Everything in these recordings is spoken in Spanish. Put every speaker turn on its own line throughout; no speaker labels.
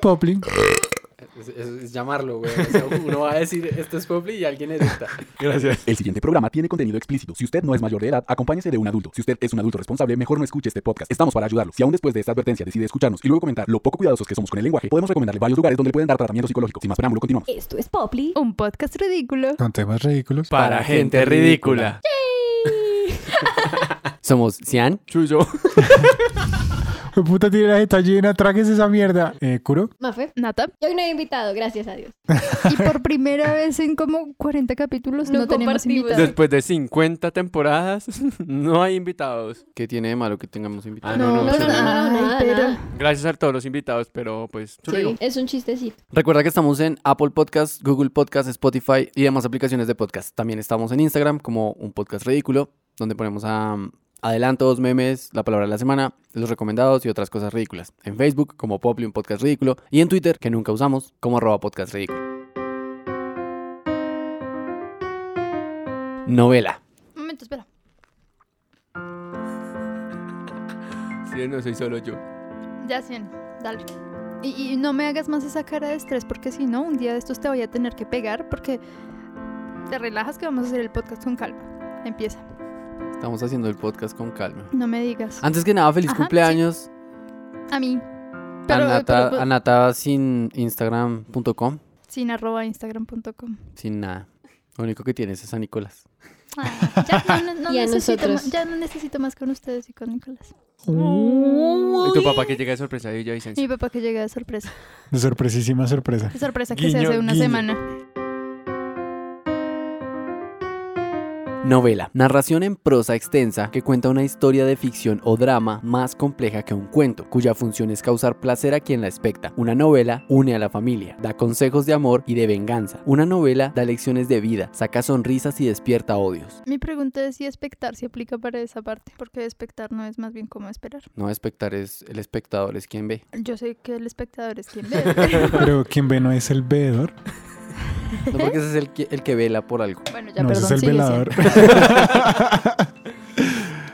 Popling.
Es, es- es llamarlo, güey. O sea, uno va a decir, esto es Popli y alguien eructa.
Gracias. El siguiente programa tiene contenido explícito. Si usted no es mayor de edad, acompáñese de un adulto. Si usted es un adulto responsable, mejor no escuche este podcast. Estamos para ayudarlo. Si aún después de esta advertencia decide escucharnos y luego comentar lo poco cuidadosos que somos con el lenguaje, podemos recomendarle varios lugares donde le pueden dar tratamiento psicológico. Sin más preámbulo, continuamos.
Esto es Poply.
Un podcast ridículo.
Con temas ridículos.
Para gente ridícula. Somos Cian.
Chuyo.
Puta, tiene la jeta llena. Tráguese esa mierda. Eh, ¿Curo?
Mafe.
Nata.
Y hoy no he invitado, gracias a Dios.
Y por primera vez en como 40 capítulos
Pues No
no, tenemos
compartimos.
invitados.
Después de 50 temporadas, no hay invitados.
¿Qué tiene de malo que tengamos invitados?
Ah, no, no,
no, no,
sí.
no, no,
Ay,
nada,
pero-
nada.
Gracias a todos los invitados, pero pues...
Sí, es un chistecito.
Recuerda que estamos en Apple Podcast, Google Podcast, Spotify y demás aplicaciones de podcast. También estamos en Instagram como un podcast ridículo, donde ponemos am, adelantos, memes, la palabra de la semana, los recomendados y otras cosas ridículas. En Facebook como Poply, un podcast ridículo. Y en Twitter, que nunca usamos, como arroba podcast ridículo. Novela.
Un momento, espera.
Sí, no soy solo yo.
Ya, Cian, dale. Y, y no me hagas más esa cara de estrés porque si no, un día de estos te voy a tener que pegar porque te relajas que vamos a hacer el podcast con calma. Empieza.
Estamos haciendo el podcast con calma.
No me digas.
Ah.
Antes que nada, feliz
Ajá,
cumpleaños
A mí.
a,
Ah,
Pero,
Nata,
pero- pues,
a Nata sin instagram.com,
sin arroba instagram.com.
sin nada. Lo único que tienes es a Nicolás.
Ah, ya no, no- no
Y a
necesito
nosotros.
más, ya no necesito más con ustedes y con Nicolás.
Y tu papá que llega de sorpresa de Villavicencio.
Mi papá que llega de sorpresa.
De sorpresísima sorpresa.
Qué sorpresa que se
Guiño,
hace una
guiño.
semana.
Novela. Narración en prosa extensa que cuenta una historia de ficción o drama más compleja que un cuento, cuya función es causar placer a quien la expecta. Una novela une a la familia, da consejos de amor y de venganza. Una novela da lecciones de vida, saca sonrisas y despierta odios.
Mi pregunta es si expectar se aplica para esa parte, porque expectar no es más bien como esperar.
No expectar es el espectador es quien ve.
Yo sé que el espectador es quien ve. pero-
Pero quien ve no es el veedor.
No porque ese es el que, el que vela por algo.
Bueno, ya,
no, ese
perdón.
es el
sigue,
velador.
Sigue,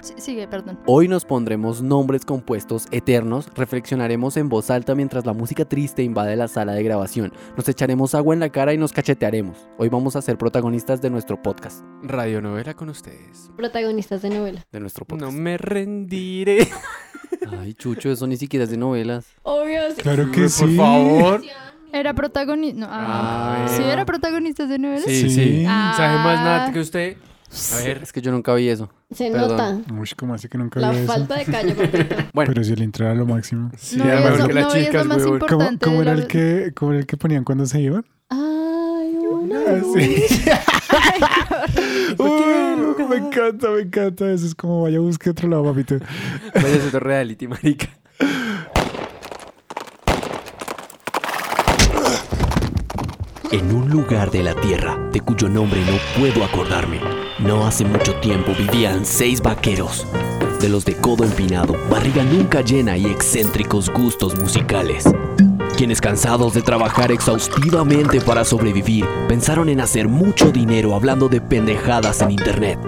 Sí, sigue, perdón.
Hoy nos pondremos nombres compuestos eternos, reflexionaremos en voz alta mientras la música triste invade la sala de grabación, nos echaremos agua en la cara y nos cachetearemos. Hoy vamos a ser protagonistas de nuestro podcast.
Radionovela con ustedes.
Protagonistas de novela.
De nuestro
No
podcast.
me rendiré.
Ay, Chucho, eso ni siquiera es de novelas.
Obvio.
Claro que
Por
sí.
favor.
Era protagonista. No, ah,
Ah,
sí,
bueno.
era protagonista de novelas.
Sí, sí.
Sí.
¿Sabe más
Ah.
nada que usted? A ver.
Es que yo nunca vi eso.
Se
Perdón.
nota
Uy, como así que nunca
la
veo eso.
falta de callo, papito.
Bueno,
Pero si el intro era lo máximo.
Sí,
no
era
veías
mejor
lo-
que las
no veías lo
chicas,
más
weón.
importante.
¿Cómo, cómo
de
era
la-
el que, cómo era el que ponían cuando se iban?
Ay, una
Ah, sí.
Ay, qué horror.
Uy, me encanta, me encanta. Eso es como vaya a buscar otro lado, papito.
Vaya, Pues eso es otro reality, marica.
En un lugar de la Tierra, de cuyo nombre no puedo acordarme, no hace mucho tiempo vivían seis vaqueros, de los de codo empinado, barriga nunca llena y excéntricos gustos musicales, quienes cansados de trabajar exhaustivamente para sobrevivir, pensaron en hacer mucho dinero hablando de pendejadas en Internet.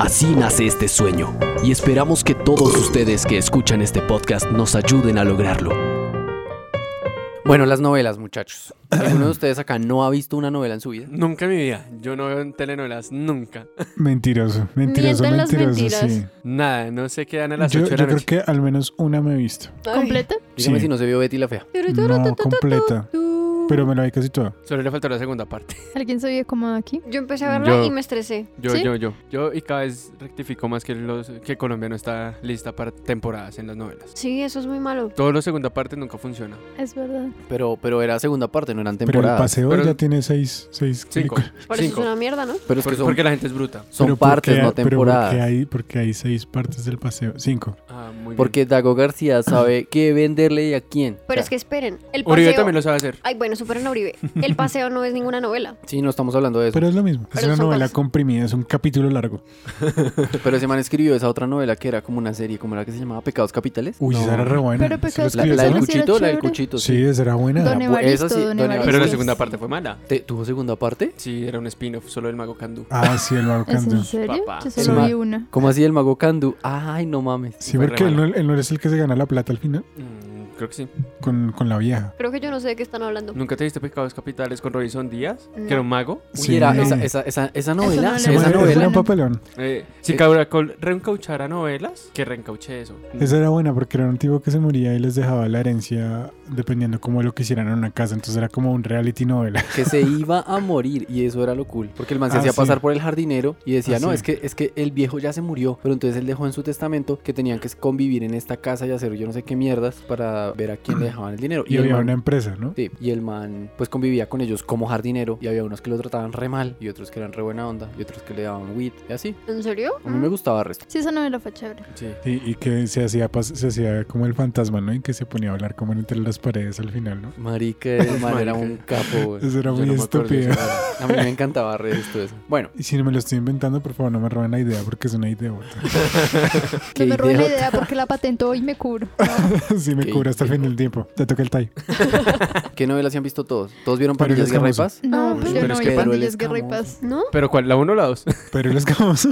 Así nace este sueño, y esperamos que todos ustedes que escuchan este podcast nos ayuden a lograrlo.
bueno, las novelas, muchachos. ¿Alguno de ustedes acá no ha visto una novela en su vida?
Nunca en mi vida. Yo no veo en telenovelas nunca.
Mentiroso, mentiroso,
Mienten las
mentiroso.
mentiras.
Sí.
Nada, no sé qué dan a las
Yo,
8
yo
de la
creo
noche.
que al menos una me he visto.
¿Completa?
Dígame
Sí.
si no se vio Betty la Fea.
No completa, pero me la vi casi toda.
Solo le faltó la segunda parte.
¿Alguien se había acomodado aquí?
Yo empecé a verla
Yo-
y me estresé.
Yo,
¿Sí?
yo, yo. Yo y cada vez rectifico más que, los, que Colombia no está lista para temporadas en las novelas.
Sí, eso es muy malo.
Todo lo segunda parte nunca funciona.
Es verdad.
Pero, pero era segunda parte, no eran
Pero el
temporadas.
paseo
Pero-
ya tiene seis, seis
Cinco.
películas.
Por eso
Cinco.
es una mierda, ¿no?
Pero es que
Por-
son,
porque la gente es bruta.
son
Pero ¿por
partes,
qué-
no
pero
temporadas.
Porque hay, porque hay seis partes del paseo. Cinco.
Ah, muy bien.
Porque Dago García sabe qué venderle y a quién.
Pero
O sea,
es que esperen. El paseo.
Uribe también lo sabe hacer.
Ay, bueno, superen a Uribe. El paseo no es ninguna novela.
Sí, no estamos hablando de eso.
Pero es lo mismo. Es
Pero
una
son
novela
más.
comprimida, es un capítulo largo.
Pero ese man escribió esa otra novela que era como una serie, como la que se llamaba Pecados Capitales.
Uy,
No.
esa era re buena.
Pero
Esa la
Pecados
La,
escribió
la del
esa-
Capitales era
cuchito, la del
chévere.
cuchito,
Sí, esa era buena.
Don
bu- esa
Evaristo,
sí,
Don
Don E-
Evaristo.
Pero la
Sí.
segunda parte fue mala.
¿Te- ¿Tuvo segunda parte?
Sí, era un spin-off solo del mago Candú.
Ah, sí, el
¿Es en
Marcando.
serio?
Papá.
Yo
Sí,
solo
ma-
vi una.
¿Cómo así el mago Kandu? Ay, no mames.
Sí,
Fue
porque
re
él no, él no es el que se gana la plata al final.
Mm, Creo que sí.
con, con la vieja.
Creo que yo no sé de qué están hablando.
¿Nunca te viste Pecados Capitales con Robinson Díaz?
No.
Que era un mago.
Sí.
Uy, era esa, esa, esa, esa novela.
Esa
Esa
Esa
madre
novela.
era
novela.
un papelón.
Eh, si
Eh.
Cabracol reencauchara novelas, que reencauche eso.
Esa era buena porque era un tipo que se moría y les dejaba la herencia dependiendo cómo lo quisieran en una casa. Entonces era como un reality novela.
Que se iba a morir. Y eso era lo cool. Porque el man se
Ah,
hacía
sí.
pasar por el jardinero y decía,
Ah,
no,
sí.
es que es que el viejo ya se murió. Pero entonces él dejó en su testamento que tenían que convivir en esta casa y hacer yo no sé qué mierdas para ver a quién le dejaban el dinero.
Y
el
había
man-
una em-, empresa, ¿no?
Sí, y el man pues convivía con ellos como jardinero y había unos que lo trataban re mal y otros que eran re buena onda y otros que le daban weed y así.
¿En serio?
A mí me gustaba el resto.
Sí, esa novela fue chévere.
Sí.
Ah. Sí, y que se hacía, pas- se hacía como el fantasma, ¿no? Y que se ponía a hablar como entre las paredes al final, ¿no?
Marica, el man era un capo. güey.
Eso era
Yo
muy
me acuerdo de
estúpido.
eso, la verdad. A mí me encantaba re esto eso. Bueno,
Y si no me lo estoy inventando, por favor, no me roben la idea porque es una idiota.
No
qué
me robé la
idiota.
idea porque la patento y me cubro.
sí, me
Qué
cubre hasta el fin
idiota.
del tiempo. Te toca el tie.
¿Qué novelas se han visto todos? ¿Todos vieron
Pero
Pandillas
es
Guerra y
famoso.
Paz?
No,
Uy,
pues yo
pero
no
es
vi
que
Pedro el
pandillas, guerra y paz.
¿No?
¿Pero cuál? ¿La uno o la dos?
Pero los escamoso.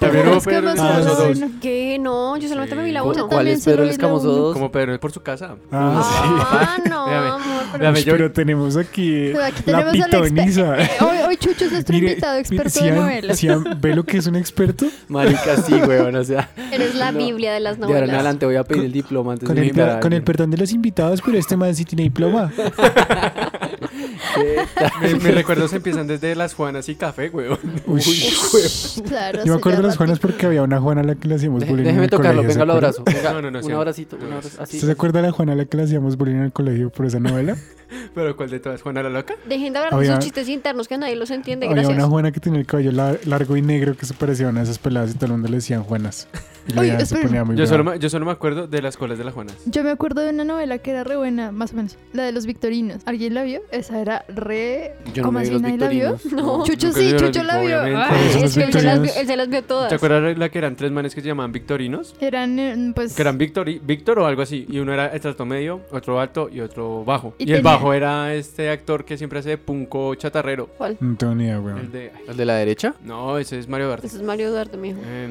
También hubo
Es que
Pedro el
más
Ah,
Escamoso
sí.
dos.
bueno.
¿Qué? No, yo solamente
Sí.
me vi la
¿Cu-
Yo
uno.
¿Cuál
también
es Pedro
solo
el
vi la
Escamoso
uno.
2?
Como Pedro es por su casa.
Ah,
Ah, no,
Déjame.
amor, pero-
Déjame.
sí.
yo-
Pero tenemos aquí eh,
Pero aquí
la
tenemos al
pitoniza.
exper- Hoy, hoy Chucho es nuestro
Mire,
invitado experto
si
de
han-
novelas.
si han- ¿Ve lo que es un experto?
Marica, sí, weón. O sea,
Eres la
No.
Biblia de las
de ahora en
novelas.
adelante voy a pedir el diploma antes
Con
de
el,
invitar
per-
a
con el
alguien.
perdón de los invitados, pero este man sí tiene diploma.
Mi- Mis recuerdos empiezan desde las Juanas y Café, weón.
Uy,
Claro,
yo me acuerdo de
sería
las Juanas porque había una Juana a la que le hacíamos
Deje-
bullying. en
Déjeme
el
tocarlo,
colegio, ¿se
venga, lo
acuerda?
abrazo. Venga,
No, no, no, sí,
un
no.
abracito, un
No,
abrazo. Así.
¿Usted se acuerda de la Juana a la que le hacíamos bullying en el colegio por esa novela?
¿Pero cuál de todas? ¿Juana la loca?
Dejen de hablar de
Había-
esos chistes internos que nadie los entiende,
había
gracias.
una Juana que tenía el cabello lar- largo y negro que se parecía a una de esas peladas y todo el mundo le decían Juanas. Y la
Oye,
vieja se
esperen.
ponía muy
Yo
brava.
solo, me, yo solo me acuerdo de las colas de las Juanas.
Yo me acuerdo de una novela que era re buena, más o menos. La de los victorinos. ¿Alguien la vio? Esa era re.
Yo no
¿Cómo
me vi
así
los
nadie la vio?
victorinos.
No.
Chucho
Nunca
sí,
vio los
Chucho la vio. Ah.
victorinos.
Ay,
Por eso
Es
los
que él se, las,
victorianos-
él se las vio todas.
¿Te acuerdas la que eran tres manes que se llamaban Victorinos?
Eran, eh, pues.
Que eran Victory, Víctor o algo así. Y uno era estrato medio, otro alto y otro bajo.
Y
Y, el
tenía-
bajo era este actor que siempre hace de punco chatarrero.
¿Cuál?
No tengo ni idea, weón.
El de. ay,
¿El de la derecha?
No, ese es Mario Bartes.
Ese es Mario Duarte, mijo.
Em,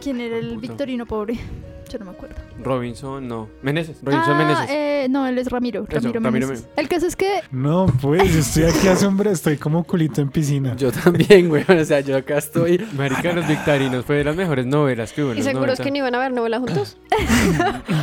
¿Quién era el
puta.
victorino pobre? Yo no me acuerdo.
Robinson, no. Meneses. Robinson
ah,
Meneses.
eh, no, él es Ramiro.
Eso,
Ramiro,
Ramiro
Meneses. El caso es que
No, pues, yo estoy aquí asombrado, estoy como culito en piscina.
Yo también, weón. O sea, yo acá estoy.
Marica, los Victorinos fue de las mejores novelas que hubo. en
¿Y
los
seguros
90.
que no iban a ver novelas juntos?
No,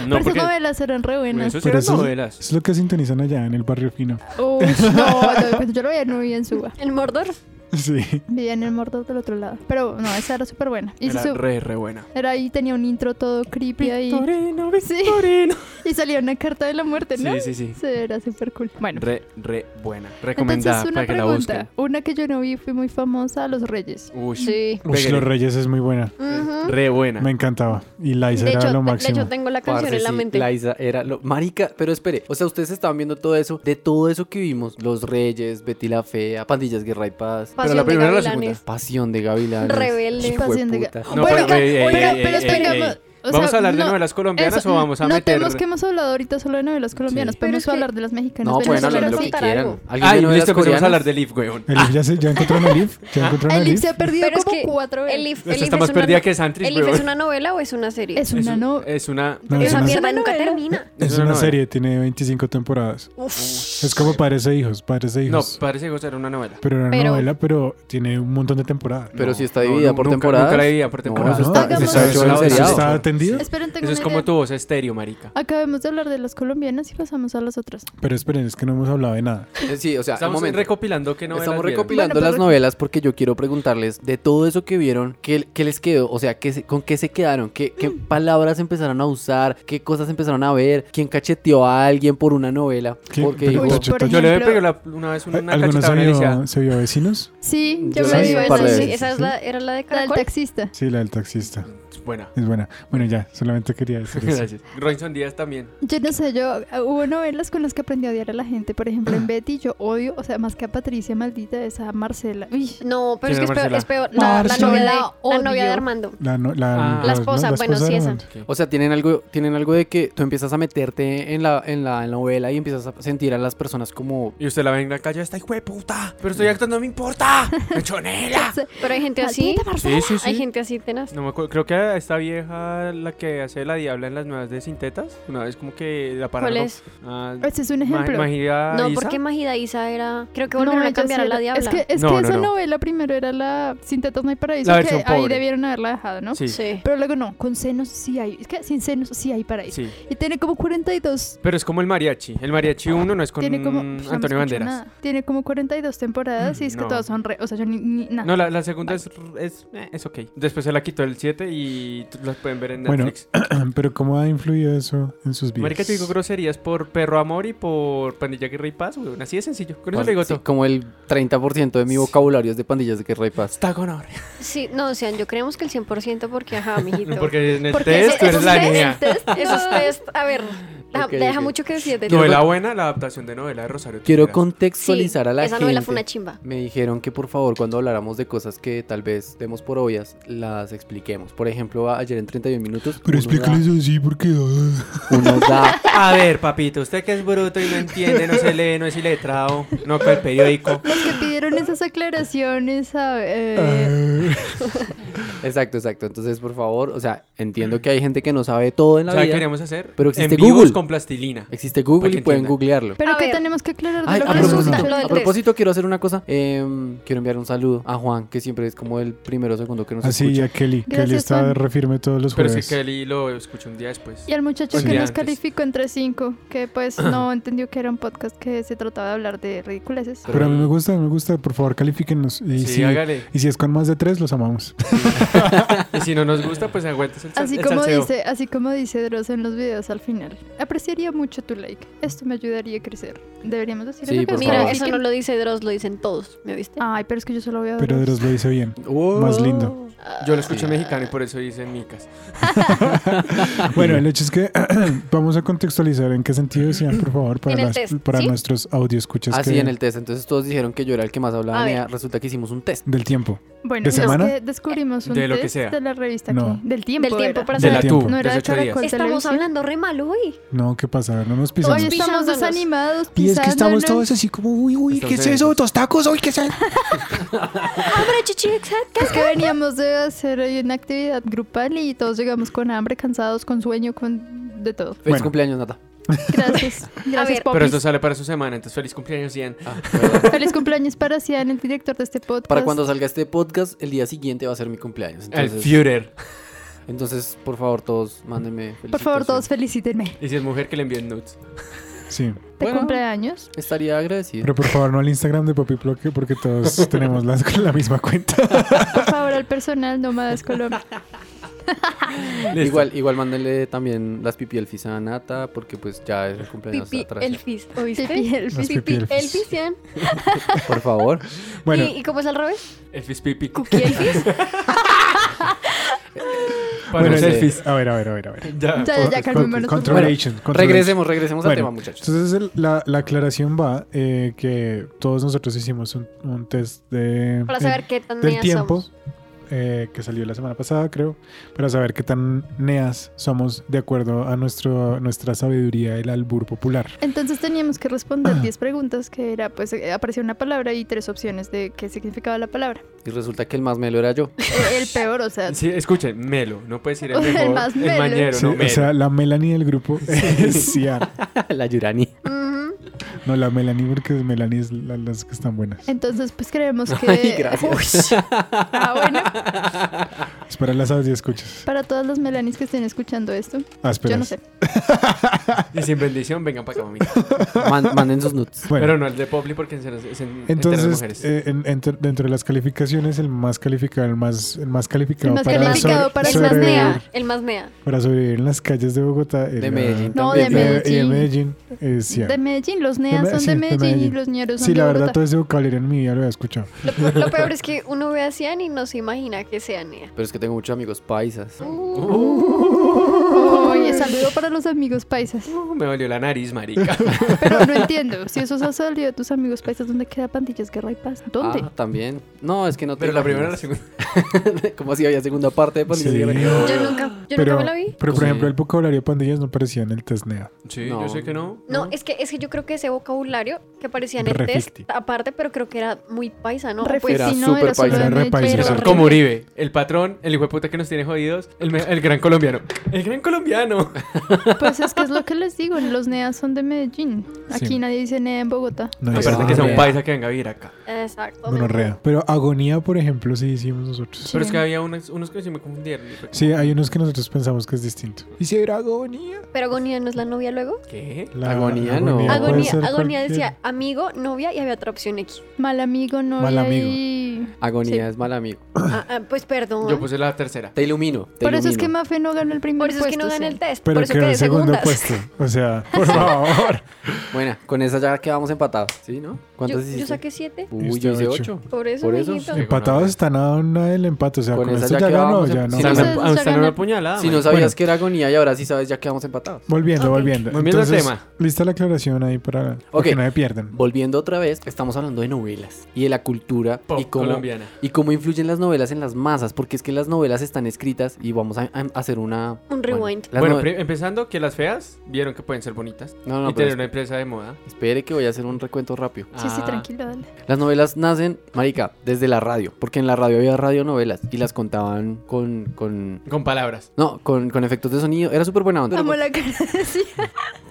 pero sus
porque.
novelas eran re buenas.
Eso sí
Pero
eran
eso-
novelas.
Es lo que sintonizan allá en el barrio fino.
Uy, no, no, pues yo lo veía, no vivía en Suba.
¿El Mordor?
Sí.
Vivía en el mordo del otro lado. Pero no, esa era súper buena. Y
Era
su-
re, re buena.
era ahí, tenía un intro todo creepy ahí.
Victorino,
Sí.
Victorino.
Y salía una carta de la muerte, ¿no?
Sí, sí, sí.
Sí, era súper cool. Bueno,
Re, re buena.
entonces
Recomendada
una
para que la busquen.
pregunta. Una que yo no vi fue muy famosa, Los Reyes.
Uy,
Sí.
Uy,
Pégale. Ah.
Los Reyes es muy buena.
Ujú.
Re buena.
Me encantaba. Y Liza
De
era
hecho,
lo
de
máximo.
hecho, tengo la canción
Parce,
en la
sí,
mente.
Liza era lo. Marica, pero espere. O sea, ustedes estaban viendo todo eso. De todo eso que vimos: Los Reyes, Betty la Fea, Pandillas Guerra y Paz.
Pasión
la
de
primera o la
Gavilanes.
segunda?
Pasión de Gavilanes.
Rebelde.
Hijo de
Pasión de
puta.
Ga-
No,
Bueno,
pero, eh, ey, ey,
pero-
ey,
pero
ey,
tengamos-
ey.
o
eh, ¿Vamos a
sea,
hablar de
no-
novelas colombianas
Eso,
o vamos a
no
meter...?
tenemos que hemos hablado ahorita solo de novelas colombianas,
Sí.
Pero
podemos
es que-
hablar de las mexicanas.
No,
pero
pueden
yo
hablar de
quiero
lo que
contar-
contar algo.
quieran. ¿Alguien
Ay,
de novelas
listo, empecemos a hablar
coreanas?
del Leaf, weón.
¿El If ya, se, ya encontraron el If?
Ah,
¿Ya encontraron
El
el
Liv
If?
se ha perdido
Pero es
como
que
cuatro veces.
¿El If,
Esta
el If
está
es
más
una-
perdida que Santris,
¿El If es
weón.
una novela o es una serie?
Es una no.
Es eh, una...
No, es
Esa
una,
mierda nunca
novela.
termina.
es una serie, tiene 25 temporadas.
Uf.
Es como Padres e Hijos, Padres e
No,
Hijos.
parece que era una novela.
pero era una
pero-
novela, pero tiene un montón de temporadas.
Pero
No,
si está
no,
dividida
no,
por
nunca-
temporadas.
Nunca la dividida por
No,
temporadas.
eso
No,
está,
Hagamos-
eso está hecho en
eso
seriado.
está atendido.
Esperen, tengo
Eso es
una
como
idea.
tu voz estéreo, marica.
Acabemos de hablar de las colombianas y pasamos a las otras.
Pero esperen, es que no hemos hablado de nada.
Eh, Sí, o sea, un
Estamos
momento.
recopilando que novelas
Estamos
vieron.
recopilando
pues
Bueno, pero
las
recu-
novelas porque yo quiero preguntarles de todo eso que vieron, ¿qué, qué les quedó? O sea, ¿qué se- ¿con qué se quedaron? ¿Qué, qué
Mm.
palabras empezaron a usar? ¿Qué cosas empezaron a ver? ¿Quién cacheteó a alguien por una novela?
¿Quién?
Porque
Pero
digo,
cacheteó-
por
Yo le
ejemplo-
pegué la- una vez una
¿Alguno
cachetada
se
a una
vio,
lisiada.
se vio vecinos?
Sí,
Yo
yo
la
me
vi
vi
un
una
par de
sí.
veces.
Esa es la, era la de
La del
Caracol.
taxista.
Sí, la del taxista.
Es Buena.
Es buena. Bueno, ya, solamente quería decir eso.
Gracias. Robinson Díaz también.
Yo no sé, yo hubo novelas con las que aprendí a odiar a la gente. Por ejemplo, en Betty yo odio, o sea, más que a Patricia maldita, es a Marcela. Uy,
No, pero es que
¿Quién
es peor,
era
es peor. La, la
Marcela?
novela, de- la
Odio.
novia de Armando.
La, no- la,
Ah.
la-
La esposa, bueno, sí,
de
esa.
Armando.
O sea, tienen algo, tienen algo de que tú empiezas a meterte en la, en la novela y empiezas a sentir a las personas como
Y usted la ve en la calle, esta hijo de puta. Pero estoy actuando, no me importa. ¡Mechonela!
Pero hay gente así.
maldita Marcela.
sí,
Hay gente así tenaz.
No me acuerdo, creo que esta vieja, la que hace la diabla en las nuevas de Sintetas. Una vez como que la pararon.
¿Cuál es?
Ah,
Ese Este es un
Ma-
ejemplo.
Magia
No,
Isa.
porque Majida Isa era. Creo que volvieron a
yo
cambiar
sí
a la
era-
diabla.
Es que, es
No,
que
no,
esa
no.
novela primero era la Sin tetas no hay paraíso,
La
que
versión
ahí
pobre.
debieron haberla dejado, ¿no?
Sí, sí.
Sí.
Pero luego no, con senos sí hay. Es que sin senos sí hay paraíso. Y tiene como 42.
Pero es como el mariachi. El mariachi 1 no es con
tiene como.
mm,
pues, no me
Antonio
escucho
Banderas.
nada. Tiene como 42 temporadas y es que
No.
todas son re. O sea, yo ni. ni- nada.
No, la, la segunda es, es, eh, es ok. Después se la quitó el 7 y t- las pueden ver en
Bueno,
Netflix.
Ah, Pero ¿cómo ha influido eso en sus vidas?
Marica, yo digo groserías por Perro Amor y por Pandilla Guerra y Paz, weón. Así de sencillo. Con eso le digo
Sí,
todo.
como el 30% de mi vocabulario es de pandillas de Guerra y Paz.
Está con honor.
Sí, no, o sea, yo creemos que el 100% porque, ajá, mijito.
Porque en el
Porque
test
ese-
tú eres
esos
la
test-
niña.
test,
Esos
no.
test, a ver, deja,
Ok,
deja
ok.
mucho que decir de ti.
Novela buena, la adaptación de novela de Rosario.
Quiero
Tijeras.
Sí,
contextualizar a la
Esa
gente.
novela fue una chimba.
Me dijeron que por favor cuando habláramos de cosas que tal vez demos por obvias, las expliquemos. Por ejemplo, ayer en 31 minutos...
Pero
uno
explícales así porque... ah,
da- uno da
A ver, papito, usted que es bruto y no entiende, no se lee, no es iletrado, no con el periódico.
Los que pidieron esas aclaraciones a. eh,
ah.
Exacto, exacto. Entonces, por favor, o sea, entiendo que hay gente que no sabe todo en
O
la
sea,
vida.
queremos hacer
Pero existe
envíos
Google.
con plastilina.
Existe
Para
Google
que
y pueden
entiendan.
googlearlo.
pero
A
que
ver.
tenemos que aclarar de
Ay,
lo que
a propósito,
resulta lo
a
del
propósito, quiero hacer una cosa. Em, quiero enviar un saludo a Juan, que siempre es como el primero o segundo que nos
Así, y
escucha.
a Kelly. Kelly
Gracias,
está
Juan.
refirme todos los
Pero es
jueves.
que Kelly lo escuchó un día después.
Y al muchacho
Sí.
que
De
nos
antes.
calificó entre cinco, que pues no entendió que era un podcast que se trataba de hablar de ridiculeces.
Pues,
Pero a mí me gusta, me gusta. Por favor, califíquenos. Y,
Sí,
si,
hágale.
y si es con más de tres, los amamos.
Y si no nos gusta, pues aguantes el, sal-
Así
el
como,
salseo.
dice, así como dice Dross en los videos al final. Apreciaría mucho tu like. Esto me ayudaría a crecer. Deberíamos decir
Sí,
eso. que Ah,
por
Pues
es
Mira,
como-
favor.
eso no lo dice Dross, lo dicen todos, ¿me viste?
Ay, pero es que yo solo veo a
Pero
Dross.
Dross lo dice bien. Oh. Más lindo.
Yo lo escucho mexicano y por eso dice micas.
Bueno, el hecho es que vamos a contextualizar en qué sentido sean, por favor, para,
En el
las-
test,
para
¿sí?
nuestros audio escuchas
Así Ah, en el test. Entonces todos dijeron que yo era el que más hablaba.
A
mira,
ver.
resulta que hicimos un test.
del tiempo.
Bueno,
¿De
es
semana?
que descubrimos un
De lo que
test
sea.
de la revista
No.
aquí. Del tiempo.
Del tiempo
era.
para
De
Del
la
saber.
tiempo.
tú,
No era
de
de
ocho días.
Caracol
Estamos
Televisión.
hablando re mal hoy.
No, ¿qué pasa? A ver, no nos pisamos.
Hoy estamos
Pisándonos.
desanimados,
y es que
pisándonos.
estamos todos así como, uy, uy, ¿qué es
Entonces-
eso? ¿Tos tacos? Uy, ¿qué es eso?
Abra chichi, exacto.
Es que veníamos de hacer hoy una actividad grupal y todos llegamos con hambre, cansados, con sueño, con de todo.
Feliz
Bueno.
cumpleaños, Nata.
Gracias. Gracias,
ver.
Popis.
Pero esto sale para su semana, entonces feliz cumpleaños, Ian.
Ah, perdón.
Feliz cumpleaños para Cian, el director de este podcast.
Para cuando salga este podcast, el día siguiente va a ser mi cumpleaños.
El
Entonces,
Führer.
entonces por favor, todos mándenme
Por favor,
felicitaciones.
todos felicítenme.
Y si es mujer, que le envíen nudes.
Sí,
¿Te
Bueno.
cumpleaños?
Estaría agradecido.
pero por favor no al Instagram de Papi Bloque porque todos tenemos la, la misma cuenta.
Por favor, al personal Nómadas Colombia.
Igual, igual mándenle también las pipi elfis a Nata, porque pues ya es el cumpleaños
Pipi
atrás.
Elfis, ¿oíste?
Pipi Elfis.
Las
Pipi
pipi elfis.
Elfis, Ian.
Por favor.
Bueno,
¿Y, ¿Y cómo es al revés?
Elfis pipi.
¿Cookie Elfis?
Para
bueno,
los
el-
selfies.
a ver, a ver, a ver, a ver.
Ya.
Ya, ya, ya, calmémonos. por
Control
favor.
Agent, control agent.
Regresemos, regresemos al
Bueno,
tema, muchachos.
Entonces el- la, la aclaración va eh, que todos nosotros hicimos un, un test de,
Para
eh,
saber qué tan
del
neas
tiempo
somos.
eh, que salió la semana pasada, creo, para saber qué tan neas somos de acuerdo a nuestro, nuestra sabiduría del albur popular.
Entonces teníamos que
Ah.
responder 10 preguntas, que era, pues, eh, aparecía una palabra y tres opciones de qué significaba la palabra.
Y resulta que el más melo era yo.
Eh, El peor, o sea,
Sí, escuchen, Melo. No puede decir el
El
mejor. El,
más melo.
mañero,
Sí,
no, Melo.
o sea, la Melanie del grupo es Cian.
la Yurani.
Ujú.
No, la Melanie, porque Melanie es la- las que están buenas.
entonces, pues, creemos que...
Ay, gracias.
Ah, bueno,
Es para las audio escuchas.
para todas las melanis que estén escuchando esto,
Ah, espera.
yo no sé.
Y sin bendición, vengan para acá, mamita.
Man- manden sus nuts.
Bueno,
Pero no el de Popli porque se nos se- se enteran las
entonces,
mujeres.
eh, en- entre- dentro de las calificaciones, el más calificado, el más, el más calificado,
El más
para,
calificado
sobre-
para
El más
sobrevivir,
nea, el más nea.
para sobrevivir en las calles de Bogotá.
De
era-
Medellín.
No,
eh,
de
también.
Medellín.
y de Medellín es Cian.
De Medellín, los neas
Me-
son
sí,
de
de
Medellín, y
Medellín.
los
Pues
ñeros son
Sí,
de
la verdad,
Bogotá.
todo ese vocabulario en mi vida lo había escuchado.
Lo, pe- lo peor es que uno ve a Cian y no se imagina que sea nea.
Uh,
Pero es que tengo muchos amigos paisas.
Uh,
Uy, Oye, saludo para los amigos paisas.
Uh, me dolió la nariz, marica.
Pero no entiendo. Si eso ha salido de tus amigos paisas, ¿dónde queda Pandillas, Guerra y Paz? ¿Dónde?
Ah, también. No, es que no te
Pero la primera o la
imaginas.
segunda.
Como así había segunda parte pues, de Pandillas
Sí.
y Guerra.
Ah. Yo nunca, yo
pero,
nunca me la vi.
pero por
Sí.
ejemplo, el vocabulario de pandillas no aparecía en el test NEA.
Sí,
No.
yo sé que no.
No, es que, es que yo creo que ese vocabulario que aparecía en el
Refifty.
test, aparte, pero creo que era muy paisa, ¿no?
Re-
Pues,
Era
si no,
súper
solo
paisa.
de
Era re
Medellín.
paisa,
Pero-
exacto.
Como Uribe, el patrón, el hijo de puta que nos tiene jodidos, el, me- el gran colombiano. El gran colombiano.
Pues es que es lo que les digo, los neas son de Medellín. Aquí
Sí.
nadie dice nea en Bogotá.
No
Me
dice
parece
Aparte
nada.
que sea un
Gonorrea.
paisa que venga a vivir acá.
Exacto.
Gonorrea. Pero agonía, por ejemplo, sí hicimos nosotros.
Pero es que había unos, unos que se me confundieron. y fue como,
Sí, hay unos que nosotros pensamos que es distinto. ¿Y si era agonía?
Pero agonía no es la novia luego.
¿Qué?
La
Agonía no.
puede
Agonía,
ser
agonía
cualquier-
decía amigo, novia y había otra opción X.
Mal amigo, no
Mal
hay
amigo.
ahí.
Agonía
Sí.
es mal amigo.
Ah, ah, pues perdón.
Yo puse la tercera.
Te ilumino. Te
Por eso es
ilumino.
que Mafe no ganó el primer
por eso es que
puesto,
no gané
sí.
el test.
Pero
por eso
quedó
quedé
en segundo
segunda.
puesto. O sea, por favor.
Bueno, con esa ya quedamos empatados. ¿Sí, no?
Yo,
¿Cuántas
yo
hiciste?
saqué siete.
Uy,
Este
yo hice
ocho.
8.
Por eso,
Por eso,
mijito.
sí.
Empatados están a una del empate. O sea,
Con
con,
esa
esto
ya
ya ganó.
quedamos,
Ya
sí,
no.
Si
Están
no
a-
se-
ah,
se
están a
gana.
una puñalada.
Si no
marica.
sabías
Bueno.
que era agonía y ahora sí sabes ya quedamos empatados.
Volviendo,
Ok.
volviendo.
Volviendo al
Entonces,
tema.
Lista la aclaración ahí para para
Ok.
que no me pierdan.
Volviendo otra vez, estamos hablando de novelas y de la cultura
Pop
y cómo,
colombiana.
y cómo influyen las novelas en las masas, porque es que las novelas están escritas y vamos a, a hacer una...
Un rewind.
las
Bueno,
nove-
pri- empezando que las feas vieron que pueden ser bonitas
no, no,
y
pero
tener una empresa de moda.
es- espere que voy a hacer un recuento rápido.
Sí, sí,
Ah,
tranquilo, dale.
Las novelas nacen, marica, desde la radio, porque en la radio había radionovelas y las contaban con... con
Con palabras.
no, con, con efectos de sonido. Era súper buena onda.
Amo
pues.
la cara de sí.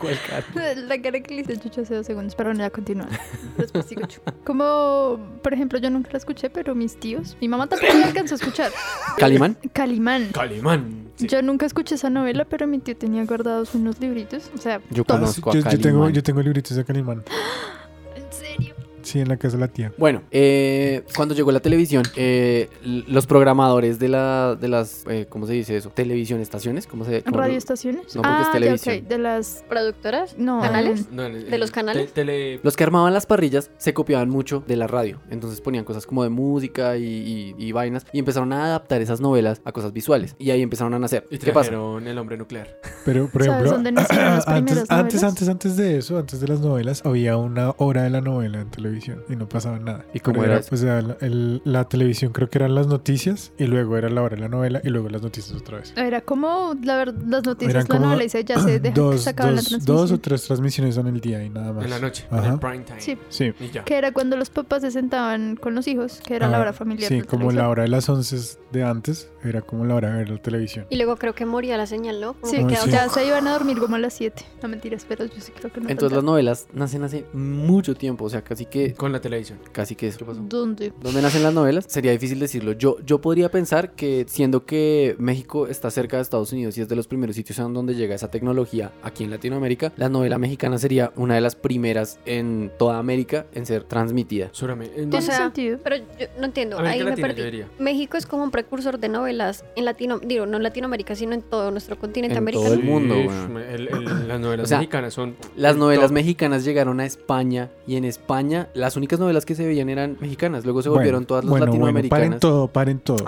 La cara que le hice Chucho hace dos segundos, pero no la continúa. Después sigo Chu. Como, por ejemplo, yo nunca la escuché, pero mis tíos, mi mamá tampoco la alcanzó a escuchar.
Calimán.
Calimán.
Calimán. Sí.
Yo nunca escuché esa novela, pero mi tío tenía guardados unos libritos. O sea,
Yo
Ah,
Todos.
sí,
conozco
yo,
a
yo tengo,
Calimán.
yo tengo libritos de Calimán.
en serio.
Sí, en la casa de la tía.
Bueno, eh, cuando llegó la televisión, eh, l- los programadores de, la, de las, eh, ¿cómo se dice eso? Televisión, estaciones, ¿cómo se cómo-
¿Radioestaciones?
No, porque es
ah, ya,
televisión.
ok, De las.
¿Productoras?
No.
¿Canales?
No, en-
¿De los
en-
canales?
te- tele-
Los que armaban las parrillas se copiaban mucho de la radio, entonces ponían cosas como de música y, y- y vainas y empezaron a adaptar esas novelas a cosas visuales y ahí empezaron a nacer.
Y
¿Qué pasa?
trajeron el hombre nuclear.
Pero, por
¿Sabes
ejemplo,
dónde nacieron
antes,
las primeras
antes,
novelas?
antes, antes de eso, antes de las novelas, había una hora de la novela en televisión y no pasaba nada.
¿Y cómo
Pero
era eso?
O sea, la- el- la televisión creo que eran las noticias y luego era la hora de la novela y luego las noticias otra vez.
Era como la ver- las noticias,
Eran
la
como
novela, y se- ya se dejan que
dos,
se acaba la
dos, dos o
transmisión.
tres transmisiones en el día y nada más.
En la noche. En
Ajá.
el prime time.
Sí.
Sí.
Y ya.
Que era cuando los papás se sentaban con los hijos, que era la
Ah,
hora familiar.
Sí,
del
como la
televisor.
hora de las 11 de antes era como la hora de ver la televisión.
Y luego creo que moría la señal, ¿no? Como
Sí,
que
Ah,
que
quedaba-
sí.
ya se iban a dormir como a las 7. No mentiras, pero yo sí creo que no.
Entonces las novelas nacen hace mucho tiempo, o sea, casi que,
Con la televisión.
casi que eso.
tanto. ¿Dónde?
¿Dónde nacen las novelas? Sería difícil decirlo. Yo, yo podría pensar que siendo que México está cerca de Estados Unidos y es de los primeros sitios en donde llega esa tecnología aquí en Latinoamérica, la novela mexicana sería una de las primeras en toda América en ser transmitida.
Suramente.
O
Tiene
sea,
sentido.
Pero yo no entiendo,
América
ahí me
Latina,
perdí.
yo diría.
México es como un precursor de novelas en Latino, digo, no en Latinoamérica, sino en todo nuestro continente
En todo
americano.
el mundo,
Sí,
weón.
el- el- Las novelas
O sea,
mexicanas son.
Las
el
novelas
top.
mexicanas llegaron a España y en España las únicas novelas que se veían eran mexicanas. Luego se volvieron todas las
paren
latinoamericanas.
todo, paren todo.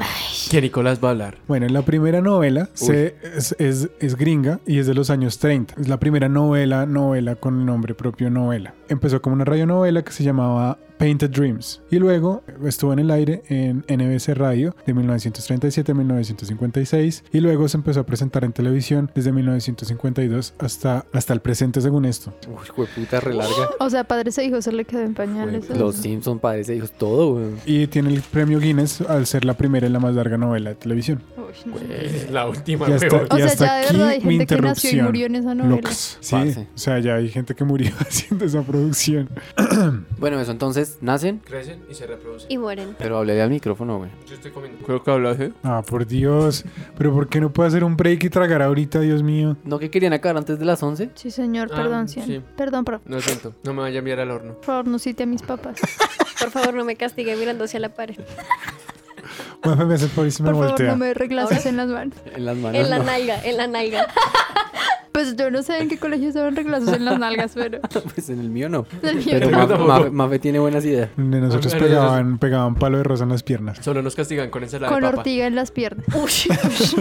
Que Nicolás va a hablar.
Bueno, la primera novela se- es, es- es gringa y es de los años 30. Es la primera novela, novela con el nombre propio novela. Empezó como una radionovela que se llamaba Painted Dreams y luego estuvo en el aire en NBC Radio de 1937 a 1956 y luego se empezó a presentar en televisión desde 1952 hasta, hasta el presente según esto.
Uy, jueputa, relarga.
O sea, padres e hijos se le quedó en pañales. ¿eh?
Los Simpson padres e hijos, todo, weón.
Y tiene el premio Guinness al ser la primera y la más larga novela de televisión.
Uy, no.
Es la última,
Ya está.
weón.
O
Y
sea,
hasta
ya de
aquí
verdad hay
mi
gente que nació y
interrupción.
murió en esa novela.
Locos. Sí,
Parce.
o sea, ya hay gente que murió haciendo esa producción.
Bueno, eso entonces nacen,
Crecen y se reproducen.
Y mueren.
pero hablé al micrófono, güey.
Yo estoy comiendo. Creo que hablaste.
Ah, por Dios. Pero ¿por qué no puedo hacer un break y tragar ahorita, Dios mío?
¿No que querían acabar antes de las 11?
Sí, señor,
Ah,
perdón, Cian.
sí.
Perdón, por
No siento. No me vaya a enviar al horno.
por favor, no cite a mis papás.
Por favor, no me castigue mirando hacia la pared.
Mafe me hace el favor y se me
Por favor,
voltea.
Ah,
no me reglases en las manos.
En las manos.
En la
no.
nalga, en la nalga.
Pues yo no sé en qué colegio usaban reglazos en las nalgas, pero.
Pues en el mío no.
del mío
Pero
no.
Mafe,
tampoco.
Mafe- Mafe tiene buenas ideas.
De nosotros
Pero eso es-
pegaban, pegaban palo de rosa en las piernas.
Solo nos castigan con ensalada
Con
de papa.
ortiga en las piernas.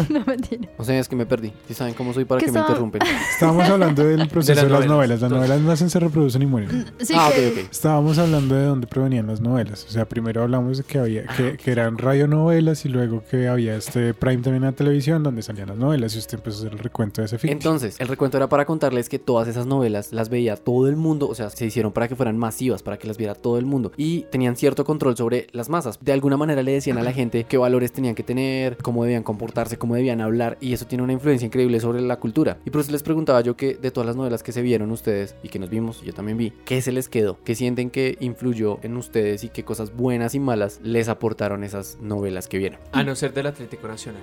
no mentira.
O sea, es que me perdí. Si saben cómo soy para
¿Qué
que me
estaba-
interrumpen.
Estábamos hablando del proceso de las novelas. Las novelas nacen, se reproducen y mueren.
Sí,
ah,
que-
ok, ok.
Estábamos hablando de dónde provenían las novelas. O sea, primero hablamos de que había que, que eran radionovelas y luego que había este prime también en la televisión donde salían las novelas y usted empezó a hacer el recuento de ese film.
Entonces, el recuento era para contarles que todas esas novelas las veía todo el mundo, o sea, se hicieron para que fueran masivas, para que las viera todo el mundo y tenían cierto control sobre las masas. De alguna manera le decían a la gente qué valores tenían que tener, cómo debían comportarse, cómo debían hablar y eso tiene una influencia increíble sobre la cultura. Y por eso les preguntaba yo que de todas las novelas que se vieron ustedes y que nos vimos, yo también vi, ¿qué se les quedó? ¿Qué sienten que influyó en ustedes y qué cosas buenas y malas les aportaron esas novelas que vieron?
A no ser del Atlético Nacional.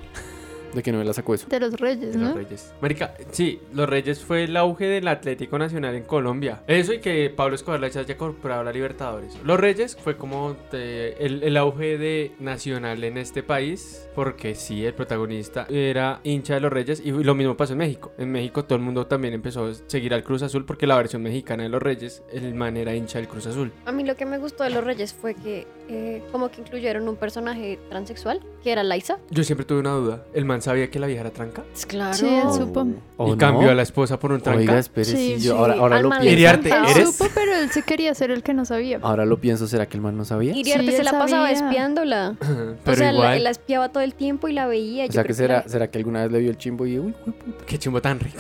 ¿De qué novela sacó eso?
de los reyes,
De los
¿no?
Reyes. Marica, sí, los Reyes fue el auge del Atlético Nacional en Colombia. Eso y que Pablo Escobar la haya comprado la Libertadores. Los Reyes fue como eh, el, el auge de Nacional en este país, porque sí, el protagonista era hincha de los Reyes y lo mismo pasó en México. En México todo el mundo también empezó a seguir al Cruz Azul porque la versión mexicana de los Reyes, el man era hincha del Cruz Azul.
A mí lo que me gustó de Los Reyes fue que eh, como que incluyeron un personaje transexual, que era Liza.
Yo siempre tuve una duda. ¿El man sabía que la vieja era tranca?
Claro.
Sí, él supo.
Oh. ¿O
y
no?
cambió a la esposa por un tranca.
Oiga, espere,
Sí,
sí, yo
sí,
ahora, ahora lo
Alma
pienso.
le
Iriarte,
encantaba.
Él
¿Eres?
Ah, supo, pero él se quería hacer el que no sabía.
Ahora lo pienso, ¿será que el man no sabía?
Iriarte
Sí,
se
él
la pasaba
sabía.
espiándola.
Pero
o sea, la-
igual,
la espiaba todo el tiempo y la veía.
O
Yo
sea,
creo
que
la-
será, ¿será que alguna vez le vio el chimbo y uy, uy, puta?
qué chimbo tan rico.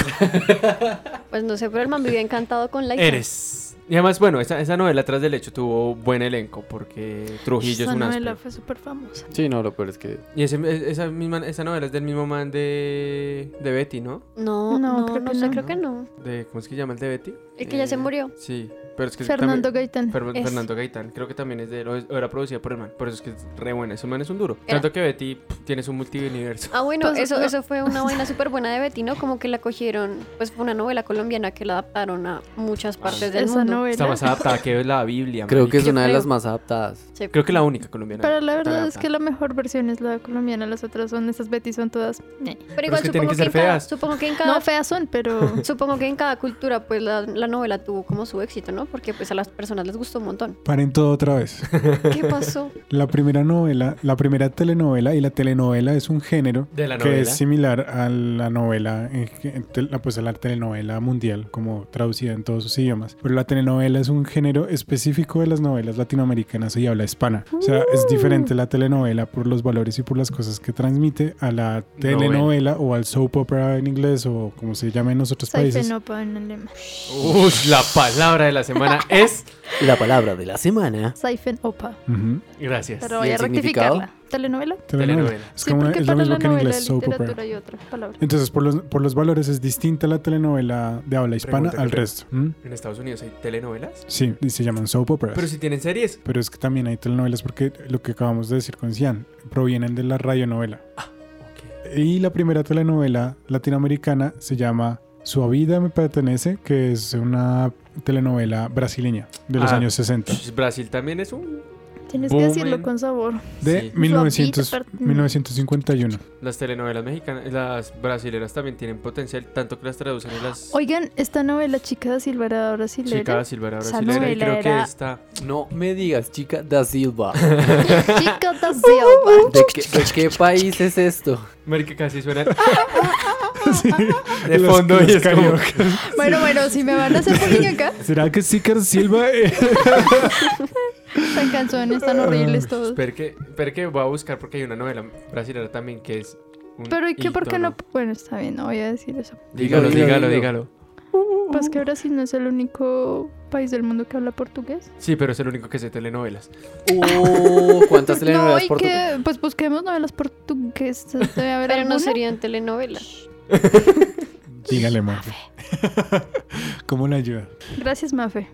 Pues no sé, pero el man vivía encantado con Liza.
Eres. Y además, bueno, esa, esa novela tras del hecho tuvo buen elenco porque
Pues,
Trujillo es
Esa
un
novela
áspero.
fue súper famosa.
Sí, no, lo peor es que.
Y ese- e- esa, misma, esa novela es del mismo man de, de Betty, ¿no?
No,
No,
no,
creo
no,
que
sé,
no.
creo que no.
De, ¿Cómo es que se llama el de Betty? Eh,
El que ya se murió.
Sí, pero es que
Fernando
también-
Gaitán.
Fer-
es.
Fernando Gaitán, creo que también es de él, o es- o era producida por el man, por eso es que es re buena, ese man es un duro.
Era.
Tanto que Betty pff, tiene su multiverso.
Ah, bueno,
Pues,
eso,
no.
eso fue una vaina súper buena de Betty, ¿no? Como que la cogieron, pues fue una novela colombiana que la adaptaron a muchas partes del
Esa
mundo.
novela.
Está más adaptada que la Biblia.
Creo que
marica.
es una de
feo.
las más adaptadas.
Sí.
Creo que la única colombiana.
Pero la
tan
verdad es
adaptada.
que la mejor versión es la colombiana, las otras son, esas Betty son todas. eh.
Pero igual
es que tienen que
supongo, que
ser
en cada,
feas.
supongo que en cada
No feas son, pero
Supongo que en cada cultura, pues la, la novela tuvo como su éxito, ¿no? Porque pues a las personas les gustó un montón.
Paren todo otra vez.
¿Qué pasó?
La primera novela, la primera telenovela y la telenovela es un género
De la
que
novela.
es similar a la novela, en ge- en tel- ah, pues a la telenovela mundial, como traducida en todos sus idiomas. Pero la telenovela es un género específico de las novelas latinoamericanas y habla hispana. O sea, es diferente la telenovela por los valores y por las cosas que transmite a la telenovela o al soap opera en inglés o como se llama en los otros países.
Saifenopa en alemán.
Uy, la palabra de la semana es...
La palabra de la semana.
Saifenopa.
Ujú,
Gracias.
Pero
¿Y
voy
el
a rectificarla. ¿Telenovela?
telenovela.
Telenovela.
Es,
sí,
como,
porque
es lo
para
mismo
la
que en
novela
inglés,
de
soap opera.
literatura hay otra palabra.
Entonces, por los, por los valores es distinta la telenovela de habla hispana
Pregunta que
al
te-
resto. ¿Mm?
En Estados Unidos hay telenovelas.
Sí, y se llaman soap operas.
Pero
Pero,
si tienen series.
es que también hay telenovelas porque lo que acabamos de decir con Cian provienen de la radionovela.
Ah,
Y la primera telenovela latinoamericana se llama Su vida me pertenece, que es una telenovela brasileña de los
Ah.
años 60.
Pues Brasil también es un...
Tienes
Boom,
que decirlo
man.
con sabor.
De
Sí.
1900
Su vida pertenece.
1951.
Las telenovelas mexicanas, las brasileras también tienen potencial, tanto que las traducen en las...
Oigan, esta novela Chica da Silva era brasilera.
Chica Silvera
Esa
brasilera y
novela
creo que
era-
esta...
No me digas, chica da Silva.
Chica da Silva.
¿De qué, de qué país es esto?
Marica casi suena
Sí,
de
los-
fondo
los
y es como...
cariocas.
Bueno, bueno, si me van a hacer bullying acá,
¿Será que Sicar Silva eh,
tan canciones tan horribles todos.
Espera que, espera que voy a buscar porque hay una novela brasilera también que es... un
Pero ¿y qué? ¿Por qué no?
ícono.
Bueno, está bien, no voy a decir eso.
Dígalo,
Dilo,
dígalo,
dilo.
dígalo.
Pues que Brasil no es el único país del mundo que habla portugués.
Sí, pero es el único que hace telenovelas.
Oh, ¿Cuántas
No,
telenovelas
y
por tu-
que, pues busquemos novelas portuguesas. Debe haber
Pero no
alguna.
serían telenovela.
Dígale, Mafe. ¿Cómo la ayuda?
Gracias, Mafe.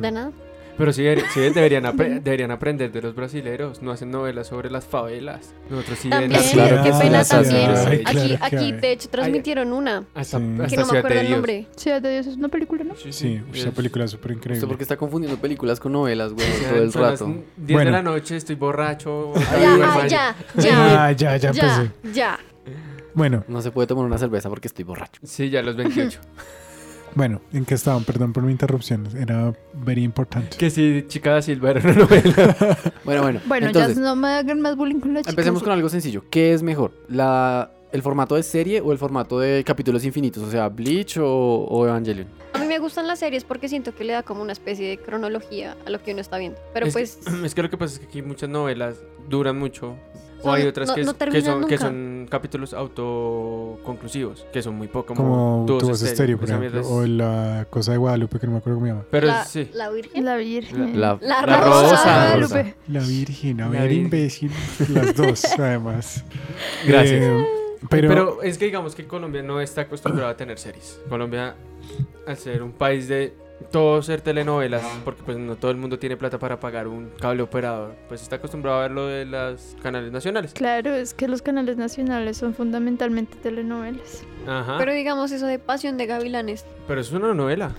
De nada.
Pero sí, deber- sí deberían, apre- deberían aprender de los brasileros. No hacen novelas sobre las favelas. Nosotros sí
También,
las-
claro
qué
que
pena
sí,
también.
claro, sí,
aquí,
claro que
aquí,
hay.
de hecho, transmitieron una.
Hasta,
Sí.
hasta
Que no me
Ciudad
acuerdo
de
el
Dios.
nombre.
Ciudad de Dios es una película, ¿no?
Sí, esa
es-
película es súper
¿Usted
increíble.
por qué está confundiendo películas con novelas, güey?
Sean-
Todo el
son las
rato.
10
Bueno.
de la noche, estoy borracho.
Ya,
Ay,
ya,
Ah,
ya,
ya, ya
ya,
empecé.
ya.
Bueno,
No se puede tomar una cerveza porque estoy borracho.
Sí, ya los 28.
bueno, ¿en qué estaban? Perdón por mi interrupción. Era very importante.
que si chica da Silva era una novela.
Bueno, bueno.
Bueno,
entonces,
ya no me hagan más bullying con la chica.
empecemos con algo sencillo. ¿Qué es mejor? La... ¿El formato de serie o el formato de capítulos infinitos? O sea, Bleach o, o Evangelion.
A mí me gustan las series porque siento que le da como una especie de cronología a lo que uno está viendo. Pero
es,
pues
que, es que lo que pasa es que aquí muchas novelas duran mucho. O
No,
hay otras
no-
que, es-
no
que
terminan
son, que
nunca.
son capítulos autoconclusivos, que son muy pocos.
Como
Tubos
tu voz estéreo, por
Esa mierda
ejemplo. O
es-
la cosa de Guadalupe, que no me acuerdo cómo se llama.
Pero
la,
sí.
la Virgen.
La Virgen.
La,
La
La
Rosa.
Rosa.
de
La
Guadalupe.
La Virgen, a
La
ver,
Virgen.
imbécil. Las dos, además.
Gracias.
Eh,
Pero,
pero,
es que digamos que Colombia no está acostumbrada a tener series. Colombia, al ser un país de todo ser telenovelas, porque pues no todo el mundo tiene plata para pagar un cable operador, pues está acostumbrado a ver lo de los canales nacionales.
Claro, es que los canales nacionales son fundamentalmente telenovelas.
Ajá.
Pero
Pero,
digamos eso de Pasión de Gavilanes.
es una novela.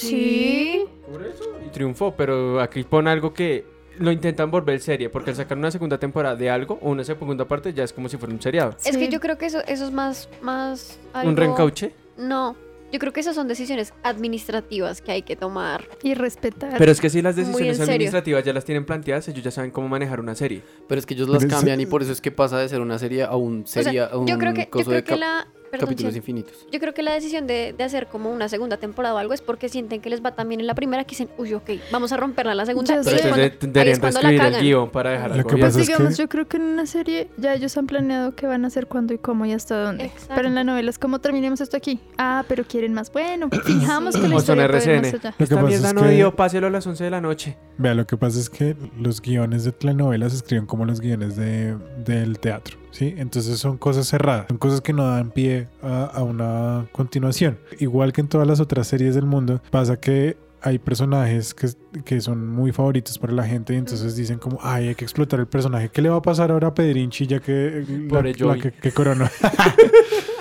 Sí.
Por eso. Y triunfó, pero aquí pone algo que lo intentan volver serie, porque al sacar una segunda temporada de algo o una segunda parte ya es como si fuera un seriado.
Es que
Sí.
yo creo que eso, eso es más, más
Un
algo-
reencauche.
No. Yo creo que esas son decisiones administrativas que hay que tomar.
Y respetar.
Pero es que si las
Muy en
decisiones
serio.
administrativas ya las tienen planteadas, ellos ya saben cómo manejar una serie.
Pero es que ellos las
Pero es-
cambian y por eso es que pasa de ser una serie a un
O sea,
serie a un
yo creo que, yo
coso de
creo
cap-
que la. perdón,
capítulos
Chen.
infinitos.
Yo creo que la decisión de, de hacer como una segunda temporada o algo es porque sienten que les va tan bien en la primera que dicen, uy, ok, vamos a romperla en la segunda.
Yo
y
sé.
es
Pero
Sí.
Pues cuando-
entonces
ahí es
deberían
cuando la
reescribir el
cagan.
guión para dejar
Lo
algo
que
bien.
Pues
pasa es
digamos,
que-
yo creo que en una serie ya ellos han planeado qué van a hacer, cuándo y cómo y hasta dónde.
Exacto.
Pero en la novela es como terminemos esto aquí. Ah, pero quieren más. Bueno, fijamos que la
O son
historia puede ir
RCN.
más allá.
Lo que
Esta
pasa
mierda
es
no
que-
dio, páselo a las 11 de la noche.
vea, lo que pasa es que los guiones de telenovelas se escriben como los guiones de, del teatro, ¿sí? Entonces son cosas cerradas, son cosas que no dan pie a, a una continuación. Igual que en todas las otras series del mundo, pasa que hay personajes que, que son muy favoritos para la gente y entonces dicen como, ay, hay que explotar el personaje. ¿Qué le va a pasar ahora a Pedrinchi ya que eh, la,
Pobre
la
Joey.
que, que coronó?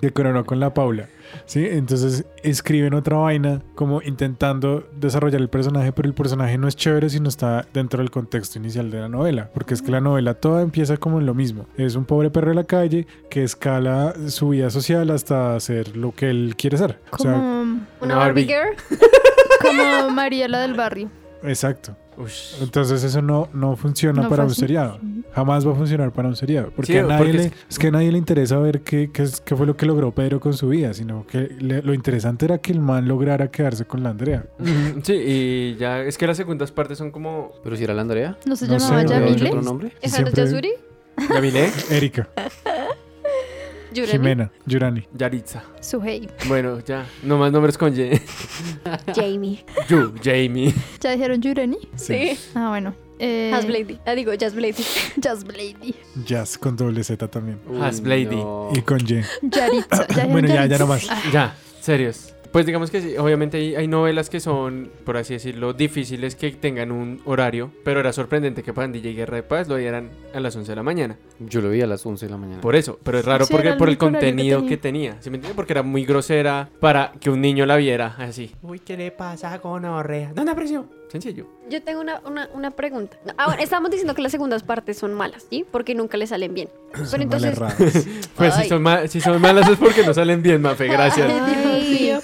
que coronó con la Paula. ¿sí? Entonces escriben otra vaina como intentando desarrollar el personaje, pero el personaje no es chévere si no está dentro del contexto inicial de la novela, porque es que la novela toda empieza como en lo mismo. Es un pobre perro de la calle que escala su vida social hasta hacer lo que él quiere ser. O sea,
Como,
Una
Una Barbie.
Barbie Girl.
como Mariela del barrio.
exacto.
Ush.
Entonces eso no, no funciona
No
para un
funciona.
seriado. Jamás va a funcionar para un seriado. Porque,
Sí,
a nadie
porque
le-
es-
es... que a nadie le interesa ver qué, qué, es- qué fue lo que logró Pedro con su vida, sino que le- lo interesante era que el man lograra quedarse con la Andrea.
Mm, Sí, y ya es que las segundas partes son como
Pero si era la Andrea,
¿No se
No
llamaba
sé,
¿no había
Yamile?
otro
Yamile?
nombre?
Y
Esa no es
siempre-
Yasuri.
Yamile,
Erika,
Yurani.
Jimena, Yurani.
Yaritza.
Suhey.
Bueno, ya, no más nombres con Y.
Jamie.
Yu, Jamie.
¿Ya dijeron Yureni?
Sí.
Ah, bueno. Eh,
Has Blady. Ah, digo, Jazz Blady.
Just Blady.
Jazz con doble Z también.
Uy,
Has Blady.
no.
Y con Y.
Yaritza. dijeron
Bueno, ya, ya
Yaritza?
nomás.
Ah,
Ya, serios. Pues digamos que sí, obviamente hay, hay novelas que son, por así decirlo, difíciles que tengan un horario, pero era sorprendente que Pandilla y Guerra de Paz lo dieran a las 11 de la mañana.
Yo lo vi a las 11 de la mañana.
Por eso, pero es raro
Sí,
porque
era el
por el
único horario que
contenido
tenía.
que tenía. ¿Sí me entiendes? Porque era muy grosera para que un niño la viera así. Uy, ¿qué le pasa con Orrea? ¿Dónde apreció? Sencillo.
Yo tengo una, una, una pregunta. No, Ahora, estamos diciendo que las segundas partes son malas, ¿sí? Porque nunca le salen bien. Pero entonces,
Pues si
Ay.
son, ma- si son malas es porque no salen bien, Mafe, gracias.
Ay,
Ay.
Dios mío.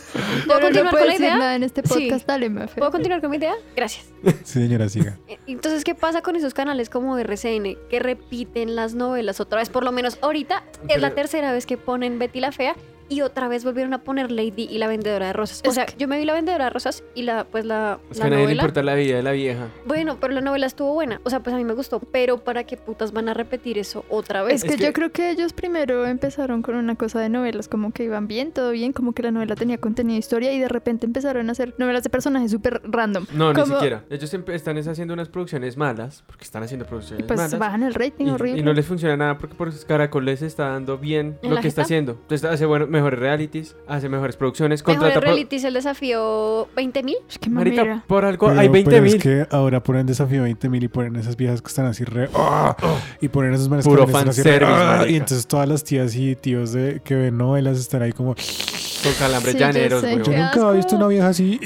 Yo no,
continuar
no
con
puedo
la
decir
idea?
nada en este
Sí.
podcast. Dale, Mafe.
¿puedo continuar con mi idea? Gracias.
Sí, señora, siga.
Eh, Entonces, ¿qué pasa con esos canales como RCN que repiten las novelas otra vez? Por lo menos ahorita es la
Pero-
tercera vez que ponen Betty la Fea y otra vez volvieron a poner Lady y la Vendedora de Rosas. O
Es
sea,
que-
yo me vi la Vendedora de Rosas y la, pues la,
Es
la
que a nadie le
novela.
importa la vida de la vieja.
Bueno, pero la novela estuvo buena. O sea, pues a mí me gustó. Pero ¿para qué putas van a repetir eso otra
Pues Es
vez?
que,
que-
yo creo que ellos primero empezaron con una cosa de novelas, como que iban bien, todo bien, como que la novela tenía contenido, historia, y de repente empezaron a hacer novelas de personajes súper random.
No, ni
Como-
siquiera. Ellos siempre están es haciendo unas producciones malas, porque están haciendo
Y
producciones
pues
malas.
bajan el rating
Y,
horrible.
y no les funciona nada porque por sus caracoles está dando bien
¿En
lo
la
que está
jeta?
haciendo. Entonces hace bueno, mejores realities, hace mejores producciones,
Mejor
contrata
el
por-
reality es el desafío 20 mil.
Es que
Marica,
mamera.
por algo
Pero,
hay
pero
20 mil.
Es que ahora ponen desafío 20 mil y ponen esas viejas que están así re. ¡ah! Y ponen esos manes que
Puro
también están así
fanservice,
¡ah!
marica.
Y entonces todas las tías y tíos de, que ven novelas están ahí como.
con calambres
Sí, yo
llaneros,
sé.
Yo
weón.
Qué
nunca había visto
asco.
una vieja así.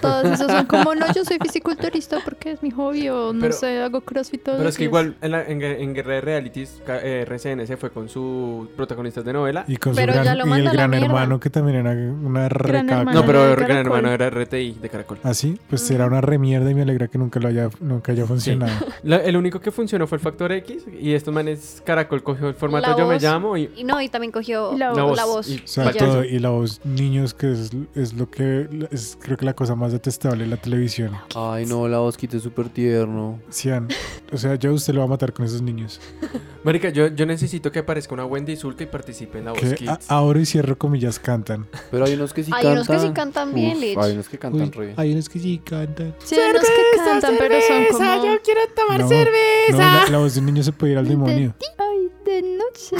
Todos esos son como, no, yo soy fisiculturista porque es mi hobby o no
Pero-
sé, hago crossfit todos
Pero
los
es que
días.
igual en, la, en, en Guerra de Realities, ca- eh, RCN se fue con sus protagonistas de novela.
Y con su
Pero ya
gran,
lo
y el
manda a la
gran
mierda.
hermano que también era una recaca.
hermano.
No, pero
de
Gran
Caracol.
Hermano era RTI de Caracol.
Así, pues era una remierda y me alegra que nunca lo haya, nunca haya funcionado.
La- el único que funcionó fue el Factor X y estos manes Caracol cogió el formato
La
Yo me
voz.
llamo y
Y no, y también cogió
Y la
la,
voz.
voz.
y
O sea,
Ya.
todo, y la voz niños, que es, es lo que es creo que la cosa más detestable de la televisión.
Ay, no, la Osquita es súper tierno.
Cian, o sea, ya usted lo va a matar con esos niños.
Marica, yo, yo necesito que aparezca una Wendy Zulka y participe en la voz
Que
Kids.
a- abro y cierro comillas cantan.
Pero hay unos que sí
Hay
cantan.
unos que sí cantan bien,
Uf,
Lich.
Hay unos que cantan re bien.
hay unos que sí cantan.
Sí, hay unos que cantan, pero son como...
quiero tomar
No, no, la, la voz de un niño se puede ir al
De
demonio.
ti, Ay, de noche.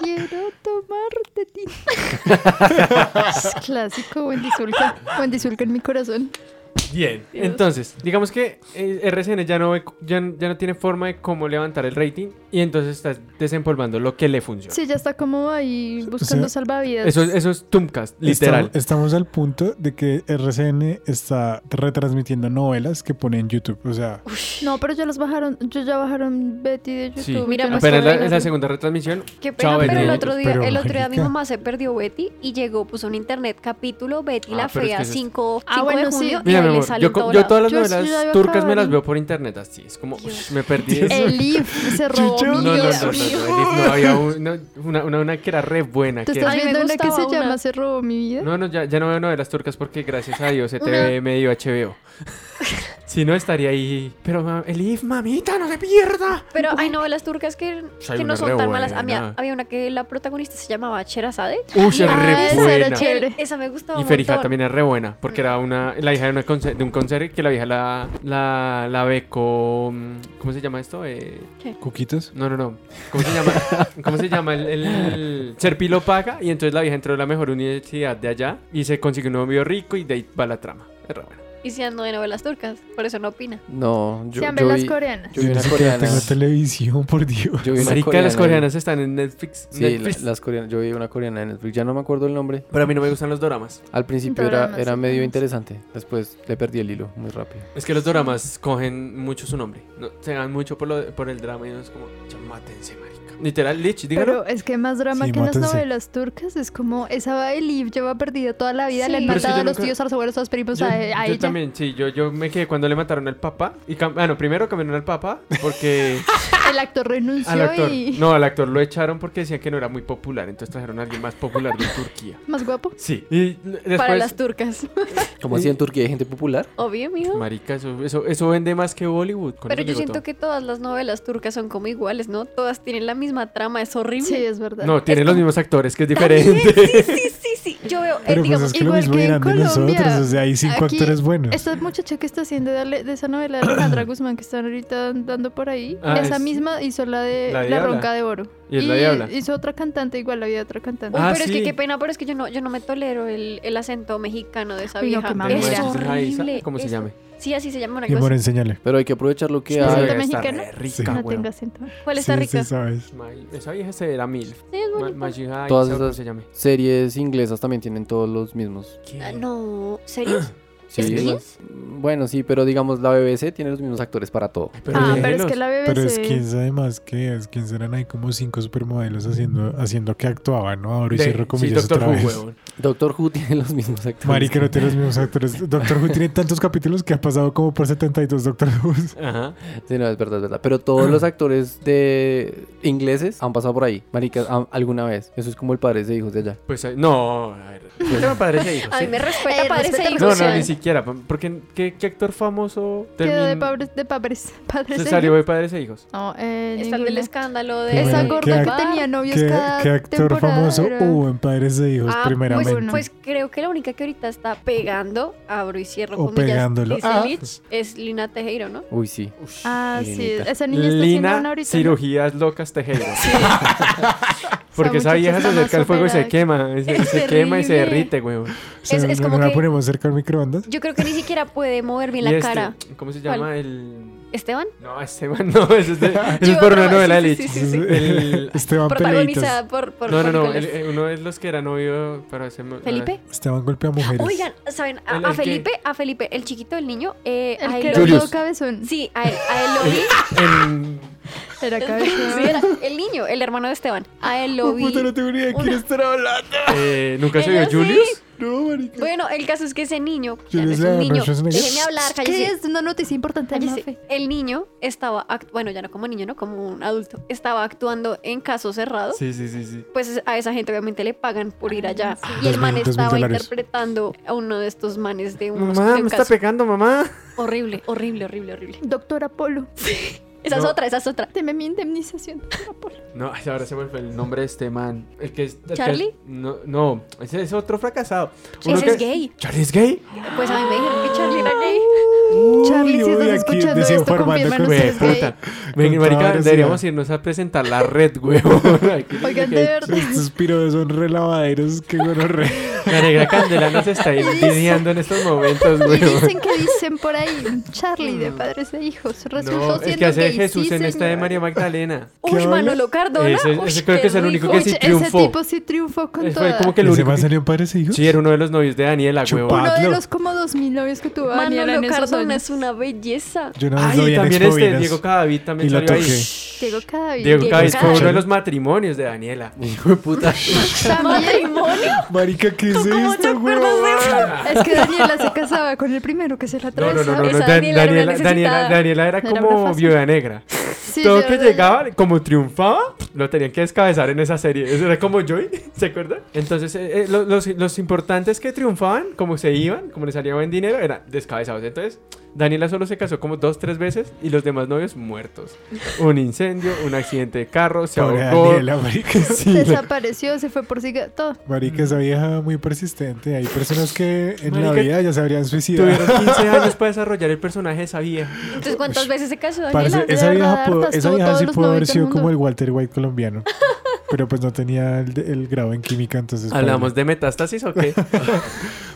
Quiero tomar de ti. Es clásico Wendy Zulka. Wendy Zulka en mi corazón.
Bien. Entonces, digamos que eh, RCN ya no, ve- ya, ya no tiene forma de cómo levantar el rating y entonces está desempolvando lo que le funciona.
Sí, ya está como ahí buscando
O sea,
salvavidas.
Eso, es- eso es Tumcast, literal.
Estamos, estamos al punto de que RCN está retransmitiendo novelas que pone en YouTube. O sea,
No, pero ya los bajaron. Yo ya bajaron Betty de YouTube.
Sí.
yo
Mira,
no
pues,
Apenas
sabía
la, en la
eso.
segunda retransmisión.
Qué pena,
Chao,
pero el
Betty.
otro día,
Pero,
el otro día mi
marica.
mamá se perdió Betty y llegó, puso en internet capítulo Betty
Ah,
la
pero es
fea
que eso es-
5
Ah, bueno,
de
sí.
junio y
Mira,
ahí
mi
le
amor,
sale
yo,
en
co-
todo
yo
lado.
todas las
Yo sí la veo
novelas turcas me las
acabar.
veo por internet, así. Es como, ush, me perdí. eso.
El IF se robó
Chucho.
mi
No, no, no, no,
vida.
no, no, no, había una, una, una, una que era re buena.
¿Te
que
estás
Ay, me
viendo una que se
gustaba
llama
una.
Se robó mi vida?
No, no, ya, ya no veo novelas turcas porque gracias a Dios
Una-
ETV me dio HBO. si no, estaría ahí. Pero ma- el IF, mamita, no se pierda.
Pero hay novelas turcas que,
Pues hay
que
una
no
re
son tan malas. A mí
buena.
había una que la protagonista se llamaba Cherazade.
Uy, es
Ah,
re
esa era
buena.
chévere.
Esa me gustaba
Y
un
Ferija
montón.
también es re buena, porque era una, la hija de, una conse- de un conserje que la vieja la, la, la ve con... ¿Cómo se llama esto? Eh,
cuquitos.
no, no, no. ¿Cómo se llama? ¿Cómo se llama? El, el, el- Serpilo paga y entonces la vieja entró a la mejor universidad de allá y se consigue un novio rico y de ahí va la trama. Es re buena.
Y si ando de novelas turcas, por eso no opina.
No, yo,
Se llaman
yo
las
vi,
coreanas.
yo vi
ni
una
siquiera
coreana. Eh,
tengo televisión, por Dios.
Yo vi una
Marica, las
coreana en-
coreanas están en Netflix.
Sí, la-
Netflix.
las coreanas. Yo vi una coreana en Netflix. Ya no me acuerdo el nombre.
Pero a mí no me gustan los doramas.
Al principio era,
Doramas,
era
sí,
medio
doramas.
interesante. Después le perdí el hilo muy rápido.
Es que los doramas cogen mucho su nombre. No, se dan mucho por, lo- por el drama y uno es como, ya mátense, marica. Literal, Lich, dígalo.
Pero es que más drama
Sí,
que en las
mátense.
novelas turcas es como esa va de Liv, lleva perdida toda la vida, le han
Sí. Pero es
que
matado
yo
a los
nunca-
tíos, a los abuelos, a los primos,
Yo,
a, a
yo
ella.
también, sí, yo, yo me quedé cuando le mataron al papá. Y cam- ah, no, primero cambiaron al papá porque
El actor renunció
al actor.
y
No, al actor lo echaron porque decían que no era muy popular. Entonces trajeron a alguien más popular de Turquía.
más guapo.
Sí. Y después.
Para las turcas.
Como así en Turquía hay gente popular.
Obvio, mijo.
Marica, eso, eso, eso vende más que Bollywood. con
Pero
eso
yo
digo
siento
todo.
que todas las novelas turcas son como iguales, ¿no? Todas tienen la misma trama, es horrible.
Sí, es verdad.
No, tiene
es
los
como-
mismos actores, que es diferente.
Sí, sí, sí, sí. Yo veo, eh,
Pero pues
digamos,
es que lo
igual
mismo
que en
dirán de
Colombia.
nosotros. O sea, hay cinco
Aquí-
actores buenos.
Esta muchacha que está haciendo de, Ale- de esa novela de Alejandra Guzmán que están ahorita dando por ahí,
Ah,
esa
es-
misma hizo la de
La
La,
Diabla.
Ronca de Oro.
Y es La Diabla.
hizo otra cantante, igual la vida de otra cantante.
Uy,
Ah,
pero es
sí.
que qué pena, pero es que yo no, yo no me tolero el, el acento mexicano de esa
Uy, no,
vieja.
qué
De
mamera.
es
Maestra
Raiza,
horrible.
¿Cómo se
es-
llame?
Sí, así se llama una
Mi amor,
cosa.
enseñale.
Pero hay que aprovechar lo que hay.
¿Es acento
Esa vieja está
mexicano?
re rica,
no
weón.
tengo acento.
¿Cuál está
Sí,
rica?
sí, sabes.
Ma- Esa vieja se era mil.
Sí, es bonita.
Todas
Todas esas
esas-
se llame.
Series inglesas también tienen todos los mismos.
Ah, no,
Pues
¿serios? ¿Skins?
Bueno, sí, pero digamos la BBC tiene los mismos actores para todo.
Pero
ah,
de
pero es
los-
que la BBC.
Pero es que además que es que eran ahí como cinco supermodelos haciendo, haciendo que actuaban, ¿no? Ahora y
de-
cierro
sí,
comillas otra
Doctor Who,
vez.
huevón.
Doctor Who tiene los mismos actores.
Marica no tiene los mismos actores. Doctor Who tiene tantos capítulos que ha pasado como por 72 Doctor Who.
Ajá.
Sí, no, es verdad, es verdad. Pero todos los actores de ingleses han pasado por ahí. Marica, a- alguna vez. Eso es como el padre de hijos de allá.
Pues eh, no, a ver. ¿Qué tema padres e hijos?
A
sí?
mí me respeta
Eh,
padre
respeta
ese
la
No,
hijo.
no,
Rusia.
ni siquiera. pa- Porque ¿qué, qué actor famoso
Quedó de
termin-
padres, de padres, padres
se
de-
salió de padres e hijos?
No, eh,
Está el
ninguna.
del escándalo
Qué
de...
Esa
Bueno,
gorda
¿qué
que
ac-
tenía novios
¿Qué,
cada
qué actor
temporada
famoso
era-
hubo en Padres de Hijos
Ah,
primeramente?
Pues, pues creo que la única que ahorita está pegando, abro y cierro
O
comillas,
pegándolo.
dice
Ah.
Lich, es Lina Tejero, ¿no?
Uy, sí.
Ah, sí,
Linita.
esa niña está haciendo una
Lina
ahorita. ¿no?
Cirugías Locas Tejero. Porque esa
muchacha
vieja se
está más
acerca al fuego y se
operada.
quema. y Se,
Es
se quema y se
terrible.
derrite, weón.
O sea,
es- es
¿no
como
la
que-
ponemos cerca al microondas?
Yo creo que ni siquiera puede mover bien
Y
la
este,
cara.
¿Cómo se llama? El
Esteban,
No, Esteban no, eso es, de- eso
Yo,
es por una
no,
novela de
sí,
Lich.
sí, sí, sí.
El-
Esteban Peleitas.
protagonizada por, por
No, no,
Juan
no,
Nicolás.
el- el- uno es los que era novio, pero ese me-
Felipe.
Esteban golpea mujeres.
Oigan, ¿saben? A,
El-
a
el que-
Felipe, a Felipe, el chiquito, el niño, eh,
El
a
que
él
era
Julius.
todo cabezón.
Sí, a él, a él lo vi.
En-
Era cabezón.
Sí, era el niño, el hermano de Esteban. A él lo vi.
Oh, Puta, no tengo ni idea de quién este. estar
Una-
hablando.
eh, ¿Nunca se vio
Ella sí.
Julius?
No, marica.
Bueno, el caso es que ese niño, ya no
Julius
es un
Leandro
niño.
Schwarzenegger.
Déjeme hablar,
¿Qué
cállese.
es una noticia importante,
Cállese.
Mafe?
El niño estaba, act- bueno, ya no como niño, no como un adulto, estaba actuando en caso cerrado.
Sí, sí, sí, sí.
Pues a esa gente obviamente le pagan por ir allá.
Ah, Sí.
Y el man
2.000
estaba
dólares.
interpretando a uno de estos manes de unos
Mamá,
de
me
un
está
caso.
pegando, mamá.
Horrible, horrible, horrible, horrible.
Doctor Apolo.
Esa es
No.
otra, esa es otra.
Teme mi indemnización. Doctor Apolo.
No, ay, ahora se me fue el nombre de este man. El que es. el que-
¿Charlie?
no, no, ese es otro fracasado. Uno
Ese
que-
es gay.
¿Charlie es gay?
Pues a mí me dijeron que Charlie era gay.
Charlie, si
Uy,
estás
aquí
escuchando esto,
desinformando
confirma
con-
nuestro-
Güey,
es gay.
puta. Venga,
Con
marica,
toda
deberíamos
veracidad.
irnos a presentar la red, güey.
Oigan, de verdad.
Estos piros son re lavaderos, qué gonorrea.
La negra Candela nos está envidiando en estos momentos,
Y
güey.
dicen que dicen por ahí, Charlie de padres e hijos. Resultó
No,
siendo
el que hace
gay,
Jesús
sí,
en esta de
señor.
María Magdalena.
Uy,
hablas?
Manolo Cardona.
Ese-
Uy,
ese creo que
qué
es el único
rico.
que sí
Oye,
triunfó.
Ese tipo sí triunfó con
Ese
todo.
Fue como que el
¿Se
único.
va a
que-
salir padres e hijos?
Sí, era uno de los novios de Daniela, güey.
Chupa.
Uno de
Hazlo.
los como dos mil novios que tuvo Daniela en
Manolo
esos
Cardona
años.
es una belleza.
Yo no
Ay, también este Diego Cadavid también
Y lo
salió ahí.
toqué.
Diego Cadavid.
Diego
Diego
Cadavid fue
Cadavid.
uno de los matrimonios de Daniela. Hijo de puta.
También.
Marica, ¿qué es
¿Cómo te
esto, güey?
acuerdas de eso?
Es que Daniela se casaba con el primero que se la
No, no, no, no,
atravesaba.
no.
Esa
Dan-
Daniela
Daniela,
era una
Daniela,
necesitada.
Daniela era
Era una
como
fácil.
viuda negra.
Sí,
Todo
sí,
que
era-
llegaba, como triunfaba, lo tenían que descabezar en esa serie. Eso era como Joy, ¿se acuerdan? Entonces, eh, eh, lo- los, los importantes que triunfaban, como se iban, como les salía buen dinero, eran descabezados. Entonces, Daniela solo se casó como dos, tres veces y los demás novios muertos. Un incendio, un accidente de carro, se
Pobre
ahogó.
Daniela, marica. Sí, la-
Desapareció, se fue por cigarro. Todo.
Marica, esa vieja muy persistente. Hay personas que en la
Marica,
vida ya se habrían suicidado.
Tuvieron 15 años para desarrollar el personaje de esa vieja.
Entonces, ¿cuántas veces se casó
Parece-
Daniela?
de
esa vieja,
verdad,
pudo-
hartas,
esa
tuvo
vieja
todos
sí
los
pudo haber
novitos del
sido como el
mundo.
Walter White colombiano. Pero pues no tenía el, el grado en química, entonces.
¿Hablamos de metástasis o qué?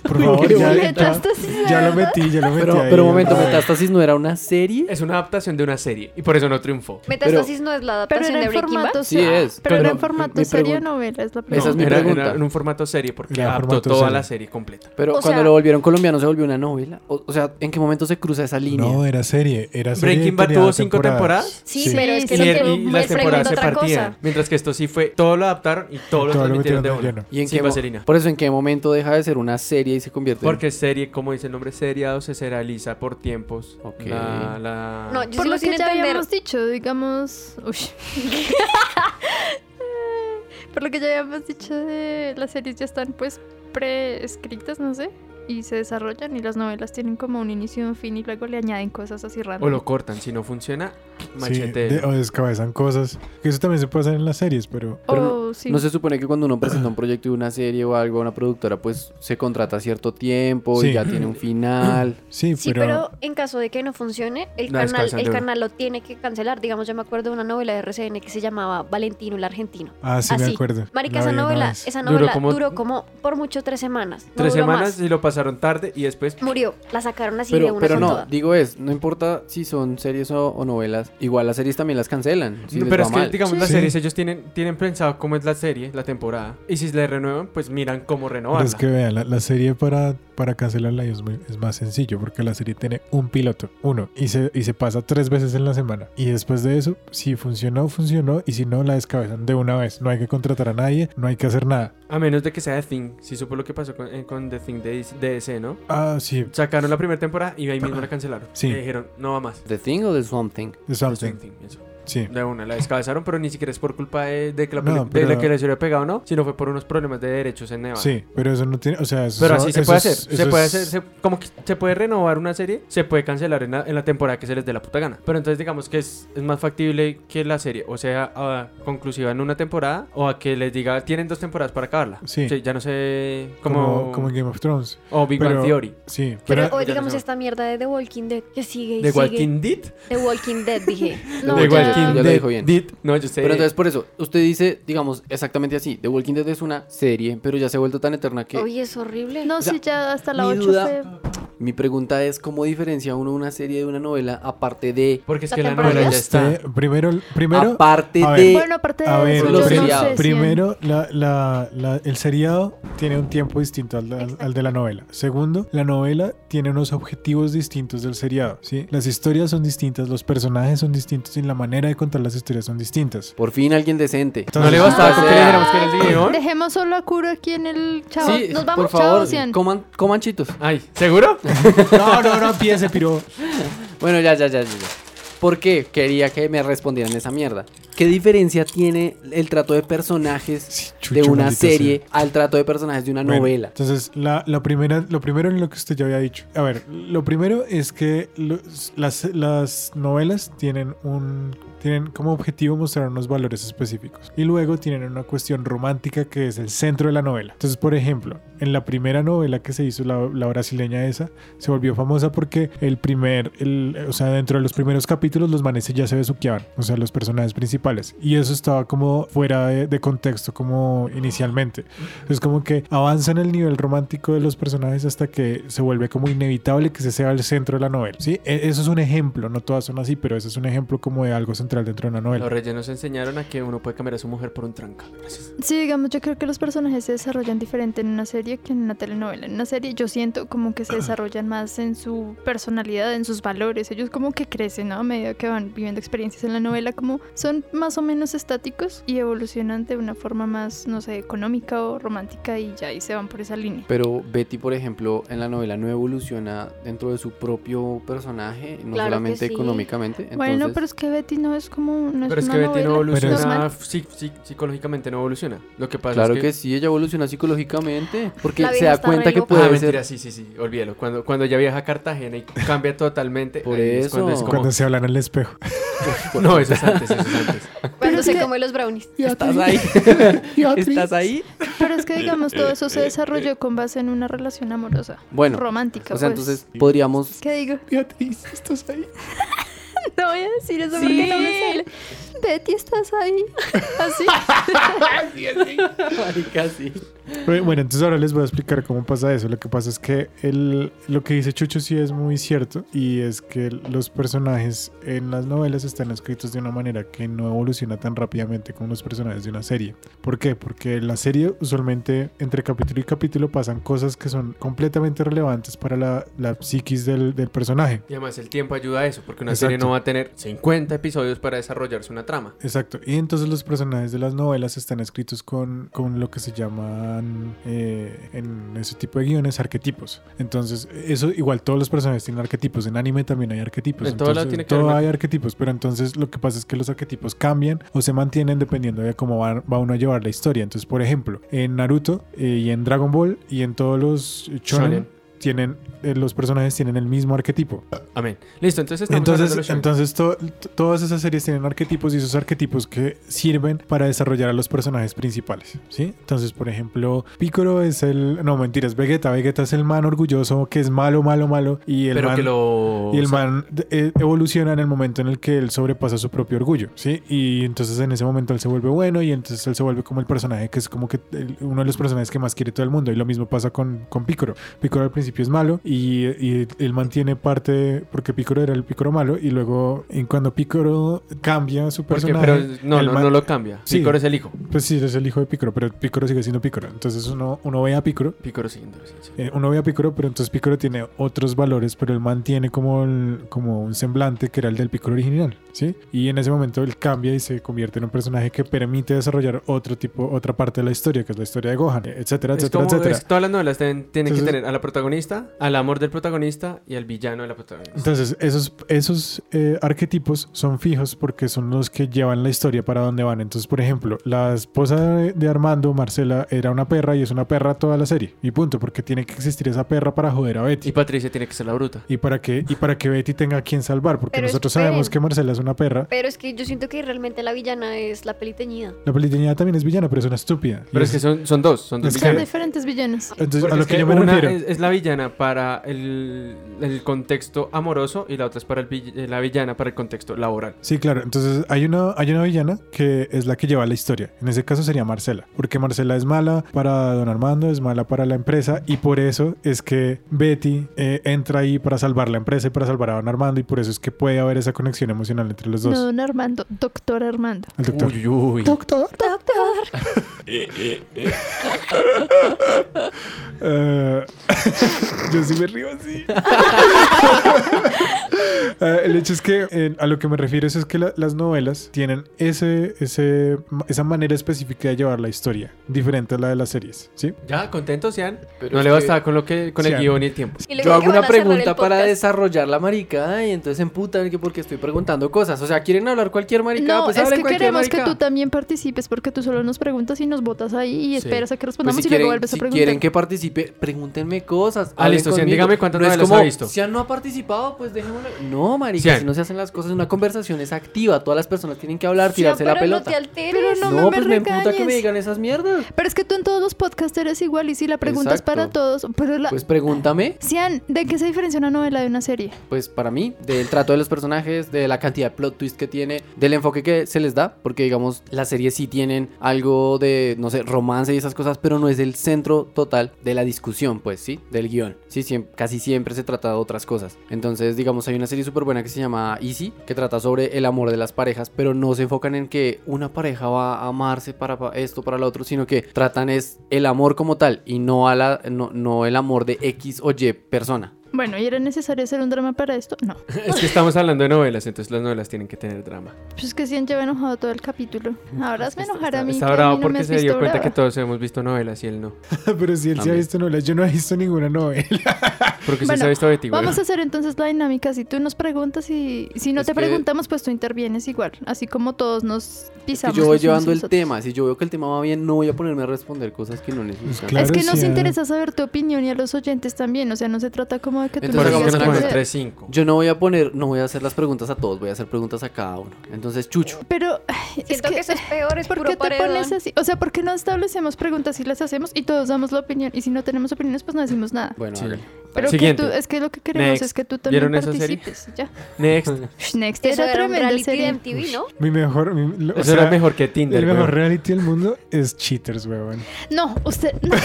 Por favor,
Qué
ya, ya,
metástasis,
ya lo
¿verdad?
metí, ya lo metí.
Pero,
ahí,
pero un momento,
hombre.
Metástasis no era una serie.
Es una adaptación de una serie y por eso no triunfó.
Metástasis no es la
Pero
adaptación
era
de
en
Breaking Bad.
formato
Sí
serie.
es,
Pero,
pero
era en formato
mi
serie de
pregunta-
novela. Es la
Esa es mi
Era,
pregunta.
era en un formato serie porque
Era
adaptó
formato
toda
serie.
la serie completa.
Pero
O
cuando
sea-
lo volvieron colombiano se volvió una novela. O, o sea, ¿en qué momento se cruza esa línea?
No, era serie. Era serie
Breaking Bad
tenía
tuvo cinco temporadas.
Sí,
Sí.
pero es
Sí,
que
Y,
no
sí,
el-
quiero-
y las
les pregunto
temporadas se
otra
partían.
cosa.
Mientras que esto sí fue, todo lo adaptaron y todo lo
Todo lo
transmitieron de
metieron de
una.
lleno.
¿Y en,
Sin
qué mo-
vaselina.
por eso, ¿en qué momento deja de ser una serie y se convierte
Porque serie, como dice el nombre, seriado se serializa por tiempos.
Ok.
La, la-
No, yo
Por
sigo
lo
sin
que ya
entender.
habíamos dicho, digamos. Uy. Por lo que ya habíamos dicho de las series ya están pues preescritas, no sé. Y se desarrollan y las novelas tienen como un inicio y un fin y luego le añaden cosas así
O
random.
lo cortan, si no funciona,
Sí,
machete.
de- o descabezan cosas. Que eso también se puede hacer en las series, pero
O
Pero
sí.
No se supone que cuando uno presenta un proyecto de una serie o algo a una productora, pues se contrata a cierto tiempo y
Sí.
ya tiene un final.
sí,
Sí, pero en caso de que no funcione, el,
La
canal,
descansan de
el
una.
canal lo tiene que cancelar. Digamos, yo me acuerdo de una novela de RCN que se llamaba Valentino el Argentino.
Ah, sí, me
Así.
acuerdo.
Marica,
La
esa
vi una
novela,
vez.
esa
Duró
novela duró
como-
como, por mucho tres semanas. No
Tres
duró
semanas
más.
y lo pasaron tarde y después
Murió, la sacaron así de
pero
una
pero
con
no,
toda.
digo es, no importa si son series o, o novelas, igual las series también las cancelan. si
No,
les
pero
va
es que,
mal.
digamos, las
Sí.
series, ellos tienen, tienen pensado cómo es la serie, la temporada. Y si la renuevan, pues miran cómo
Pero
renovarla.
es que vean, la, la serie para, para cancelarla es, muy- es más sencillo porque la serie tiene un piloto, uno, y se, y se pasa tres veces en la semana. Y después de eso, si funcionó, funcionó, y si no, la descabezan de una vez. No hay que contratar a nadie, no hay que hacer nada.
A menos de que sea The Thing. Si supo lo que pasó con, eh, con The Thing de DC, de DC, ¿no?
Ah, sí,
Sacaron la primera temporada y ahí mismo la cancelaron.
Sí.
Y dijeron, no va más.
¿The Thing o The Swamp Thing?
Pues
de something,
Something, eso.
sí.
De una, la descabezaron, pero ni siquiera es por culpa de, de que la,
No,
peli- de
pero-
la que la serie pegado, ¿no? Sino fue por unos problemas de derechos en Nevada.
Sí, pero eso no tiene, o sea, eso
Pero
son-
así se
eso
puede
es-
hacer.
eso
Se puede
es-
hacer, se- como que se puede renovar una serie, se puede cancelar en la, en la temporada que se les dé la puta gana. Pero entonces digamos que es, es más factible que la serie o sea ah, conclusiva en una temporada o a que les diga, tienen dos temporadas para acabarla.
Sí.
ya no sé,
como,
como,
como en Game of Thrones.
o Big Bang
pero-
Theory.
Sí,
Pero,
pero,
o
ya no
digamos
sé.
esta mierda de The Walking Dead que sigue y
De
sigue.
Walking Dead.
The Walking Dead, dije.
No,
De
ya,
igual, Walking
ya lo
Dead,
dijo bien.
Dead.
No, yo sé.
Pero entonces por eso, usted dice, digamos, exactamente así, The Walking Dead es una serie, pero ya se ha vuelto tan eterna que
Oye, es horrible.
No,
O sea,
sí, ya hasta la
mi
8
duda-
fue.
mi pregunta es cómo diferencia uno una serie de una novela aparte de
Porque es
¿La
que la
temporada
novela ya
ya?
está.
Este, primero, primero,
aparte
a ver.
de
Bueno, aparte de
a ver,
eso,
los
yo no
seriados.
sé si en-
primero la- la- la- el seriado tiene un tiempo distinto al, al- al de la novela. Segundo, la novela tiene unos objetivos distintos del seriado. ¿sí? Las historias son distintas, los personajes son distintos y la manera de contar las historias son distintas.
por fin alguien decente.
Entonces-
¿No le
Ah.
bastaba con que le dijéramos que era el guión?
Dejemos solo a Kuro aquí en el chavo.
Sí,
Nos vamos,
por favor,
chao, Cian.
coman, coman chitos.
Ay, ¿seguro?
No, no, no empiece, piro.
Bueno, ya, ya, ya, ya. ya. ¿Por qué quería que me respondieran esa mierda? ¿Qué diferencia tiene el trato de personajes
Sí,
de
chucho,
una
maldita
serie
sea.
al trato de personajes de una
Bueno,
novela?
Entonces, la, la primera, lo primero en lo que usted ya había dicho. A ver, lo primero es que los- las, las novelas tienen un tienen como objetivo mostrar unos valores específicos y luego tienen una cuestión romántica que es el centro de la novela. Entonces, por ejemplo, en la primera novela que se hizo, la, la brasileña esa, se volvió famosa porque el primer, el- o sea, dentro de los primeros capítulos los manes ya se besuqueaban, o sea, los personajes principales. Y eso estaba como fuera de- de contexto como inicialmente. Es como que avanzan el nivel romántico de los personajes hasta que se vuelve como inevitable que ese sea el centro de la novela. ¿sí? E- Eso es un ejemplo, no todas son así, pero eso es un ejemplo como de algo central dentro de una novela.
Los reyes nos enseñaron a que uno puede cambiar a su mujer por un tranca. Gracias.
Sí, digamos, yo creo que los personajes se desarrollan diferente en una serie que en una telenovela. En una serie yo siento como que se desarrollan más en su personalidad, en sus valores. Ellos como que crecen, ¿no? A medida que van viviendo experiencias en la novela, como son más o menos estáticos y evolucionan de una forma más, no sé, económica o romántica y ya ahí se van por esa línea.
Pero Betty, por ejemplo, en la novela no evoluciona dentro de su propio personaje, no
Claro que
solamente
sí.
económicamente.
Bueno,
entonces-
pero es que Betty no es como... No es
Pero es
una
que Betty no
novela
evoluciona,
normal.
psi- psi- psicológicamente no evoluciona. Lo que pasa
Claro
es
que... sí, ella evoluciona psicológicamente porque
La
se
vieja
da
está
cuenta
re
que
loca.
puede
ah,
ser.
mentira, sí, sí, sí, olvídalo. Cuando, cuando ella viaja a Cartagena y cambia totalmente.
Por
ahí es
eso.
cuando es como-
Cuando se hablan en el espejo.
No, eso es antes, eso es antes.
Cuando
Pero
se
es que-
come los brownies.
¿Estás ahí? ¿Estás ahí?
Pero
Eh,
es que digamos, todo eso se desarrolló con base en una relación amorosa.
Bueno,
Romántica,
O sea,
pues.
entonces podríamos.
¿Qué digo?
Beatriz, estás ahí.
No voy a decir eso porque no me sale. Betty, ¿estás ahí? ¿Así?
Marica, sí.
Bueno, entonces ahora les voy a explicar cómo pasa eso. Lo que pasa es que el, lo que dice Chucho sí es muy cierto y es que los personajes en las novelas están escritos de una manera que no evoluciona tan rápidamente como los personajes de una serie. ¿Por qué? Porque en la serie usualmente entre capítulo y capítulo pasan cosas que son completamente relevantes para la, la psiquis del, del personaje.
Y además el tiempo ayuda a eso, porque una
Exacto.
serie no va a tener 50 episodios para desarrollarse una trama.
Exacto. Y entonces los personajes de las novelas están escritos con, con lo que se llaman eh, en ese tipo de guiones arquetipos. Entonces, eso igual todos los personajes tienen arquetipos. En anime también hay arquetipos.
En todo lado
Entonces,
tiene
en
que haber
todo
una-
hay arquetipos. Pero entonces lo que pasa es que los arquetipos cambian o se mantienen dependiendo de cómo va, va uno a llevar la historia. Entonces, por ejemplo, en Naruto eh, y en Dragon Ball y en todos los shonen.
Shonen.
Tienen, eh, los personajes tienen el mismo arquetipo.
Amén. Listo, entonces estamos hablando de los
Entonces,
shonen.
entonces to- t- todas esas series tienen arquetipos y esos arquetipos que sirven para desarrollar a los personajes principales, ¿sí? Entonces, por ejemplo, Piccolo es el... No, mentiras, Vegeta. Vegeta es el man orgulloso que es malo, malo, malo y el
Pero
man...
que lo...
Y el
o sea,
man eh, evoluciona en el momento en el que él sobrepasa su propio orgullo, ¿sí? Y entonces en ese momento él se vuelve bueno y entonces él se vuelve como el personaje que es como que el- uno de los personajes que más quiere todo el mundo. Y lo mismo pasa con, con Picoro. Picoro al principio es malo y, y él mantiene parte, de- porque Picoro era el Picoro malo y luego en cuando Picoro cambia su
porque-
personaje...
pero no,
el
no,
man-
no lo cambia.
Sí.
Picoro es el hijo.
Pues sí, es el hijo de Picoro, pero Picoro sigue siendo Picoro. Entonces uno, uno ve a Picoro
Picoro siguiendo la ciencia.
eh, uno ve a Picoro, pero entonces Picoro tiene otros valores, pero él mantiene como, el- como un semblante que era el del Picoro original, ¿sí? Y en ese momento él cambia y se convierte en un personaje que permite desarrollar otro tipo, otra parte de la historia, que es la historia de Gohan, eh, etcétera,
Es
etcétera,
como,
etcétera.
es- todas las novelas tienen, tienen
Entonces-
que tener a la protagonista, al amor del protagonista y al villano de la protagonista.
Entonces, esos, esos eh, arquetipos son fijos porque son los que llevan la historia para donde van. Entonces, por ejemplo, la esposa de, de Armando, Marcela, era una perra y es una perra toda la serie. Y punto, porque tiene que existir esa perra para joder a Betty.
y Patricia tiene que ser la bruta.
y para que y para que Betty tenga a quien salvar porque
Pero
nosotros
esperen.
sabemos que Marcela es una perra
Pero es que yo siento que realmente la villana es la peli teñida.
la peliteñada también es villana pero es una estúpida Y
Pero es que son, son dos, son dos
Es que-
Son
villanos.
diferentes villanos.
entonces
Porque
a lo
es
que,
que
yo me
una
refiero
es, es la villana para el, el contexto amoroso y la otra es para el vill- eh, la villana para el contexto laboral.
Sí, claro. Entonces hay una, hay una villana que es la que lleva la historia. En ese caso sería Marcela. Porque Marcela es mala para don Armando, es mala para la empresa. Y por eso es que Betty eh, entra ahí para salvar la empresa y para salvar a don Armando. Y por eso es que puede haber esa conexión emocional entre los dos.
No, don Armando, doctor Armando.
El doctor. Doctor.
Doctor.
Eh, yo sí me río así. Eh, el hecho es que eh, a lo que me refiero es, es que la- las novelas tienen ese, ese, esa manera específica de llevar la historia, diferente a la de las series, ¿sí?
Ya, contentos, sean.
Pero
No
es
le
que
bastaba con lo que con
Sean.
el guión y el tiempo.
Y luego
Yo
que
hago
van
una
a cerrar el
pregunta para
podcast.
desarrollar la maricada y entonces se emputan que porque estoy preguntando cosas. O sea, quieren hablar cualquier maricada,
No,
pues
es
hablen
que
cualquier
queremos que
maricada.
tú también participes porque tú solo nos preguntas y nos botas ahí y
Sí.
esperas a que
Pues
respondamos
si
y luego
quieren,
vuelves a
si
preguntar.
quieren que participe, pregúntenme cosas.
Ah,
hablen
listo, Cian,
conmigo.
dígame cuántas
no es
novelas
como,
ha visto.
Cian no ha participado, pues dejémoslo. No, marica,
Cian.
si no se hacen las cosas, una conversación es activa. Todas las personas tienen que hablar,
Sí,
tirarse la
pero No
pelota.
te alteres.
Pero no me-
No, pues me emputa que me
regañes.
digan esas mierdas.
Pero es que tú en todos los podcasts eres igual y si la pregunta es para
Exacto.
todos, pero la...
Pues pregúntame,
Cian, ¿de qué se diferencia una novela de una serie?
pues para mí, del trato de los personajes, de la cantidad de plot twist que tiene, del enfoque que se les da, porque digamos, las series sí tienen algo de, no sé, romance y esas cosas, pero no es el centro total de la discusión, pues, ¿sí? Del guión. Sí, siem- casi siempre se trata de otras cosas. Entonces, digamos, hay una serie súper buena que se llama Easy, que trata sobre el amor de las parejas, pero no se enfocan en que una pareja va a amarse para pa- esto, para lo otro, sino que tratan es el amor como tal y no, a la, no, no el amor de X o Y persona.
Bueno, ¿y era necesario hacer un drama para esto? No.
Es que estamos hablando de novelas, entonces las novelas tienen que tener drama.
Pues es que Cian lleva enojado todo el capítulo. Ahora hazme enojar a mí.
Está
que a
bravo
mí no
porque
me has
se dio
visto
cuenta
brava.
que todos hemos visto novelas y él no.
Pero si él se ha
También.
visto novelas, yo no he visto ninguna novela.
Porque usted
Bueno,
se ha visto Betty, güey.
Vamos a hacer entonces la dinámica. Si tú nos preguntas y si no
Es
te
que-
preguntamos, pues tú intervienes igual. Así como todos nos
Si
pisamos.
yo voy
los unos
llevando
a
el
los otros.
tema, si yo veo que el tema va bien, no voy a ponerme a responder cosas que no necesitan.
claro.
es que nos
Cian.
interesa saber tu opinión y a los oyentes también. O sea, no se trata como de que tú
Entonces,
Por eso
nos
que
hagamos
nos
digas
una
qué
ponen
cosa.
hacer.
3-5.
Yo no voy a poner, no voy a hacer las preguntas a todos, voy a hacer preguntas a cada uno. Entonces, Chucho,
Pero ay, es
Siento que,
que,
eso es peor, es
¿por
puro
qué te
paredón.
pones así? O sea, ¿por qué no establecemos preguntas y las hacemos y todos damos la opinión? Y si no tenemos opiniones, pues no decimos nada.
bueno,
Sí.
hágale.
Pero que
Siguiente.
tú, es que lo que queremos
Next.
es que tú también
¿Vieron esa serie?
participes. y Ya.
Next.
Ush, Next
Eso
era,
era un
tremenda
reality de
serie.
MTV, ¿no?
Mi mejor... mi- o
Eso
sea,
era mejor que Tinder.
El mejor
weón.
reality del mundo es Cheaters, weón.
No, usted. no.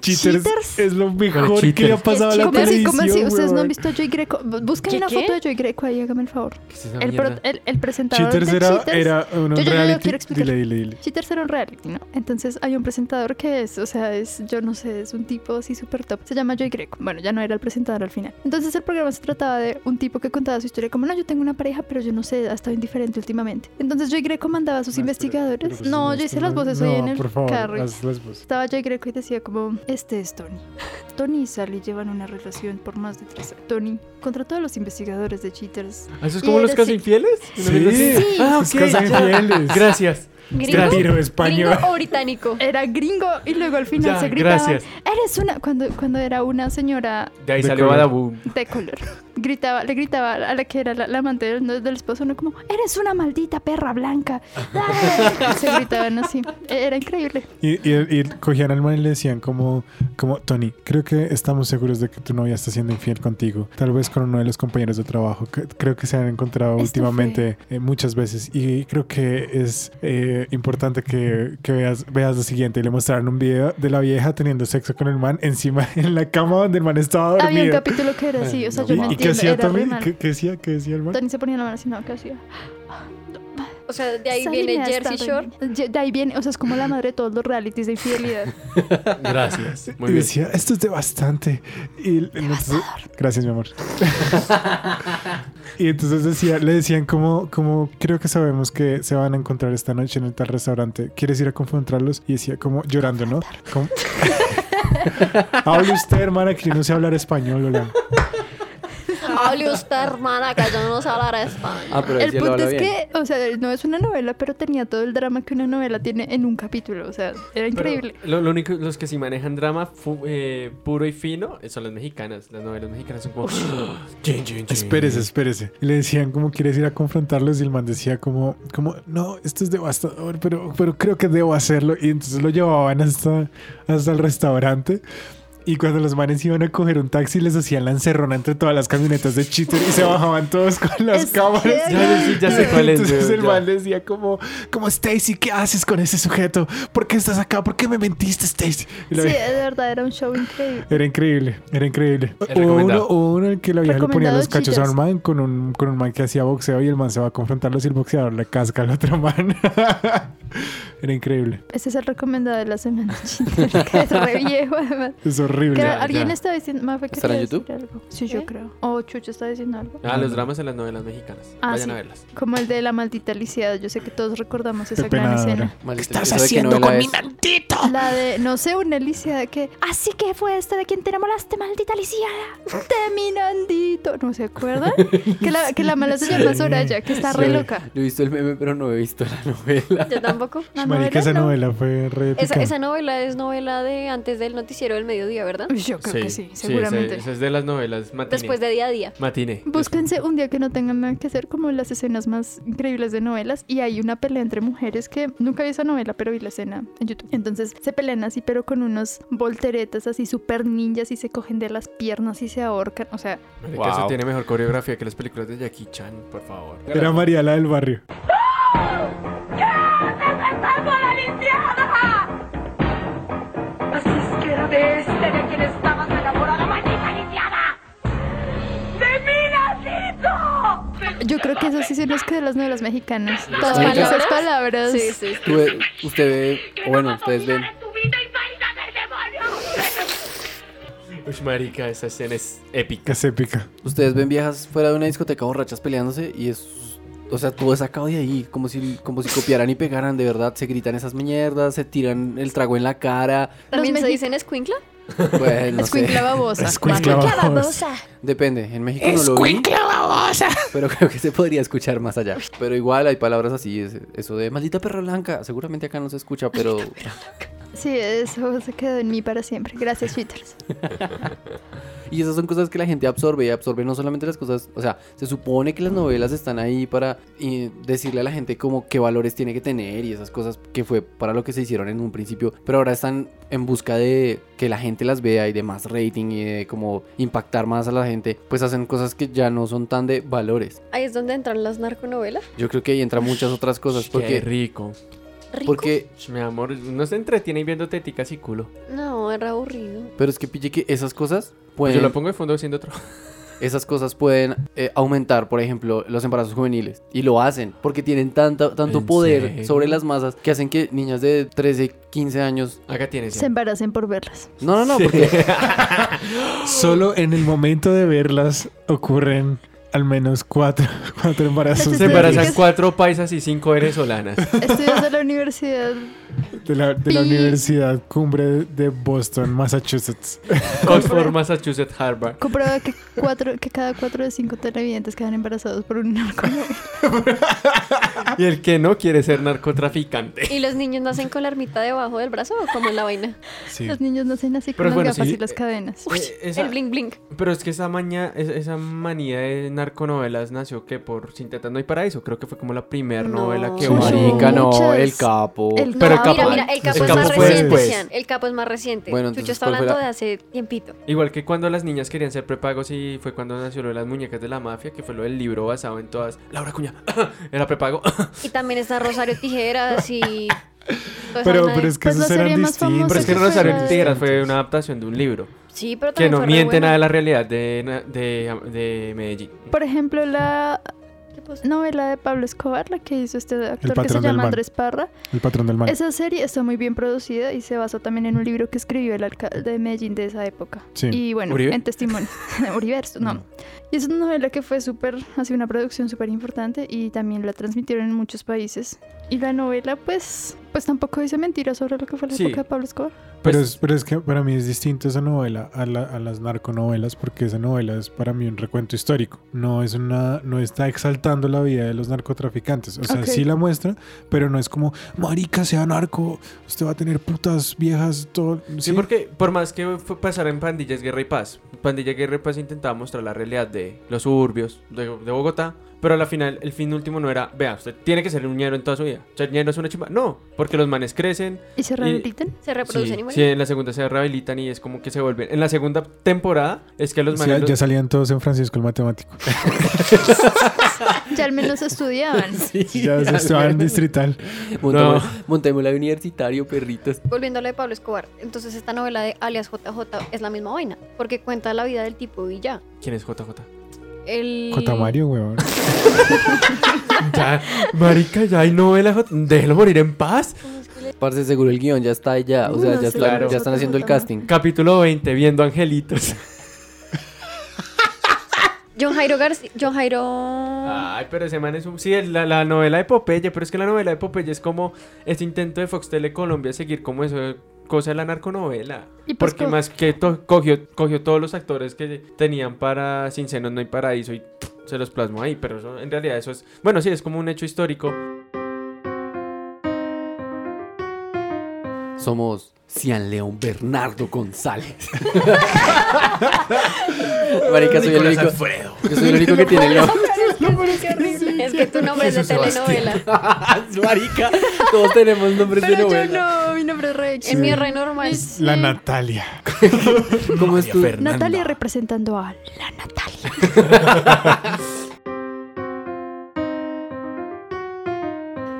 Cheaters,
Cheaters.
es lo mejor que
Cheaters.
le ha pasado a la
¿Cómo así?
televisión,
¿Cómo así? Ustedes no
weón.
han visto a Joy Greco. Bu- Busquen
¿Qué,
una
qué?
foto de Joy Greco ahí, hágame el favor.
¿Qué es esa
El, pro-
mierda?
el, el presentador
Cheaters
de
era,
Cheaters.
era un
Yo- yo- yo
reality.
quiero explicar.
dile, dile, dile.
Cheaters era un reality, ¿no? Entonces hay un presentador que es, o sea, es, yo no sé, es un tipo así súper top. Se llama Joy Greco. Bueno, ya no era el presentador al final. Entonces el programa se trataba de un tipo que contaba su historia como, no, yo tengo una pareja, pero yo no sé, ha estado indiferente últimamente. Entonces Joy Greco mandaba a sus
No, espera,
investigadores.
pero pues
no,
si
yo hice
esto
las voces
no,
hoy en el
por favor,
carro. y
haz las voces.
Estaba Jay Greco y decía como, este es Tony. Tony y Sally llevan una relación por más de tres años. Tony contrató a los investigadores de Cheaters.
¿Ah, ¿Eso es como los
Eres-
casi infieles? Una mierda así.
Sí,
Ah, ok.
es Casa Infieles.
Gracias.
Gringo,
Tiro español.
gringo o británico.
Era gringo y luego al final
Ya,
se gritaban,
gracias.
eres una... Cuando, cuando era una señora
De ahí
De
salió
color.
Badaboom.
de color, gritaba, le gritaba a la que era la, la amante del, del esposo, no como, eres una maldita perra blanca. ¡Ah! se gritaban así. Era increíble.
Y, y- y cogían al man y le decían como, como, Tony, creo que estamos seguros de que tu novia está siendo infiel contigo. Tal vez con uno de los compañeros de trabajo. que- creo que se han encontrado
Esto
últimamente eh, muchas veces. Y creo que es eh, importante que, que veas, veas lo siguiente. Y le mostraron un video de la vieja teniendo sexo con el man encima en la cama donde el man estaba
Había un
dormido.
capítulo que era así, o sea, yo
¿Y,
no
y qué
entiendo,
hacía
era re
Tony?
mal.
¿Qué, qué decía? ¿Qué decía el man?
Tony se ponía la mano así, no, ¿qué hacía?
O sea, de ahí
Sally me
viene
ha
Jersey
estado
Shore.
engañando. Ye- De ahí viene, o sea, es como la madre de todos los realities de infidelidad.
Gracias. Muy
y
bien.
decía, esto es de bastante. Y el- entonces- gracias, mi amor. y entonces decía, le decían como, como, creo que sabemos que se van a encontrar esta noche en el tal restaurante. ¿Quieres ir a confrontarlos? Y decía como llorando, ¿no? Como, Hable usted, hermana, que yo no sé hablar español, hola.
Hable usted, Ah, hermana, que yo no sé hablar español.
Ah, pero ahí
el
sí lo
punto
habla
Pues es
bien.
que, o sea, no es una novela, pero tenía todo el drama que una novela tiene en un capítulo. O sea, era
Pero
increíble.
Lo, lo único, los que sí manejan drama fu- eh, puro y fino eh, son las mexicanas. Las novelas mexicanas son como. Chin, chin, chin.
Espérese, espérese. Y le decían como, ¿quieres ir a confrontarlos? Y el man decía como, como no, esto es devastador, pero, pero creo que debo hacerlo. Y entonces lo llevaban hasta, hasta el restaurante. Y cuando los manes iban a coger un taxi, les hacían la encerrona entre todas las camionetas de cheater y se bajaban todos con las
Es
cámaras.
que-
Ya sé- ya sé cuál es,
Entonces
weón,
el
ya.
man decía como, como Stacy, ¿qué haces con ese sujeto? ¿Por qué estás acá? ¿Por qué me mentiste, Stacy? Y la
Sí,
vieja-
de verdad, era un show increíble.
Era increíble, era increíble.
El
Hubo uno,
recomendado.
hubo uno en el que la vieja le ponía
Recomendado
los cachos a
cheaters.
un man con un, con un man que hacía boxeo y el man se va a confrontarlo y el boxeador le casca al otro man. era increíble,
Ese es el recomendado de la semana, chingada, que es re viejo, además.
es horrible.
Que
ya.
alguien estaba diciendo... Mafe, ¿qué
¿Estará en
quería decir algo? Sí, yo
¿Eh?
creo. O Chucho estaba diciendo algo.
Ah, los dramas en las novelas mexicanas.
Ah,
Vayan
sí.
a verlas.
Como el de la maldita lisiada. Yo sé que todos recordamos esa
Qué
gran
pena,
escena.
ahora.
Maldita, ¿Qué estás haciendo con mi
La de, no sé, una lisiada que... Así que fue esta de quien te enamoraste, maldita lisiada. De mi nandito. ¿No se acuerdan? Que la, que la mala se llama
Sí.
Soraya, que está re
Sí.
loca.
Yo he visto el meme, pero no he visto la novela.
Yo tampoco.
La
Marica, esa
no.
novela fue re
Esa,
épica.
esa novela es novela de antes del noticiero del mediodía, ¿verdad?
Yo creo que sí,
ese-
seguramente.
ese es de las novelas matine.
Después de día a día.
Matine.
Búsquense un día que no tengan nada que hacer, como las escenas más increíbles de novelas. Y hay una pelea entre mujeres que nunca vi esa novela, pero vi la escena en YouTube. Entonces se pelean así, pero con unos volteretas así súper ninjas y se cogen de las piernas y se ahorcan. O sea,
Marica,
Wow.
Eso tiene mejor coreografía que las películas de Jackie Chan, por favor.
Era María la del barrio.
Así es que era de este de quien estabas enamorada, maldita lisiada. ¡De mi ladito!
yo creo que eso sí se nos queda de las novelas mexicanas. Todas
palabras?
esas palabras.
Sí, sí.
Tú ve- usted ve, o bueno, ustedes ven.
Tu vida y vaina del demonio.
Uy, marica, esa escena es épica.
Es épica.
Ustedes ven viejas fuera de una discoteca borrachas peleándose y es. O sea, todo es sacado de ahí, como si, como si copiaran y pegaran, de verdad. Se gritan esas mierdas, se tiran el trago en la cara.
¿También
Los
se
mexi-
dicen escuincla?
Bueno, no sé.
Escuincla babosa.
Escuincla babosa.
Depende, en México no lo vi. Pero creo que se podría escuchar más allá. Pero igual hay palabras así, es- eso de maldita perra blanca. Seguramente acá no se escucha, pero
Sí, eso se quedó en mí para siempre. Gracias, Twitters.
Y esas son cosas que la gente absorbe y absorbe no solamente las cosas, o sea, se supone que las novelas están ahí para eh, decirle a la gente como qué valores tiene que tener y esas cosas que fue para lo que se hicieron en un principio, pero ahora están en busca de que la gente las vea y de más rating y de como impactar más a la gente, pues hacen cosas que ya no son tan de valores.
Ahí es donde entran las narconovelas.
Yo creo que ahí entran muchas otras cosas
Qué
porque...
rico.
Rico.
Porque
Ush, Mi amor, uno se entretiene ahí viendo teticas y culo.
No, era aburrido.
Pero es que pille que esas cosas
Pues
pueden,
yo la pongo de fondo haciendo otro.
esas cosas pueden eh, aumentar, por ejemplo, los embarazos juveniles. Y lo hacen, porque tienen tanto, tanto
¿En
poder
serio?
sobre las masas que hacen que niñas de 13, 15 años...
Acá tienes.
Se embaracen por verlas.
No, no, no, porque
Solo en el momento de verlas ocurren al menos cuatro, cuatro embarazos
Se
Se
embarazan
embarazan
cuatro paisas y cinco venezolanas.
Estudios de la universidad.
de la, de la
Pi.
Universidad Cumbre de Boston, Massachusetts.
Oxford, Massachusetts, Harvard.
Comprueba que, cuatro, que cada cuatro de cinco televidentes quedan embarazados por un narco.
Y el que no quiere ser narcotraficante.
¿Y los niños nacen con la ermita debajo del brazo o como en la vaina?
Sí.
Los niños nacen así con
Pero
las
bueno,
gafas
sí,
y las
eh,
cadenas.
Uy,
Eh, esa-
El bling bling.
Pero es que esa maña, es- esa manía de narconovelas nació que por Sin Tetas No hay Paraíso. Creo que fue como la primera
No.
novela que
Qué
Su marica, no,
Muchas.
el capo.
El
Pero el
capo.
Mira,
capo-
mira, el capo
el
es
capo
más
fue
reciente,
después.
Sean. El capo es más reciente.
Bueno, entonces,
Chucho está
¿cuál fue
hablando
la-
de hace tiempito.
Igual que cuando las niñas querían ser prepagos y fue cuando nació lo de las muñecas de la mafia, que fue lo del libro basado en todas. Laura Cuña, era prepago.
Y también está Rosario Tijeras y... toda esa
Pero,
vaina de-
pero es que
Pues la
esos eran
serie más famosa
distintos.
Pero es que
eso
no nos
fue la de-
Tijeras fue una adaptación de un libro
Sí, pero
que
también
no
Ah, fue re
miente
buena.
nada de la realidad de, na- de, de Medellín.
Por ejemplo, la
¿Qué pasó?
novela de Pablo Escobar, la que hizo este actor que
patrón
se
del
llama
mal.
Andrés Parra.
El patrón del mal.
Esa serie está muy bien producida y se basó también en un libro que escribió el alcalde de Medellín de esa época.
Sí.
Y bueno,
¿Uribe?
en testimonio. Uribe, no. Y es una novela que fue súper, así una producción súper importante y también la transmitieron en muchos países. Y la novela, pues, pues tampoco dice mentiras sobre lo que fue la
Sí.
época de Pablo Escobar.
Pero,
Pues-
es, pero es que para mí es distinto esa novela a, la- a las narconovelas porque esa novela es para mí un recuento histórico. No es una, no está exaltando la vida de los narcotraficantes. O sea,
Ok.
sí la muestra, pero no es como marica sea narco, usted va a tener putas viejas todo.
Sí, porque por más que fue pasar en Pandillas Guerra y Paz, Pandillas Guerra y Paz intentaba mostrar la realidad de los suburbios de, de Bogotá, pero a la final el fin último no era, vea, usted tiene que ser un ñero en toda su vida. Ser ñero es una chimba. No, Porque los manes crecen.
¿Y se rehabilitan?
Sí,
Se reproducen igual.
sí, en la segunda se rehabilitan y es como que se vuelven. En la segunda temporada es que los
Sí, ya,
manes. los-
ya salían todos en Francisco el matemático.
Ya al menos estudiaban.
Sí,
Ya se estaban en distrital.
Montame,
No.
montame la universitario, perritos.
Volviendo a lo de Pablo Escobar, entonces esta novela de alias JJ es la misma vaina, porque cuenta la vida del tipo y ya.
¿Quién es JJ?
El...
Cota Mario, weón.
Ya, marica, ya hay novela J. Déjelo morir en paz.
Parce, seguro el guión ya está ahí ya. O sea,
No
ya,
sé,
está-
claro.
ya están haciendo el casting.
Capítulo 20, viendo angelitos.
John Jairo García. John Jairo.
Ah.
Ay, pero ese man es un... Sí, es la, la novela de Popeye, pero es que la novela de Popeye es como este intento de Fox Tele Colombia de seguir como eso, cosa de la narconovela.
Y pues
Porque
co-
más que to- cogió, cogió todos los actores que tenían para Sin Senos No hay Paraíso y se los plasmó ahí, pero eso, en realidad eso es... Bueno, sí, es como un hecho histórico.
Somos Cian León Bernardo González. Marica, soy el único. Yo soy el único que tiene el nombre.
Es que tu nombre es de telenovela.
Marica, todos tenemos nombres de
Pero yo
novela.
no, mi nombre es Rex.
En mi rey normal.
La Natalia.
¿Cómo es tu?
Natalia representando a la Natalia.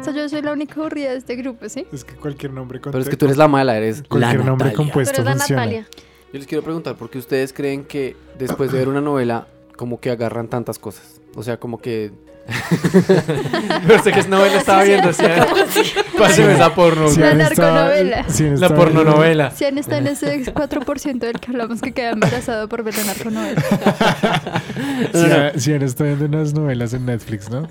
o sea, yo soy la única aburrida de este grupo, ¿sí?
Es que cualquier nombre
Pero es que tú eres la mala, eres la
Cualquier nombre
Natalia.
Pero
compuesto
es la
Pues funciona.
Natalia.
Yo les quiero preguntar por qué ustedes creen que después de ver una novela como que agarran tantas cosas. O sea, como que
No sé qué novela estaba viendo, o sea... Páseme esa porno.
Si
La
han estado-
narconovela.
si han
La
estado-
pornonovela.
Si han está en ese 4% del que hablamos que queda embarazado por ver la narconovela.
Si han- Si han estado viendo unas novelas en Netflix, ¿no?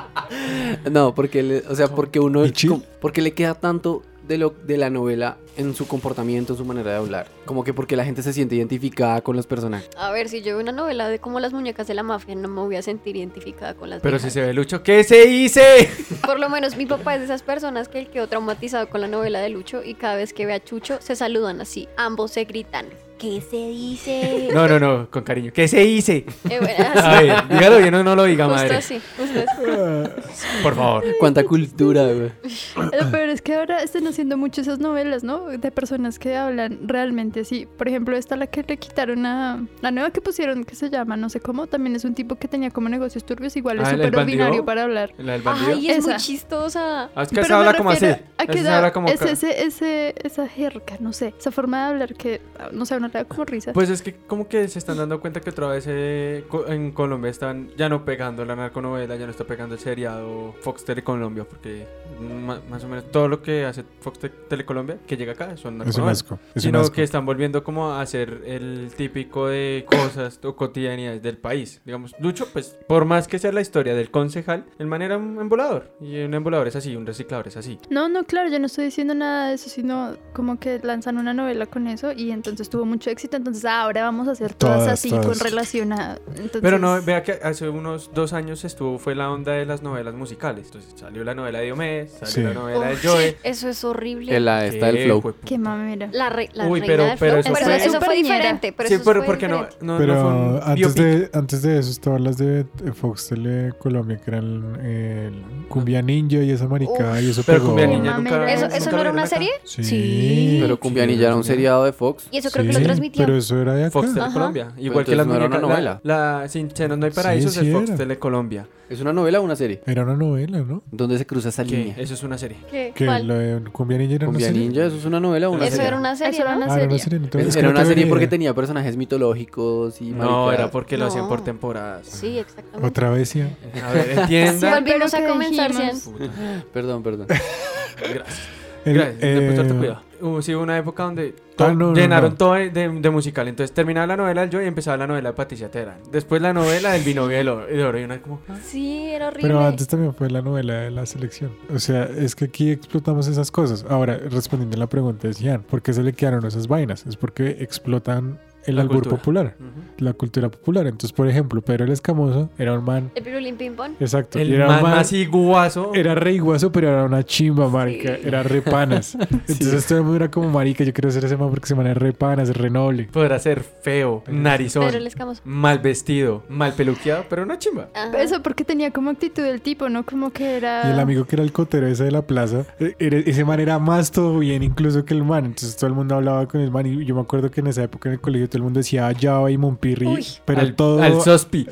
no, porque le- o sea, porque uno
¿Y chill?
como- porque le queda tanto de lo de la novela en su comportamiento, en su manera de hablar, como que porque la gente se siente identificada con los personajes.
A ver, si yo veo una novela de como las muñecas de la mafia, no me voy a sentir identificada con las
Pero si
viejas.
se ve Lucho, ¿qué se hice?
Por lo menos mi papá es de esas personas que él quedó traumatizado con la novela de Lucho y cada vez que ve a Chucho se saludan así. Ambos se gritan. ¿Qué se dice?
No, no, no, con cariño. ¿Qué se hice?
Eh, bueno, así,
A ver, dígalo bien o no lo diga,
justo
madre.
así, justo así.
Por favor.
Cuánta cultura, güey.
Lo peor Eh, es que ahora están haciendo mucho esas novelas, ¿no? De personas que hablan realmente así. Por ejemplo, esta la que le quitaron a... La nueva que pusieron, que se llama, no sé cómo, también es un tipo que tenía como negocios turbios, igual es
Ah, ¿el- el
súper ordinario
bandido?
para hablar.
La del bandido.
Ay, es muy
Esa.
chistosa.
Ah, es que
Pero
se
me
habla como así.
refiero a que
Ese se
da-
habla como
es
ca-
ese, ese, esa jerga, no sé, esa forma de hablar que, ah, no sé, a uno le da como risa.
Pues es que como que se están dando cuenta que otra vez eh, co- en Colombia están ya no pegando la narconovela, ya no está pegando el seriado Fox Telecolombia, porque ma- más o menos todo lo que hace Fox Te- Telecolombia que llega acá son
Es un
narconovelas.
asco. Es un
Ah, sino
asco.
que están volviendo como a hacer el típico de cosas o cotidianidades del país. Digamos, Lucho, pues por más que sea la historia del concejal, el man era un embolador. Y un embolador es así, un reciclador es así.
No, no, claro, yo no estoy diciendo nada de eso, sino como que lanzan una novela con eso y entonces tuvo mucho éxito, entonces ahora vamos a hacer todas,
Todas,
así
todas.
con relación a... entonces-
Pero no, vea que hace unos dos años estuvo, fue la onda de las novelas musicales. Entonces salió la novela de Diomedes, salió
Sí.
la novela de
Uf,
Joe.
Eso es horrible.
El, la, está el
¿Qué
flow.
fue?
Qué mamera.
La, re- la
Uy,
reina
pero-
del
pero
flow,
eso
pero
fue-
eso fue
Súper ñera.
diferente. Pero
sí,
eso
pero
fue
porque no,
diferente.
no,
Pero
no fue un
antes,
biopic.
de, antes de eso estaban las de eh, Fox Tele Colombia, que eran eh, el Cumbia Ninja y esa maricada y eso
Pero
pegó.
Cumbia Niña
Mamera.
nunca.
¿Eso,
nunca
eso
lo
no era
vieron
una
acá.
serie?
Sí.
Sí.
Pero Cumbianilla era un seriado de Fox.
Y eso creo que
Sí,
lo transmitió.
Pero eso era de acá.
Fox Tele
Ajá.
Colombia. Igual
entonces
que las
no era una
muñecas,
novela.
La, la Sin Senos No hay
Sí,
Paraíso
sí
es Fox
era.
Tele Colombia.
¿Es una novela o una serie?
Era una novela, ¿no?
¿Dónde se cruza esa
Que
línea?
eso es una serie.
¿Qué?
Que
¿Cuál?
lo de Cumbia Ninja era
Cumbia
una serie.
Ninja, ¿eso es una novela o una
Eso
serie?
era una serie,
Eso era
¿no?
una
Ah, era una
serie.
serie. no tengo- es
Era
que no
una
tengo
serie
ni
porque
idea.
tenía personajes mitológicos y
No,
maricadas.
era porque lo hacían por
No.
temporadas.
Sí, exactamente.
Otra vez ya.
A ver, entienda.
Volvimos
Pero
a
que
comenzar,
dijimos.
Cian.
Puta,
Perdón, perdón.
Gracias.
El-
Gracias. de
eh,
pucharte cuidado. Hubo sí, hubo una época donde to-
Ah, no, no,
llenaron
no.
todo de, de- de musical. Entonces terminaba la novela del Joy y empezaba la novela de Patricia Terán. Después la novela del binomio del oro. de oro, Y una como. "Ah,
Sí, era horrible.
Pero antes también fue la novela de la selección. O sea, es que aquí explotamos esas cosas. Ahora, respondiendo a la pregunta de Gian, ¿por qué se le quedaron esas vainas? Es porque explotan el
La
albur
cultura.
popular,
Ujú.
la cultura popular. Entonces, por ejemplo, Pedro el Escamoso era un man,
El pirulín ping-pong.
exacto, y
El
era
man
un man-
más iguazo.
era re iguazo, pero era una chimba, marica.
Sí.
Era re panas. Entonces todo el mundo era como, marica, yo quiero ser ese man porque se man es re panas, es re noble.
Podrá ser feo, narizón,
Pedro el escamoso.
mal vestido, mal peluqueado, pero una chimba.
Ajá.
Eso porque tenía como actitud del tipo, ¿no? Como que era...
Y el amigo que era el cotero ese de la plaza, eh, era- ese man era más todo bien incluso que el man. Entonces todo el mundo hablaba con el man y yo me acuerdo que en esa época en el colegio todo el mundo decía "Ah, Java y Monpirri,
Uy.
pero
al,
todo...
al sospi.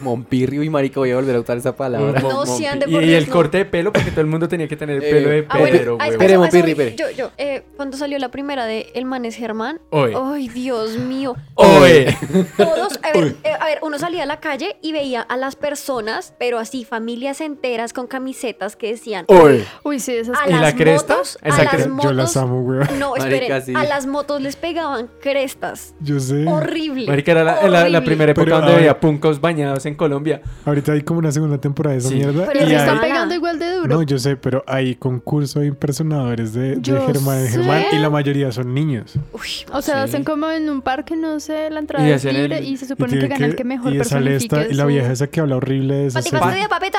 Mompirrio y marica, voy a volver a usar esa palabra.
No sean de
Y, y el corte de pelo, porque todo el mundo tenía que tener
Eh,
pelo de
ah,
Ah, bueno,
Pedro,
ah,
güey.
espera,
Esperemos,
eso voy.
Pirri,
Yo, yo, eh, cuando salió la primera de El man es Germán.
Oye.
Ay, Dios mío.
Oe.
Todos, a ver, eh, a ver, uno salía a la calle y veía a las personas, pero así, familias enteras con camisetas que decían.
Oye.
Uy, sí, esas...
A
¿Y Oh, la
las
cresta?
motos,
Esa
a las
cresta.
motos.
Yo las amo, weón.
No,
Marica,
esperen.
sí.
A las motos les pegaban crestas.
Yo sé.
Horrible.
Marica, era la, la- la
horrible.
primera época
Pero,
donde
a
veía
ver.
puncos bañados en Colombia.
Ahorita hay como una segunda temporada de esa
Sí.
mierda.
Pero
Pero
y
le
eso
están
hay-
Ana.
pegando igual de duro.
No, yo sé, pero hay concurso de impersonadores de, de
Yo
Germán en
sé.
Germán y la mayoría son niños.
Uy,
O sea,
Sí.
hacen como en un parque, no sé, la entrada
Y
es
hacen
libre
el-
y se
Y
supone que
tienen
gana el que mejor
y sale
personifique
esta- y la
su-
vieja esa que habla horrible de esa
¿patifaste
serie.
de papeta?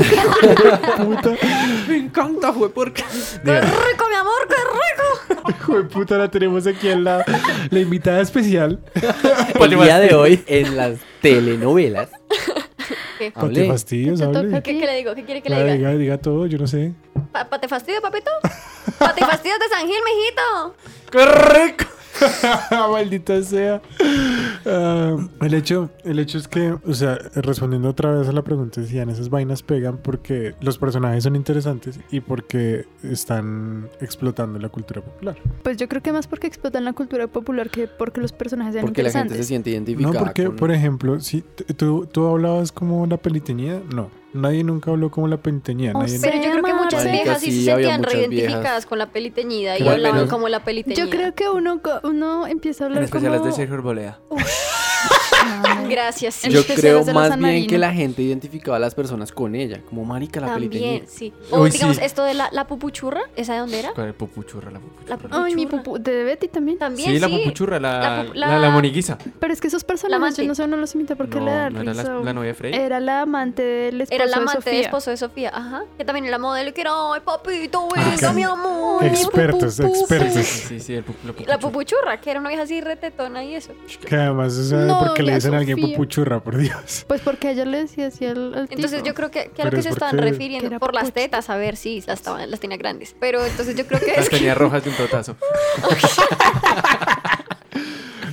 puta,
Me encanta, fue porque.
¡Qué rico, mi amor! ¡Qué rico!
hijo de puta, la tenemos aquí en la, la invitada especial.
El día de hoy, en las telenovelas.
¿Qué?
Pate
Hablé.
fastidios,
Te toca
hable.
a ti.
¿Qué, qué le digo? ¿Qué quiere que
Claro,
le diga?
diga, diga todo, yo no sé.
¿Pa- ¿Patifastidio de papito? ¿Patifastidio de San Gil, mijito?
¡Qué rico!
Ah, Maldita sea. Ah, el, hecho, el hecho es que, o sea, respondiendo otra vez a la pregunta, si esas vainas pegan porque los personajes son interesantes y porque están explotando la cultura popular.
Pues yo creo que más porque explotan la cultura popular que porque los personajes sean
Porque la gente se siente
interesantes.
No,
identificada.
porque,
con-
por ejemplo, si t- tú, tú hablabas como la peliteñida, no. Nadie nunca habló como la peliteñida.
O
nadie
sea,
Pero yo creo que muchas
Marica,
viejas sí
sí,
se
había
sentían
muchas
reidentificadas
viejas.
con la peli teñida y
Claro,
hablaban
pero-
como la peli teñida.
Yo creo que uno, co- uno empieza a
En
hablar como...
especial las de Sergio Arboleda.
Ah,
Gracias, sí.
En
Yo
especial
creo
las de los
más
San
bien que
Marino.
la gente identificaba a las personas con ella. Como marica, la peliteñida.
También, sí. O
Uy,
digamos,
sí.
esto de la, la pupuchurra, ¿esa de dónde era?
Con el pupuchurra, la pupuchurra.
¿Ah? La pupuchurra.
Ay, mi pupu... De Betty también.
También,
Sí,
sí.
la pupuchurra, la,
La
la,
pupu-
la,
la-
moniguiza.
Pero es que esos
La
personajes
amante.
yo no sé, no los imita porque le da
No, no era
risa.
la, la novia de
Eh,
Freddy.
Era la amante del esposo
Era la
de
amante del
Sofía.
esposo de Sofía, ajá. Que también era modelo y que era, ay, papito, venga,
claro.
mi amor.
Expertos,
pupu, pupu".
Sí,
expertos.
sí, sí, sí, el pupu- la
La
pupuchurra.
pupuchurra, que era una vieja así retetona y eso.
Que además, o sea,
No,
porque le
la
dicen a alguien
Sofía.
pupuchurra, por Dios.
Pues porque ella le decía así al, al
Entonces
tipo.
yo creo que, que a
Pero
lo que
es
se estaban
porque-
Que
refiriendo
era
por las
pupuchurra.
tetas, a ver, sí, las, estaban- las tenía grandes. Pero entonces yo creo que
Las
es que-
tenía rojas de un totazo.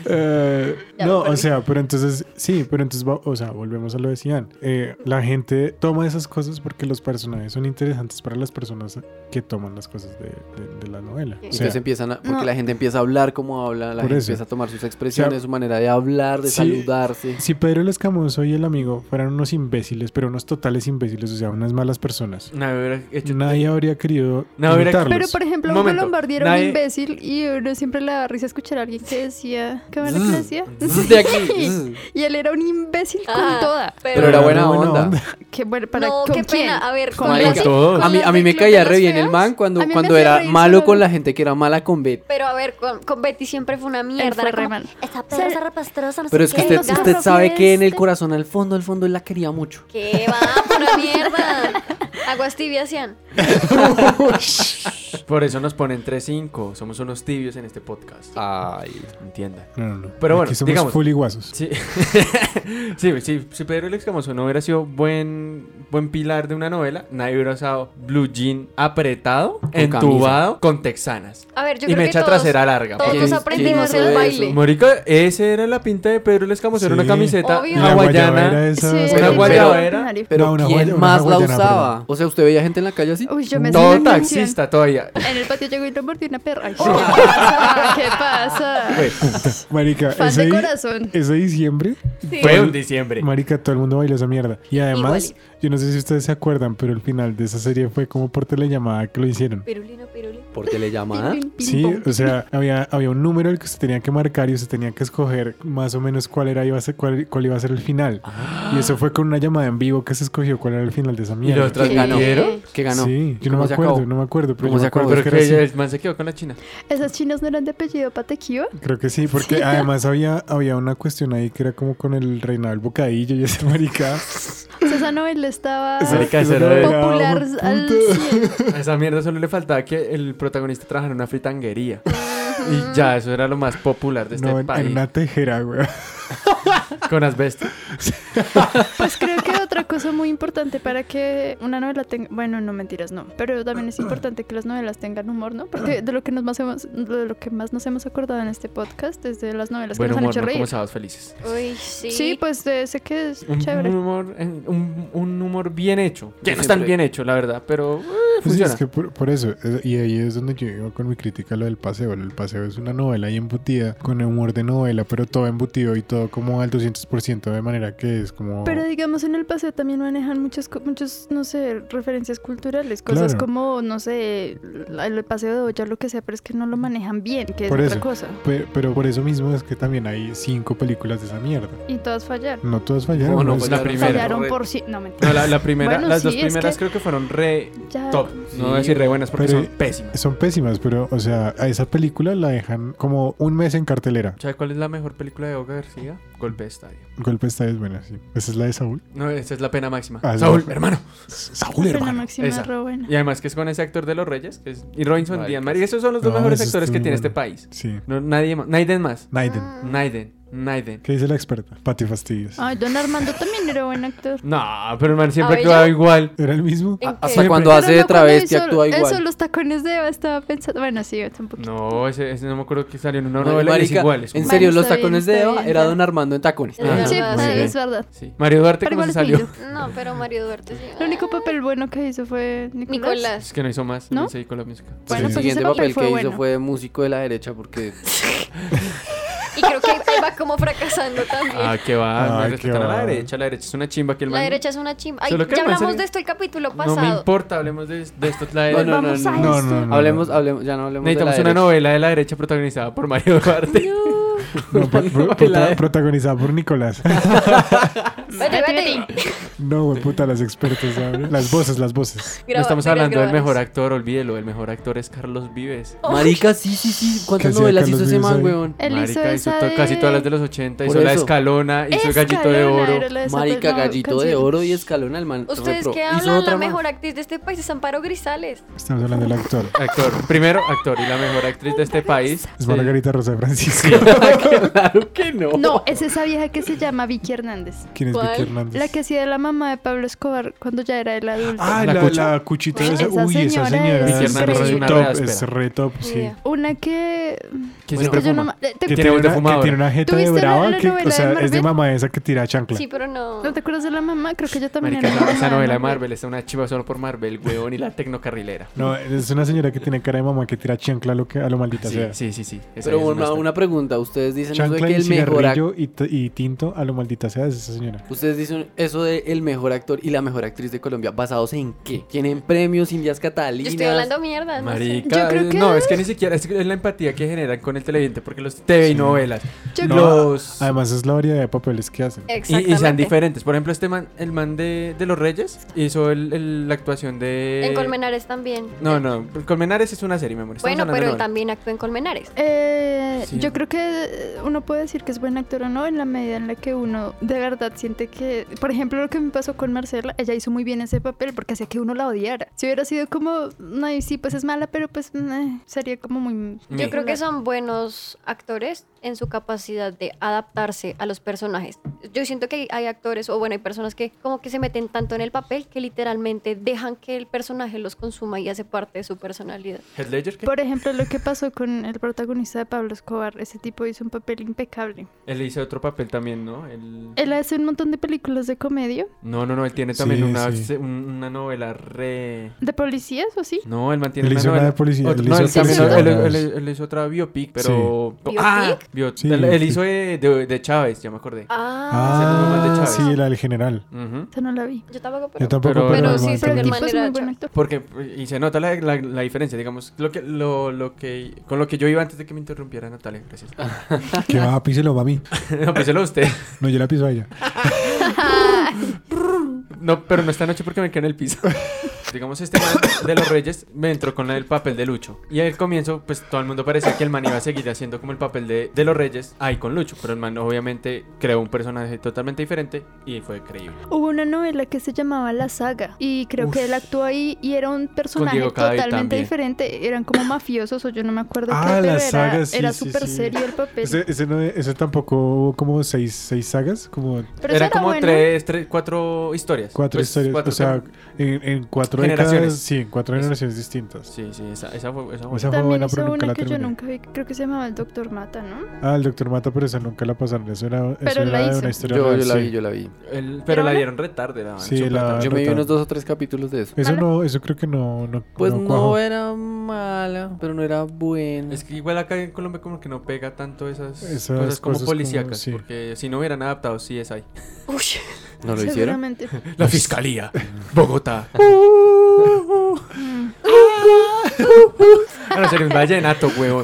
Eh,
Ya me
no, o
perdí.
sea, pero entonces, sí, pero entonces, va- o sea, volvemos a lo de Cian. Eh, la gente toma esas cosas porque los personajes son interesantes para las personas que toman las cosas de, de- de la novela. O sea,
Entonces empiezan a, porque
no.
la gente empieza a hablar como habla, la
Por
gente
eso.
empieza a tomar sus expresiones, su manera de hablar, de
sí.
saludarse.
si Pedro el Escamoso y el amigo fueran unos imbéciles, pero unos totales imbéciles, o sea, unas malas personas,
Nadie hubiera hecho-
nadie habría querido
No hubiera-
imitarlos.
Pero por ejemplo,
Un
Hugo
momento.
Lombardi era
Nadie-
un imbécil y uno siempre le da risa escuchar a alguien que decía... ¿Qué era lo que
Mm.
le decía?
Zzz, Mm. De aquí. Mm.
Sí.
zzz.
Y él era un imbécil
Ah,
con toda.
Pero era buena onda.
Qué bueno, para
no,
¿con
qué
quién?
pena. A ver, con
Con
Marica,
las-
todos.
con
A mí,
las
a mí
del
me
Club de
caía
las
re bien el
Feas.
man cuando,
A mí me
cuando
hacía
era
reír
malo
solo.
con la gente que era mala con Betty.
Pero a ver, con, con Betty siempre fue una
Él
mierda.
fue
era
re
como,
mal.
Esa
Ser-
perra rastrosa, no sé
Pero es que
qué,
usted,
gafa".
usted sabe que en el corazón, al fondo, al fondo, él la quería mucho.
¿Qué va? Pura mierda. Aguas tibias, Ian.
Por eso nos ponen 3-5. Somos unos tibios en este podcast.
Ay.
Entiendan.
No, no, no.
Pero bueno,
Aquí somos
digamos-
full iguazos.
Sí. sí, sí, si Pedro el Excamoso no hubiera sido buen, buen pilar de una novela, nadie hubiera usado blue jean apretado, entubado, con texanas.
A ver, yo
y
creo
mecha
que todos,
trasera larga.
todos
¿Quién-
porque-
aprendimos
quién no
el
sabe
baile.
eso?
Morica, esa era la pinta de Pedro el Escamoso, era una
Sí.
camiseta
Obvio.
Y la guayabera
hawaiana.
esa-
Sí,
Pero
el
guayabera
primer
era-
ordinario.
Pero
No, una
¿quién
guaya- una
más la
guayana,
usaba? O sea, ¿usted veía gente en la calle así?
Uy, yo me sé
Todo
la canción.
taxista todavía.
En el patio llegó y Lombardi una perra. Ay, ¿Qué pasa? ¿Qué pasa?
Marica,
Fan
ese,
de
di-
corazón.
ese diciembre
Fue en diciembre.
Marica, todo el mundo bailó esa mierda. Y además,
Igualito.
yo no sé si ustedes se acuerdan, pero el final de esa serie fue como por telellamada que lo hicieron.
Pirulino, pirulino.
¿Por telellamada?
Pim, pim,
Sí,
pom.
o sea, había, había un número el que se tenía que marcar y se tenía que escoger más o menos cuál era iba a ser, cuál, cuál iba a ser el final.
Ah.
Y eso fue con una llamada en vivo que se escogió cuál era el final de esa
¿Y
mierda.
los transmitieron?
¿Qué ganó?
Sí, yo no
¿Cómo
me
se
acuerdo,
acabó?
no me acuerdo, pero
¿Cómo
yo me
se acabó?
acuerdo
Pero
que
que
era así.
el man se quedó con la china.
Esas chinas no eran de apellido Patequiva.
Creo que sí, porque además había, había una cuestión ahí que era como con el reinado del bocadillo y ese marica.
O sea, esa novela estaba
Esa-
Marica,
esa
eso
no
era
era,
popular
hijo de
al
puta.
100.
A esa mierda solo le faltaba que el protagonista trabajara en una fritanguería. Y ya, eso era lo más popular de este
No, en,
país.
en una tejera, güey.
Con asbesto.
Pues creo que otra cosa muy importante para que una novela tenga. Bueno, no mentiras, no. Pero también es importante que las novelas tengan humor, ¿no? Porque de lo que, nos más, hemos, de lo que más nos hemos acordado en este podcast es de las novelas que
Buen
nos
humor,
han hecho
¿no?
reír.
Como sábados felices.
Uy, sí.
Sí, pues eh, sé que es
Un,
chévere.
un humor, eh, un, un humor bien hecho. Ya no
Siempre.
es tan bien hecho, la verdad, pero eh,
Pues sí,
funciona.
es que por, por eso, es- y ahí es donde yo digo con mi crítica lo del paseo. El paseo es una novela y embutida, con humor de novela, pero todo embutido y todo como al 200%, de manera que es como...
Pero digamos, en el paseo también manejan muchas, co- muchos, no sé, referencias culturales, cosas
Claro.
como, no sé, la- el paseo de Olla, lo que sea, pero es que no lo manejan bien, que es
Por
otra
eso.
cosa.
Pe- Pero, por eso mismo es que también hay cinco películas de esa mierda.
Y todas fallaron.
No todas fallaron.
No, no,
pues,
pues la primera.
Fallaron por sí. No, mentira.
No, la, la primera,
Bueno,
las
sí,
dos
es
primeras
que-
creo que fueron re
Ya.
top. No voy a decir re buenas porque
pero-
son pésimas.
Son pésimas, pero, o sea, a esa película la dejan como un mes en cartelera.
¿Sabes cuál es la mejor película de Olga García? Golpe de estadio.
Golpe está es buena, sí. Esa es la de Saúl.
No, esa es la pena máxima.
Ah, sí.
Saúl, hermano.
Saúl,
Pero la máxima
Esa.
es re buena.
Y además que es con ese actor de Los Reyes, que es, y Robinson
Maricas.
Díaz. María, esos son los dos
No,
mejores
eso está
actores que
muy
tiene este
bueno.
país.
Sí.
No, nadie más. Naiden más.
Naiden.
Mm,
Naiden. Naiden.
¿Qué dice la experta? Pati Fastidios.
Ay, don Armando también era buen actor.
No, pero el man siempre
¿Abella?
actuaba igual.
¿Era el mismo?
¿En
ah, Hasta
qué?
Siempre.
cuando
Pero
hace de
no, cuando
travesti
hizo
actúa igual.
Eso, los tacones de Eva, estaba pensando. Bueno, sí, yo tampoco.
No, ese, ese no me acuerdo que salió en una
No,
novela y es
marica,
igual. es
En
un-
Bueno,
serio, los
está bien,
tacones de
está
Eva
bien,
era
ya.
Don Armando en tacones.
Es
Ah,
sí,
verdad,
sí,
sí.
es verdad.
Sí. Mario Duarte,
Pero
¿cómo
igual
se salió?
es lindo.
No, pero Mario Duarte sí.
El único papel bueno que hizo fue Nicolás.
Nicolás.
Es que no hizo más.
¿No?
No hizo con la música.
Bueno,
Sí.
el
pues ese
siguiente papel
papel
que
fue
hizo
bueno.
fue de músico de la derecha porque
Y creo que ahí va como fracasando también.
Ah, que
Ah,
va. no
qué
respetan a
va.
la derecha. La derecha es una chimba que el
la
man-
derecha es una chimba. Ay,
Solo que
ya
el man
hablamos
se-
de esto el capítulo
No me
pasado.
importa, hablemos de, de esto. La
No, no,
derecha.
no,
Vamos a
no.
esto.
no, no.
hablemos, hablemos, ya no hablemos
Necesitamos
de la
una
derecha.
novela de la derecha protagonizada por Mario Duarte.
No, pro- pro- prota- protagonizada por Nicolás.
Vete, vete.
No, güey, puta, las expertas, ¿sabes? Las voces, las voces.
No
Graba-
estamos
deberías
hablando del
grabar
mejor
eso.
actor, olvídelo. El mejor actor es Carlos Vives.
Marica, sí, sí, sí.
Que
¿Cuántas
hacía
novelas
Carlos
hizo ese
Vives
man,
ahí.
weón?
Él hizo,
Marica hizo
esa
to-
de-
casi todas las de los 80.
Por
Hizo La
eso.
Escalona, hizo Gallito de
Escalona
Oro.
era la de esa
Marica,
pel- no,
gallito de
canción.
oro y escalona, el man.
Ustedes
repro-
que
hizo
hablan,
otra
la
más.
mejor actriz de este país es Amparo Grisales.
Estamos hablando del actor.
Actor, primero actor y la mejor actriz de este país.
Es
Sí.
Margarita Rosa de Francisco.
Claro que no.
No, es esa vieja que se llama Vicky Hernández.
¿Quién es
¿Cuál?
Vicky Hernández?
La que hacía de la mamá de Pablo Escobar cuando ya era el adulto.
Ah, la,
¿La
la,
cucha?
cuchita
Bueno,
esa.
esa
Uy, esa
señora
señora es,
es Vicky Hernández es
re
una
top,
áspera.
es re top,
Ni
sí.
idea.
Una que.
Que
es que
siempre
yo no
fuma.
ma- te-
Que
te-
tiene
tiene,
voz de
una, que
fumadora.
tiene una jeta de
¿Tuviste la-
brava,
la
que, o
novela
sea,
de
es de
Marvel?
mamá esa que tira chancla.
Sí, pero no.
¿No te acuerdas de la mamá? Creo que yo también
Marica,
era
esa-
la
esa
mamá
novela de Marvel está una chiva solo por Marvel, weón, y la tecnocarrilera.
No, es una señora que tiene cara de mamá que tira chancla a lo, que, a lo maldita
Sí,
sea.
sí, sí, sí. esa
Pero
es
una,
nuestra.
una pregunta, ustedes dicen eso de
Chancla
que
y
el mejor actor.
cigarrillo y, t- y tinto a lo maldita sea es esa señora.
Ustedes dicen eso de el mejor actor y la mejor actriz de Colombia, ¿basados en qué? ¿Tienen premios, Indias Catalinas?
Yo estoy hablando mierda. no sé.
Marica,
Yo creo
eh,
que-
no, es que ni siquiera es es la empatía que generan con el televidente, porque los TV y novelas
Yo
No,
creo-
los-
Además, es la variedad de papeles que hacen.
y, y
Exactamente.
sean diferentes. Por ejemplo, este man, el man de, de los Reyes, hizo el- el- la actuación de.
En Colmenares también.
No, no, Colmenares es una serie, mi amor. estamos
Bueno,
hablando de
pero él
novela.
también actuó en Colmenares.
Eh,
Sí.
Yo creo que eh, uno puede decir que es buen actor o no en la medida en la que uno de verdad siente que, por ejemplo, lo que me pasó con Marcela, ella hizo muy bien ese papel porque hacía que uno la odiara. Si hubiera sido como, no, y sí, pues es mala, pero pues eh, sería como muy...
Me.
Yo creo que son buenos actores en su capacidad de adaptarse a los personajes. Yo siento que hay actores, o bueno, hay personas que como que se meten tanto en el papel que literalmente dejan que el personaje los consuma y hace parte de su personalidad.
Heath Ledger, ¿qué?
Por ejemplo, lo que pasó con el protagonista de Pablo Escobar, ese tipo hizo un papel impecable.
Él hizo otro papel también, ¿no? Él-
Él hace un montón de películas de comedia,
No, no, no, él tiene
Sí,
también una,
sí.
un- una novela re.
de policías o sí.
No, él mantiene
Él
una
hizo una
novela.
de policía,
Otro-
él
no,
hizo
él también
también
él- él-
novelas.
él- él hizo otra biopic, pero.
¿Biopic?
Ah, Vio-
Sí,
él, él
sí.
hizo de, de- de Chávez, ya me acordé.
Ah,
nomás de
Ah,
Chávez.
sí, la del general.
Ujú.
Esa no la vi.
yo tampoco, pero.
Yo tampoco,
pero-
pero,
Pero
algo
sí
entendí.
sé
Pero el
que
tipo
man
es
era
muy buen
Chávez.
actor.
Porque, y se nota la, la- la diferencia, digamos, lo que, lo, lo que, con lo que yo iba antes de que me interrumpiera Natalia, gracias.
Que va, píselo, mami.
no, pues píselo usted.
No, yo la piso a ella.
No, pero no esta noche porque me quedé en el piso. Digamos, este man de los Reyes me entró con el papel de Lucho. Y al comienzo, pues todo el mundo parecía que el man iba a seguir haciendo como el papel de, de los Reyes ahí con Lucho. Pero el man obviamente creó un personaje totalmente diferente y fue creíble.
Hubo una novela que se llamaba La Saga y creo que él actuó ahí y era un personaje
Diego Cadavid
totalmente
también.
diferente. Eran como mafiosos o yo no me acuerdo
Ah,
qué,
La
pero era-
Saga, sí,
era
sí,
súper
sí.
serio el papel.
Ese, ese, no- ese tampoco hubo como seis, seis sagas, como
pero
Era
ese
como
bueno.
tres, tres, cuatro historias.
cuatro
Pues,
historias.
cuatro
o sea,
tem-
en, en cuatro
Generaciones.
generaciones. Sí, en cuatro
Es-
generaciones distintas.
Sí, sí, esa, esa fue. Esa fue.
O sea, fue
También
buena,
hizo
pero nunca
una
la
que yo
terminé.
nunca vi, creo que se llamaba El Doctor Mata, ¿no?
Ah, el Doctor Mata, pero esa nunca la pasaron. Eso era, eso
Pero la
era de
hizo.
una historia
Yo,
real,
yo la
sí.
vi, yo la vi.
El- pero
¿Pero
la
no?
dieron retarde, la
Sí,
súper
la-
tarde.
Yo me vi
total.
unos dos o tres capítulos de eso.
Eso
¿Mala?
no, eso creo que no, no
Pues
no
no,
cuajó.
era mala, pero no era buena.
Es que igual acá en Colombia como que no pega tanto esas,
Esas
cosas como
cosas como-
policíacas,
sí.
porque si no hubieran adaptado sí es ahí.
Ush.
¿No lo hicieron?
Seguramente.
La fiscalía, Bogotá.
Mm.
Bueno, sería un vallenato, huevo.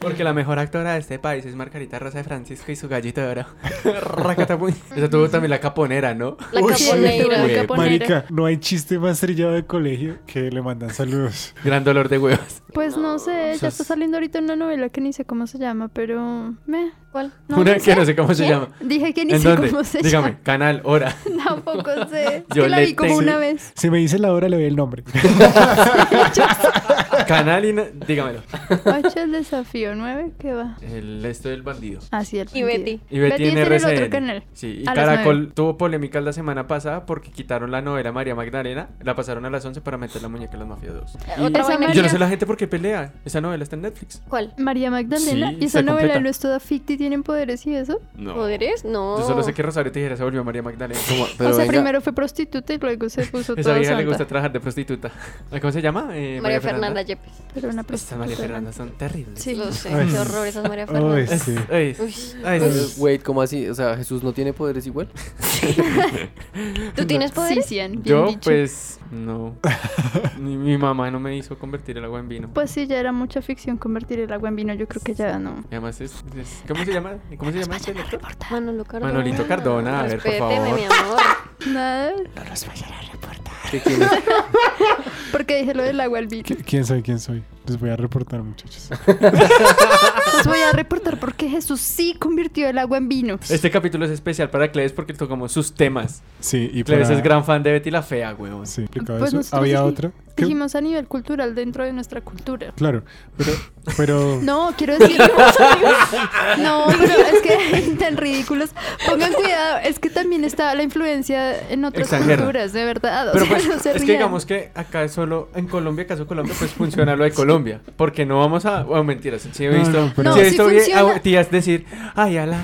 Porque la mejor actora de este país es Margarita Rosa de Francisco y su gallito de oro. Racatapum. Esa tuvo también la caponera, ¿no?
La
Uy,
caponera.
la caponera.
Marica, no hay chiste más trillado de colegio que le mandan saludos.
Gran dolor de huevos.
Pues no sé,
sea,
ya está saliendo ahorita una novela que ni sé cómo se llama, pero me
¿Cuál?
No,
Una
no
que
sé.
no sé cómo se
¿Qué?
llama.
Dije que ni
¿En
sé
dónde?
cómo se
Dígame, canal, hora.
llama. Tampoco sé. Es
Yo
que la
le
vi como
tengo-
una vez.
Si me dice la hora, le doy el nombre.
Canal y... no- Dígamelo.
Pacho el desafío 9, ¿qué va?
El esto del bandido.
Así Ah, el
Y
sentido.
Betty.
Y Betty, en
está el
RCN.
otro canal.
Sí, y
a las
Caracol
nueve.
tuvo polémicas la semana pasada porque quitaron la novela María Magdalena, la pasaron a las 11 para meter la muñeca en las mafias 2.
Eh, otra
Esa
vaina
Y yo no
que-
sé la gente por qué pelea. Esa novela está en Netflix.
¿Cuál?
María Magdalena
Sí,
y esa
está
novela
completa.
no es toda ficti, tienen poderes y eso.
No.
¿Poderes? No.
Yo solo sé que Rosario Tijera se volvió María Magdalena.
Como- pero
o sea,
venga,
primero fue prostituta y luego se puso
Esa
toda
vieja le
santa.
gusta trabajar de prostituta. ¿Cómo se llama? Eh,
María Fernanda Yepes.
Pero una
Estas
prostituta.
María Fernanda son terribles.
Sí.
Lo sé,
Ay.
qué horror esas María
Ay,
Fernanda.
sí.
Ay,
Uy.
ay,
eh, Wait, ¿cómo así? O sea, Jesús no tiene poderes igual.
¿Tú tienes
Sí,
poderes?
sí, bien
Yo,
dicho.
pues, no. Ni mi mamá no me hizo convertir el agua en vino.
Pues sí, ya era mucha ficción convertir el agua en vino. Yo creo que ya no.
Y además es, es- ¿Cómo se llama? ¿Cómo se llama este lector?
Manolo Cardona.
Manolito Cardona, a ver, por
Respéteme,
favor.
mi amor.
Nada.
¿Qué quién es?
Porque dije lo del agua al vino.
¿Qui- ¿Quién soy? ¿Quién soy? Les voy a reportar, muchachos.
Os voy a reportar porque Jesús sí convirtió el agua en vino.
Este capítulo es especial para Cleves porque tocamos sus temas.
Sí, y
Cleves
para-
es gran fan de Betty la Fea, weón.
Sí, explicado
Pues
eso.
nosotros
Había
dij-
otra. ¿Qué?
Dijimos a nivel cultural dentro de nuestra cultura.
Claro, pero, pero
No, quiero decir, amigos, no, pero es que tan ridículos. Pongan cuidado, es que también está la influencia en otras
Extranjera.
culturas, de verdad. o
Pero
sea,
pues,
no se
es que
rían.
digamos que acá solo en Colombia, caso Colombia, pues funciona lo de Colombia. Porque no vamos a. Bueno, mentiras. Sí, he
No,
visto,
no, pero-
sí he
No, sí
visto vi-
funciona.
a tías decir, ay, ala.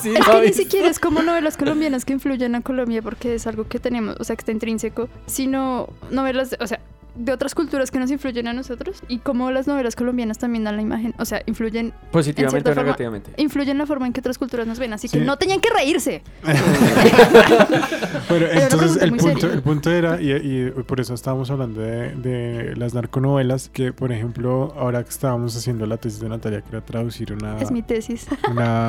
sí,
Es
¿no?
que ni siquiera es como novelas colombianas que influyen a Colombia porque es algo que tenemos, o sea, que está intrínseco, sino novelas, de- o sea, de otras culturas que nos influyen a nosotros y como las novelas colombianas también dan la imagen, o sea, influyen en
Positivamente
cierta
o
forma-
negativamente.
influyen la forma en que otras culturas nos ven, así que
Sí.
no tenían que reírse.
Pero
una
entonces
pregunta
el
muy
punto,
seria.
el punto era, y, y por eso estábamos hablando de, de las narconovelas, que por ejemplo, ahora que estábamos haciendo la tesis de Natalia, que era traducir
Ah.
una,
Es mi tesis.
una,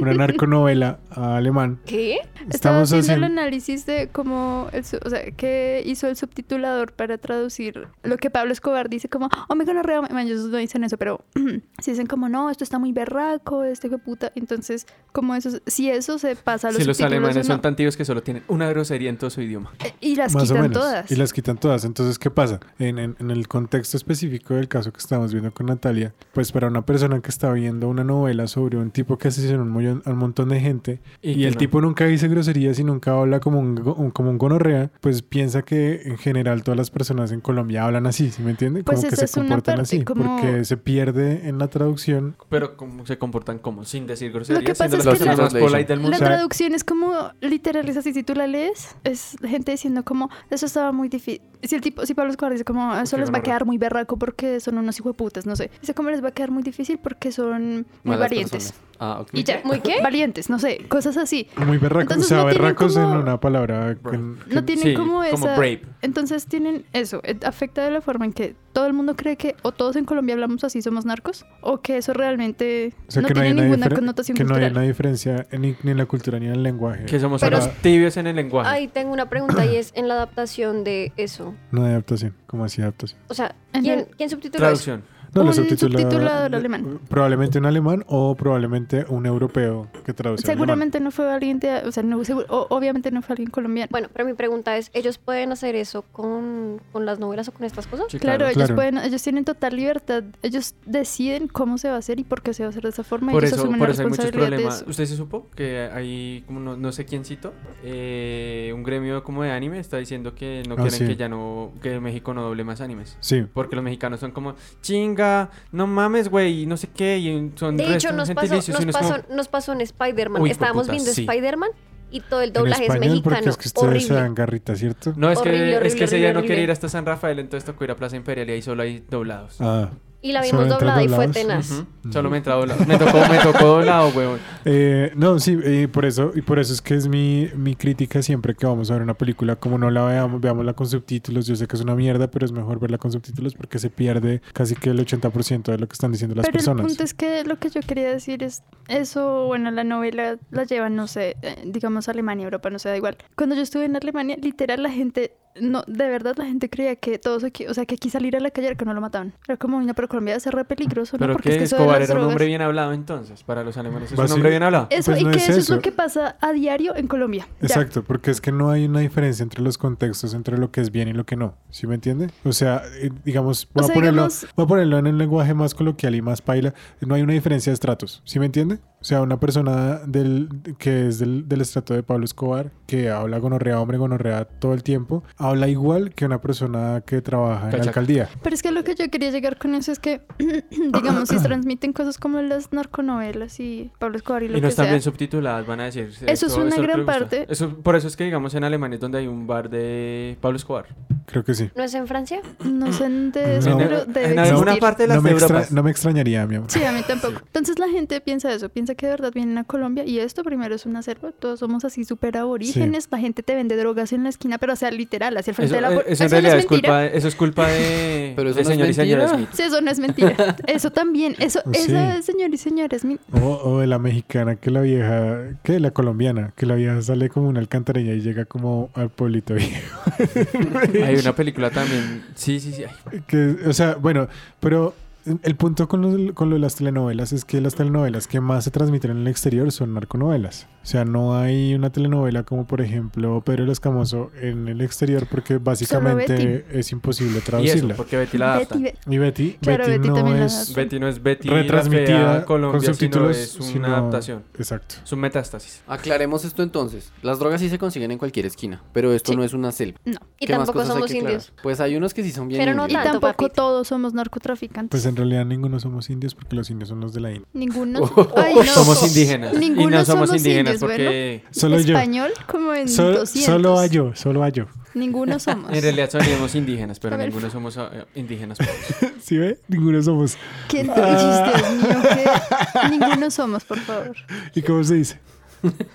una narconovela a alemán,
¿Qué?
Estaba
estamos
haciendo el
haciendo...
análisis de cómo, el su- o sea, que hizo el subtitulador para traducir lo que Pablo Escobar dice como, oh, me gonorrea, me-". bueno, ellos no dicen eso, pero sí dicen como, no, esto está muy berraco, este hijo de puta, entonces, como eso, si eso se pasa a los
Si los
subtítulos
alemanes
o
son
no.
tan tíos que solo tienen una grosería en todo su idioma.
Eh, y las
Más o
quitan
menos.
todas.
Y las quitan todas. Entonces, ¿qué pasa? En, en- en el contexto específico del caso que estamos viendo con Natalia, pues para una persona que está viendo una novela sobre un tipo que asesinó a un, mollón- a un montón de gente,
Y
Y,
que
el
no.
tipo nunca dice groserías y nunca habla como un, go- un- como un gonorrea, pues piensa que en general todas las personas en Colombia hablan así, ¿sí me entiende?
Pues
Como que se
esa es una
comportan
parte,
así,
como-
porque se pierde en la traducción.
Pero como se comportan como, sin decir groserías,
pasa
siendo
es
las
que
personas
la-
más polite del
La
mundo.
sea-
traducción es como literal, es así, si tú la lees, es gente diciendo como, eso estaba muy difícil, si el tipo, si Pablo Escobar dice como "Ah, eso
Porque
les va a
gonorrea.
quedar muy berraco porque son unos hijueputas, no sé. Dice como les va a quedar muy difícil porque son muy
Malas
valientes.
personas. Ah, ok.
Y ya, ¿muy qué?
Valientes, no sé, cosas así.
Muy berraco.
Entonces,
o sea,
no tienen
berracos en
como-
una palabra.
Bro.
que- que-
No tienen
Sí,
como esa.
como brave.
Entonces tienen eso. eh, Afecta de la forma en que todo el mundo cree que o todos en Colombia hablamos así, somos narcos, o que eso realmente
o sea,
no
que no hay
tiene
una,
ninguna
difer-
connotación
que no hay
cultural.
una diferencia en- ni, ni en la cultura ni en el lenguaje.
Que somos
Pero-
unos tibios en el lenguaje.
Ahí tengo una pregunta y es en la adaptación de eso.
No hay adaptación. ¿Cómo así adaptación?
O sea,
Ajá.
¿quién, ¿quién subtituló eso?
Traducción.
No, lo
Un
subtitula-
subtitulador alemán.
Probablemente un alemán o probablemente un europeo que traduce. al alemán.
Seguramente no fue valiente, o sea, no, seguro- o- obviamente no fue alguien colombiano.
Bueno, pero mi pregunta es, ¿ellos pueden hacer eso con, con las novelas o con estas cosas?
Sí,
Claro,
claro.
ellos
Claro.
pueden, ellos tienen total libertad, ellos deciden cómo se va a hacer y por qué se va a hacer de esa forma.
Por
ellos
eso,
asumen
por
la
eso hay muchos
responsabilidad de
problemas.
eso.
¿Usted se supo que hay, como no, no sé quién citó, eh, un gremio como de anime está diciendo que no
Ah,
quieren
sí.
que ya no, que México no doble más animes?
Sí.
Porque los mexicanos son como, chinga, no mames, güey, y no sé qué, y son
De hecho,
restos
nos pasó,
gentilicios, y
nos
uno es como,
pasó, nos pasó en Spider-Man.
Uy,
Estábamos
hijueputa,
viendo
sí.
Spider-Man y todo el
En
doblaje es
español, porque
mexicano.
es que ustedes se
horrible.
dan garrita, ¿cierto?
no, es que,
Horrible,
es que
horrible,
ese día no
horrible,
quería ir
horrible.
hasta San Rafael, entonces tocó ir a Plaza Imperial y ahí solo hay doblados.
Ah.
Y la
Solo
vimos
entre
doblada y fue
doblados.
tenaz.
Ujú, Solo me entraba doblado. Me tocó, me tocó doblado, huevón.
Eh, no, sí, eh, por eso, y por eso es que es mi, mi crítica siempre que vamos a ver una película, como no la veamos, veámosla con subtítulos, yo sé que es una mierda, pero es mejor verla con subtítulos porque se pierde casi que el 80% de lo que están diciendo las
Pero el
personas.
punto es que lo que yo quería decir es eso, bueno, la novela la llevan, no sé, eh, digamos a Alemania, Europa, no sé, da igual. Cuando yo estuve en Alemania, literal la gente, no, de verdad la gente creía que todos aquí, o sea, que aquí salir a la calle era que no lo mataban. Era como, no, pero Colombia es re peligroso, ¿no?
Pero
Porque
que
es que eso de
Escobar
las
era un
drogas.
hombre bien hablado entonces, para los alemanes. Es
Vas y-
un hombre bien hablado.
Eso,
Pues
y
no
que
es
eso. es
eso.
lo que pasa a diario en Colombia. Ya.
Exacto, porque es que no hay una diferencia entre los contextos, entre lo que es bien y lo que no, ¿sí me entiende? O sea, eh, digamos, voy,
O
a
sea,
ponerlo,
digamos-
voy a ponerlo en el lenguaje más coloquial y más paila, no hay una diferencia de estratos, ¿sí me entiende? O sea, una persona del, que es del, del estrato de Pablo Escobar, que habla gonorrea, hombre gonorrea todo el tiempo, habla igual que una persona que trabaja en la
Cachaca.
alcaldía.
Pero es que lo que yo quería llegar con eso es que, digamos, si transmiten cosas como las narconovelas y Pablo Escobar y lo
Y no
que
están
sea.
bien subtituladas, van a decir. Eso
es una
no
gran
le gusta".
parte.
Eso, por eso es que, digamos, en Alemania es donde hay un bar de Pablo Escobar.
Creo que sí.
¿No es en Francia?
No sé de eso,
No.
pero
En-
debe
en
existir.
alguna parte de las
No me, extra-
Europas.
no me extrañaría, mi amor.
Sí, a mí tampoco. Entonces la gente piensa eso, piensa que de verdad vienen a Colombia y esto primero es una selva, todos somos así súper aborígenes, la gente te vende drogas en la esquina, pero o sea, literal, hacia el
Eso,
frente de la
eh,
puerta.
eso en
Eso, no
realidad
es
es culpa
mentira.
de, eso es culpa de,
Pero eso
de
no es
señor y señora
mentira.
Smith.
Sí, eso no es mentira. Eso también, eso,
Sí.
esa es, señor y señores, mi-
O, o de la mexicana, que la vieja, que la colombiana, que la vieja sale como una alcantarilla y llega como al pueblito viejo.
Hay una película también. Sí, sí, sí. ay,
Que, o sea, bueno, pero el punto con lo, con lo de las telenovelas es que las telenovelas que más se transmiten en el exterior son narconovelas. O sea, no hay una telenovela como, por ejemplo, Pedro el Escamoso en el exterior porque básicamente es imposible
y eso,
traducirla.
porque Betty la adapta.
Betty,
Betty,
Be-
Y Betty,
Claro,
Betty,
Betty
no
también la
es
adapta.
no es Betty la fea
retransmitida con
Colombia, sino
subtítulos,
es una
sino-
adaptación.
Exacto.
Es un metástasis.
Aclaremos esto entonces. Las drogas sí se consiguen en cualquier esquina, pero esto
Sí.
no es una selva.
no.
Y
¿Qué más
tampoco
cosas hay
somos
que aclarar?
indios.
Pues hay unos que sí son bien
Pero no
Y
indios.
tanto,
tampoco
papito.
todos somos narcotraficantes.
Pues en realidad ninguno somos indios porque los indios son los de la India.
Ninguno.
Oh.
Ay, no.
Somos indígenas.
Ninguno
y no somos,
somos
indígenas
indios,
porque
Solo yo.
Español como en
Solo,
200.
solo a yo, solo a yo.
Ninguno somos.
en realidad somos indígenas, pero
A ver.
ninguno somos eh, indígenas.
¿Sí ve? Ninguno somos.
¿Qué te-
Ah.
Dios mío, qué- Ninguno somos, por favor.
¿Y cómo se dice?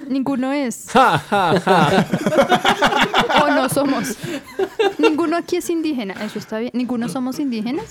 Ninguno es.
Ja, ja, ja.
O no somos. Ninguno aquí es indígena. Eso está bien. Ninguno somos indígenas.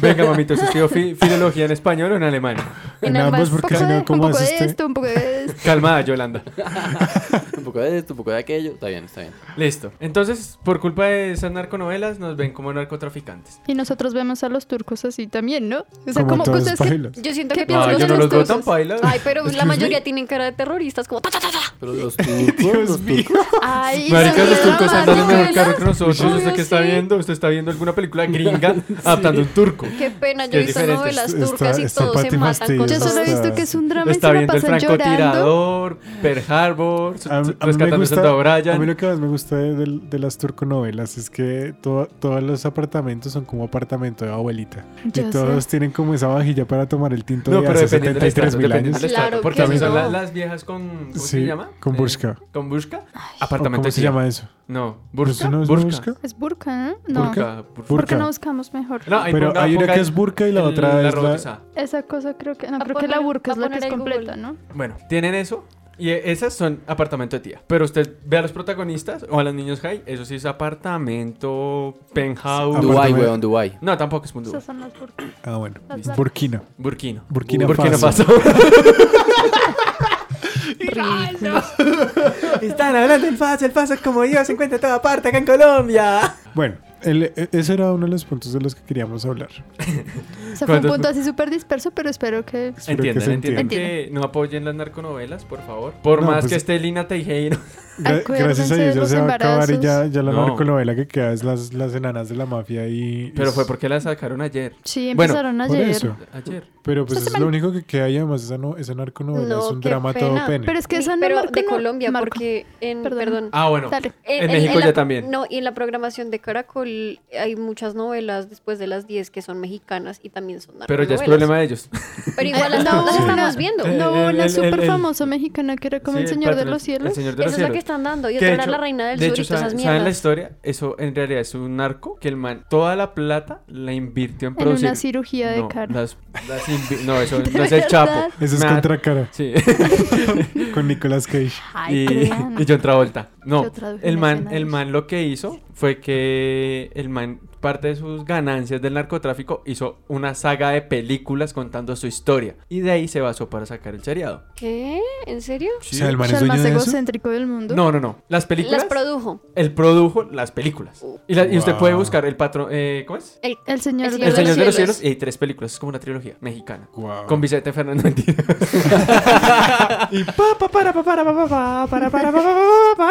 Venga, mamito, ¿usted estudió fi- filología en español o en alemán?
En
En
ambos,
ambas.
Un
porque
poco,
si
de,
no,
un
¿cómo
poco
haces este? usted?
de esto, un poco de esto.
Calmada, Yolanda.
Un poco de esto, un poco de aquello. Está bien, está bien.
Listo. Entonces, por culpa de esas narconovelas, nos ven como narcotraficantes.
Y nosotros vemos a los turcos así también, ¿no? O sea,
Como
como
todos
cosas que.
bailan.
Yo siento
¿Qué
que
piensan
piensan
No,
los
yo no los veo
turcos.
tan
paila.
Ay, pero la
Excuse
mayoría tienen cara de terroristas, como ta, ta, ta, ta.
Pero los turcos, los
mío.
turcos.
Ay,
Maricas, los
son
turcos andan en mejor
dramáticos.
carro que nosotros.
Obvio,
¿Usted qué está
sí.
viendo? ¿Usted está viendo alguna película gringa adaptando un turco?
Qué pena,
que
yo he
es
visto
diferente.
novelas
Está-
turcas y
está
todos se
Pati
matan con
Mastilla.
Yo solo he
Está-
visto que es un drama y
Está
se la
viendo El
pasan llorando.
francotirador, Pearl Harbor,
A, a mí me
Rescatando a
gusta,
Santa
a mí
Brian.
lo que más me gusta de, de- de las turconovelas es que to- todos los apartamentos son como apartamento de abuelita.
Yo
y
sé.
todos tienen como esa vajilla para tomar el tinto
No,
de
pero
hace
dependiendo del
73
estrato,
mil
dependiendo
años.
del
Claro
estrato. Porque
que
a mí son
no.
la- las viejas con... ¿Cómo
Sí,
se llama?
con
Eh,
burska.
con Bushka.
¿O
Apartamento
¿Cómo
de
se
tía.
llama eso?
No,
¿Eso
burka.
no es
burka.
busca?
¿Es burka, ¿eh? No.
Burka, burka.
¿Por qué
Burka.
no buscamos mejor?
No, ahí
Pero
ponga-
hay una
ponga
que es burka y la
el-
otra es la-
robotizada.
Esa cosa creo que... No,
Va a
creo que la
poner-
burka
va
es
a
la que es
poner en Google.
completa, ¿no?
Bueno, tienen eso. Y e- esas son apartamento de tía. Pero usted ve a los protagonistas o a los niños high. Eso sí es apartamento, penthouse.
Dubai.
Dubai,
Apartamento.
weón, Dubai.
No, tampoco es un Dubai.
Esas son las burkas.
Ah, bueno.
Las blancas.
Burkina.
Burkina.
Burkina
Burkina
Faso.
Faso. Están hablando el Faso, el Faso es como yo, se encuentra en toda parte acá en Colombia.
Bueno, el- e- ese era uno de los puntos de los que queríamos hablar.
O sea, fue un
¿Cuántas-
punto así súper disperso, pero espero que...
Espero que
Entienden,
se
entienden
entienda.
que no apoyen las narconovelas, por favor. Por
No,
más
pues-
que esté Lina Teijeiro.
Gra- gracias
Acuérdense
a
de
ellos
los
se va a acabar y ya,
embarazos.
ya la
No.
narconovela que queda es las, las enanas de la mafia y...
Pero
es-
fue porque la sacaron ayer.
Sí,
Bueno,
empezaron
Por
ayer.
eso.
Ayer.
Pero pues
Esta
es lo único que queda y además esa, no, esa narconovela
No,
es un
qué
drama todo
pena.
pene.
Pero es que
Ni-
esa no...
pero
no-
de
no-
Colombia,
Marco,
porque en...
Perdón.
Perdón.
Ah, bueno.
Dale.
En México
la-
ya también.
No, y en la programación de Caracol hay muchas novelas después de las 10 que son mexicanas y también son
Ah,
Pero ya es
narconovelas.
problema de ellos.
Pero igual las,
No,
las
sí.
estamos viendo.
Eh,
No,
el- el-
una
el-
súper
el-
famosa mexicana que era como
Sí,
el Señor de
patrón-
los Cielos.
El Señor de
Esa
los
es la que
Cielos.
están dando. Y
Que de
otra era
hecho-
la reina del
de
sur
hecho,
y todas
¿saben,
esas
saben la
mierdas.
historia? Eso en realidad es un narco que el man toda la plata la invirtió en
En
producir.
una cirugía de
no,
cara.
las- las invi- no, eso
¿De
no es el
verdad?
Chapo.
Ese es
Nada.
contra cara
Sí.
con Nicolas Cage.
Ay,
y,
crean.
y John Travolta. No,
Yo traduje
el
una
man,
escena de
el
eso.
man lo que hizo fue que el man, parte de sus ganancias del narcotráfico, hizo una saga de películas contando su historia. Y de ahí se basó para sacar el seriado.
¿Qué? ¿En serio?
O sea, el
O
man
sea,
es
el
dueño
más
de eso.
egocéntrico del mundo.
No, no, no. Las películas,
Las produjo.
él produjo las películas. Y, la- y usted
Wow.
puede buscar el patrón, eh, ¿cómo es?
El,
El Señor,
El
de,
El
los
Señor de los
Cielos.
Cielos y hay tres películas, es como una trilogía mexicana.
Guau.
Con Vicente Fernández mentira. y pa pa para pa para pa pa pa, para para pa pa pa, pa.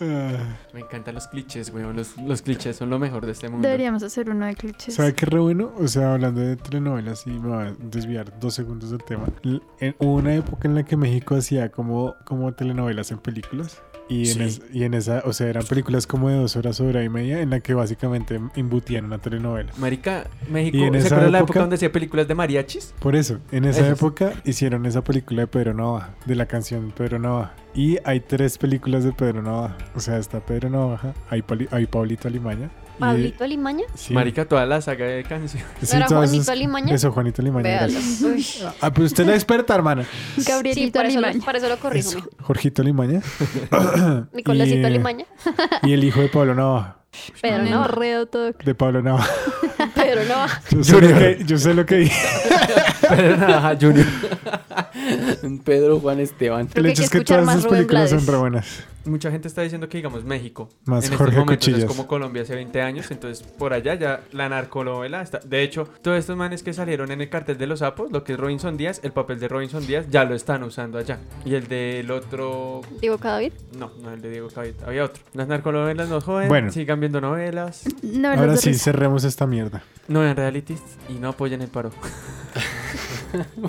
Ah,
Me encantan los clichés, weón. Los, los clichés son lo mejor de este mundo.
Deberíamos hacer uno de
Pues
clichés.
¿Sabe qué re bueno? O sea, hablando de telenovelas y me va a desviar dos segundos del tema. L- en- Hubo una época en la que México hacía como, como telenovelas en películas. Y en,
Sí.
es- y en esa, o sea, eran películas como de dos horas, hora y media, en la que básicamente embutían una telenovela.
Marica, México,
Y en
¿se
esa
acuerdan la
época-
época donde hacía películas de mariachis?
Por eso, en esa
Eso sí.
época hicieron esa película de Pedro Navaja, de la canción Pedro Navaja. Y hay tres películas de Pedro Navaja. O sea, está Pedro Navaja, hay, Pali- hay Pablito Alimaña. y-
Pablito Alimaña.
sí,
Marica, toda la saga de canciones.
sí,
¿No era
todas
Juanito
esas-
Alimaña?
Eso, Juanito Alimaña. gracias.
Véalas. Uy.
Ah, pero usted es la experta, hermana.
Sí,
Gabrielito
para eso, lo,
Alimaña.
para eso lo corrijo.
Es
mijo.
Jorgito Alimaña.
Nicolásito
eh,
Y-
Alimaña.
Y el hijo de Pablo Navaja.
Pero
Un
no,
enredo todo.
De Pablo Navaja.
pero no.
Yo sé, lo que, yo sé lo que dije.
Pero nada, Junior.
Pedro Juan Esteban.
Creo
el
que hay
hecho
que
es que
escuchar
todas
más
esas
Rubén
películas son
Blades.
re buenas.
Mucha gente está diciendo que, digamos, México.
Más
en
Jorge
estos momentos es
Cuchillas.
como Colombia hace 20 años. Entonces, por allá ya la narconovela está. De hecho, todos estos manes que salieron en el cartel de los sapos, lo que es Robinson Díaz, el papel de Robinson Díaz, ya lo están usando allá. Y el del otro.
Digo, David.
No, no el de Diego Cavita, había otro. Las narconovelas nos joden,
Bueno.
sigan viendo novelas,
No,
Ahora
los de
sí,
risa.
cerremos esta mierda.
no en realities y no apoyen el paro.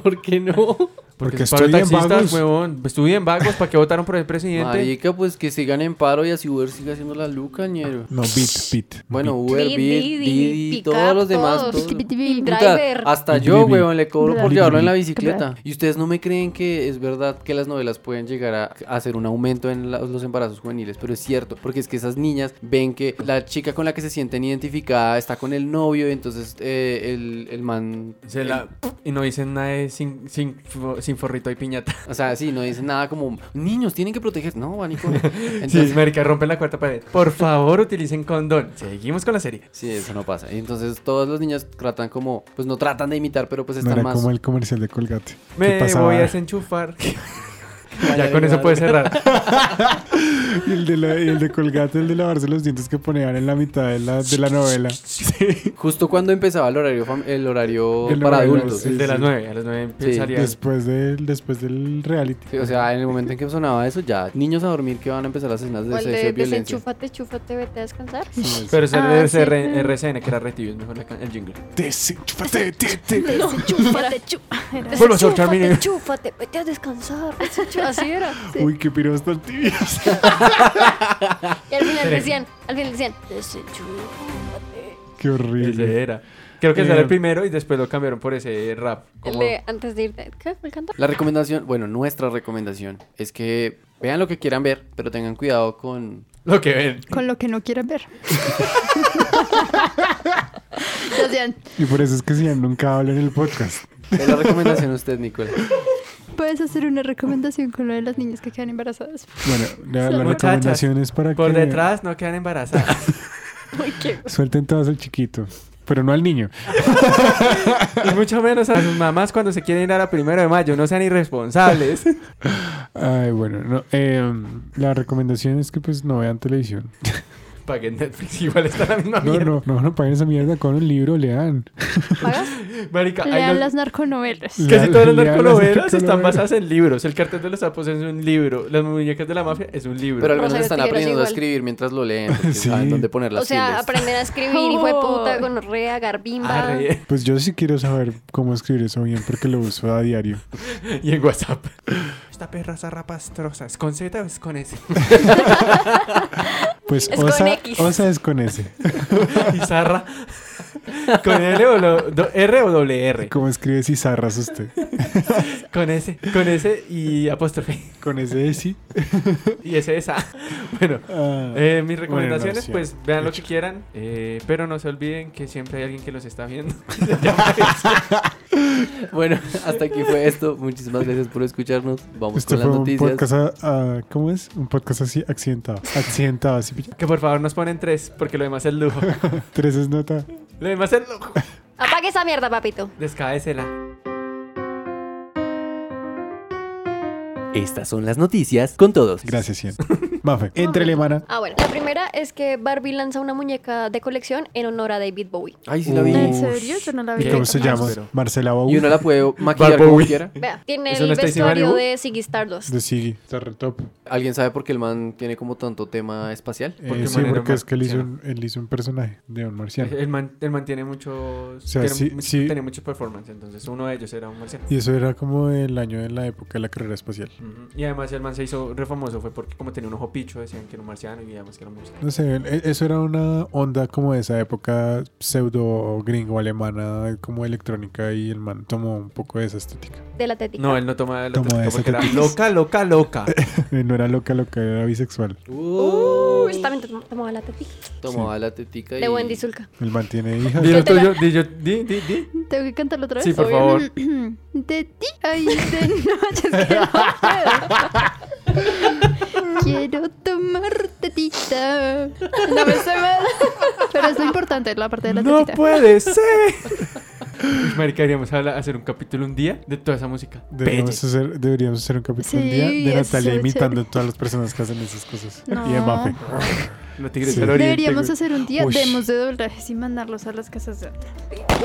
¿Por qué no?
Porque
es un paro de
estudien vagos.
huevón. Estudien vagos para que votaron por el presidente.
Marica, pues que sigan en paro y así Uber siga haciendo la luca, ñero.
No, beat, beat.
Bueno,
beat.
Uber,
Didi,
Didi,
Didi,
todos
Pickup,
los demás.
todos.
todos.
Tipi,
Y
tipi.
Puta,
driver.
hasta
Bli,
yo,
bli, bli.
weón, le cobro por
Bli,
llevarlo
bli,
en la
bli.
bicicleta. ¿Y ustedes no me creen que es verdad que las novelas pueden llegar a hacer un aumento en la- los embarazos juveniles? Pero es cierto, porque es que esas niñas ven que la chica con la que se sienten identificada está con el novio y entonces eh, el, el man...
Se la- Y no dicen nada de sin, sin, fo- sin forrito y piñata.
O sea, sí, no dicen nada como, niños, tienen que proteger. No, Vanico. Entonces,
Entonces, marica, rompe la cuarta pared. Por favor, utilicen condón. Seguimos con la serie.
Sí, eso no pasa. Y entonces todas las niñas tratan como, pues no tratan de imitar, pero pues
No
están
era
más.
como el comercial de Colgate.
Me
¿Qué pasaba?
voy a desenchufar. ya
Vaya,
con eso
vaya.
puedes cerrar.
Y el de, la- y el de Colgate, el de lavarse los dientes que ponían en la mitad de la, de la novela.
Justo cuando empezaba el horario, fam- el horario
El
para
horario,
adultos.
sí.
El de las nueve. A las nueve empezaría.
Después del, después del reality.
Sí, o sea, en el momento en que sonaba eso, ya niños a dormir que van a empezar las escenas de
¿Cuál
sexo y
de
violencia.
desenchúfate, chúfate, vete a descansar?
Pero es
Ah, sí,
RR
sí.
RCN, que era Retv, es mejor la can- el jingle.
Desenchúfate, ti, ti.
Chúpate, chúpate. Era-
Vuelvo a soltar mi-
Chúfate, chúfate, vete a descansar. Así era.
Uy, qué piros tan tibios.
Y al final
Era-
decían, al final decían, desenchúfate.
Qué
Ese
horrible.
era. Creo que ese
Eh,
era el primero y después lo cambiaron por ese rap.
El
Como...
de antes de irte, ¿qué fue el canto?
La recomendación, bueno, nuestra recomendación es que vean lo que quieran ver, pero tengan cuidado con
Lo que ven.
Con lo que no quieran ver. Ya sean,
Y por eso es que Sian nunca habla en el podcast.
Es la recomendación a usted, Nicolás.
¿Puedes hacer una recomendación con lo de las niñas que quedan embarazadas?
Bueno, la, la
Muchachas,
recomendación es para
Por
que
detrás no quedan embarazadas.
Uy, qué...
suelten todas al chiquito, pero no al niño.
y mucho menos a sus mamás cuando se quieren ir a la primera de mayo. No sean irresponsables.
Ay, bueno, no, em, la recomendación es que pues no vean televisión.
Paguen Netflix, igual está la misma
No,
mierda.
no, no, no paguen esa mierda con un libro, lean.
¿Pagas?
Marica, hay
Lean
los-
las narconovelas.
Casi
Lean-
todas
lean
las
las
narcolovelas están
narcolovelas.
basadas en libros. El cartel de los sapos es un libro. Las muñecas de la mafia es un libro.
Pero al menos
Rosario
están
Tijeras
aprendiendo a
igual.
escribir mientras lo leen. Porque
Sí.
Saben dónde poner las
O sea,
tildes.
aprender a escribir, hijo de puta, gonorrea, garbimba.
Arre,
Pues yo sí quiero saber cómo escribir eso bien porque lo uso a diario.
y en WhatsApp. Esta perra es rapastrosa. ¿Es con Z o es con S?
Pues
Es con
Osa,
X.
Osa es con S.
¿Y zarra? ¿Con L o lo- do- R o doble R?
¿Cómo escribe Cizarras usted?
Con S. Con S y apóstrofe.
Con S de sí.
Y es esa. Bueno.
Ah,
eh, mis
bueno,
recomendaciones,
no, sí.
pues vean lo que quieran, eh, pero no se olviden que siempre hay alguien que los está viendo. pues. Se llama eso.
Bueno, hasta aquí fue esto. Muchísimas gracias por escucharnos. Vamos
Esto
con las
fue un
noticias.
podcast, ah, ¿cómo es? Un podcast así accidentado. Accidentado, así. pilla.
que por favor nos ponen tres, porque lo demás es lujo.
Tres es nota.
Lo demás es lujo.
Apague esa mierda, papito.
Descabécela.
Estas son las noticias con todos.
Gracias, Cien. Mafe, entre alemana.
Ah, bueno. La primera es que Barbie lanza una muñeca de colección en honor a David Bowie.
Ay, sí la vi.
¿En serio? Yo no la vi.
¿Y cómo se
nunca más.
llama?
Pero-
Marcela Bau
Y uno la puede maquillar como
Bowie.
quiera.
Vea, tiene
¿Eso
el
no está encima de
vestuario
Malibu?
de Ziggy Stardust.
de Eh, Sigui. Está re top.
¿Alguien sabe por qué el man tiene como tanto tema espacial?
Eh,
Porque
sí,
Manero
porque es que él hizo,
marciano. Eh,
un, él hizo un personaje de un marciano.
El man, el man tiene muchos.
O sea,
tiene,
sí-
mucho-
sí.
tiene muchos performance, entonces uno de ellos era un marciano.
Y eso era como el año de la época de la carrera espacial.
Ujú. Y además el man se hizo re famoso, fue porque como tenía un ojo picho, decían que era un marciano y además que era un marciano.
No sé, el- e- eso era una onda como de esa época pseudo gringo alemana, como electrónica, y el man tomó un poco de esa estética.
De la tética.
No, él no toma la
Como
tética
ese
porque era
tetis.
loca, loca, loca.
Eh, no era loca, loca, era bisexual.
Uh, esta también tom- tomaba la tética.
Tomaba la tetica y...
De Wendy Zulka.
El man tiene hijas.
Dilo
Yo te la-
tuyo, di, yo- di, di, di.
¿Tengo que cantarlo otra vez?
Sí, por
Pues, Obvio.
favor.
De ti, ay, de noche, es que no puedo. Quiero tomar tetita. No me sé mal. Pero es lo importante, la parte de la
No
tetita.
puede ser. Uy, Marica, deberíamos habla- hacer un capítulo un día de toda esa música.
Deberíamos hacer, deberíamos hacer un capítulo un
Sí,
día de
eso
Natalia
sería
imitando a todas las personas que hacen esas cosas.
No.
Y de Mafe.
Los tigres
Sí.
del oriente.
Deberíamos
güey.
hacer un día
Uy.
demos de doblajes y mandarlos a las casas de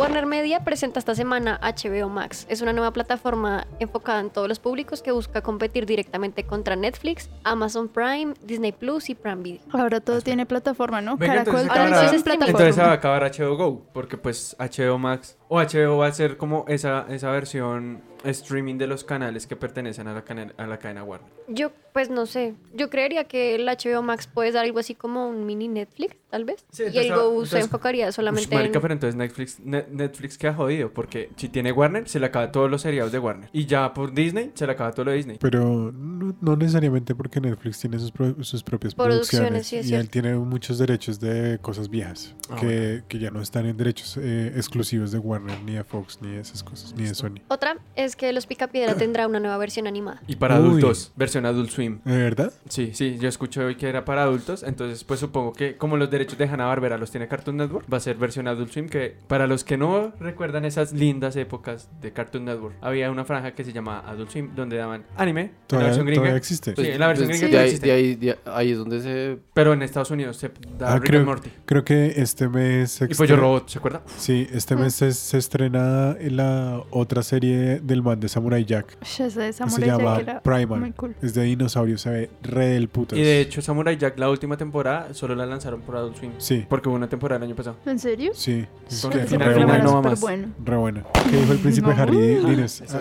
Warner Media presenta esta semana HBO Max. Es una nueva plataforma enfocada en todos los públicos que busca competir directamente contra Netflix, Amazon Prime, Disney Plus y Prime Video.
Ahora todo tiene plataforma, ¿no?
Venga, entonces,
Oh, Caracol
ahora
Televisión
sí
es
es streaming.
plataforma.
Entonces ah, se va a acabar HBO Go, porque pues HBO Max o HBO va a ser como esa, esa versión streaming de los canales que pertenecen a la, cana- a la cadena Warner.
Yo, pues no sé. Yo creería que el HBO Max puede dar algo así como un mini Netflix, tal vez.
Sí,
y el
entonces, ah,
Go se
entonces-
enfocaría solamente
Ush, marica,
en.
pero entonces Netflix, Ne- Netflix queda jodido, porque si tiene Warner, se le acaba todos los seriados de Warner. Y ya por Disney, se le acaba todo lo de Disney.
Pero no, no necesariamente porque Netflix tiene sus, pro- sus propias producciones,
Producciones, sí, es
y él tiene muchos derechos de cosas viejas
Ah,
que, que ya no están en derechos eh, exclusivos de Warner, ni de Fox, ni de esas cosas, ni de Sony.
Otra es que Los Picapiedra tendrá una nueva versión animada.
Y para
Uy.
adultos, versión Adult Swim.
¿De verdad?
Sí, sí, yo escuché hoy que era para adultos, entonces pues supongo que como los derechos de Hanna Barbera los tiene Cartoon Network, va a ser versión Adult Swim que para los que no recuerdan esas lindas épocas de Cartoon Network, había una franja que se llamaba Adult Swim donde daban anime, una
Todavía,
versión
todavía
gringa,
existe.
Sí, la versión
pues,
gringa
de
ya
ahí,
existe.
de ahí, de ahí es donde se...
pero en Estados Unidos se da
Ah,
Rick
creo,
and Morty.
creo que este mes.
Y Pollo
extre-
Robot, ¿se acuerda?
Sí, este
Mm.
mes se, se estrena la otra serie del man de Samurai Jack.
Ush, esa de
que
Samurai
se
Jack
llama
era
Primal.
muy cool.
Es de dinosaurios, se ve re del putas.
Y de hecho Samurai Jack la última temporada solo la lanzaron por Adult Swim,
Sí,
porque hubo una temporada el año pasado.
¿En serio?
sí. es
Porque
que
al
re
final la
buena,
man no va
súper
más.
bueno.
re buena. ¿Qué dijo el príncipe
No.
Harry? Dinos.
Eso,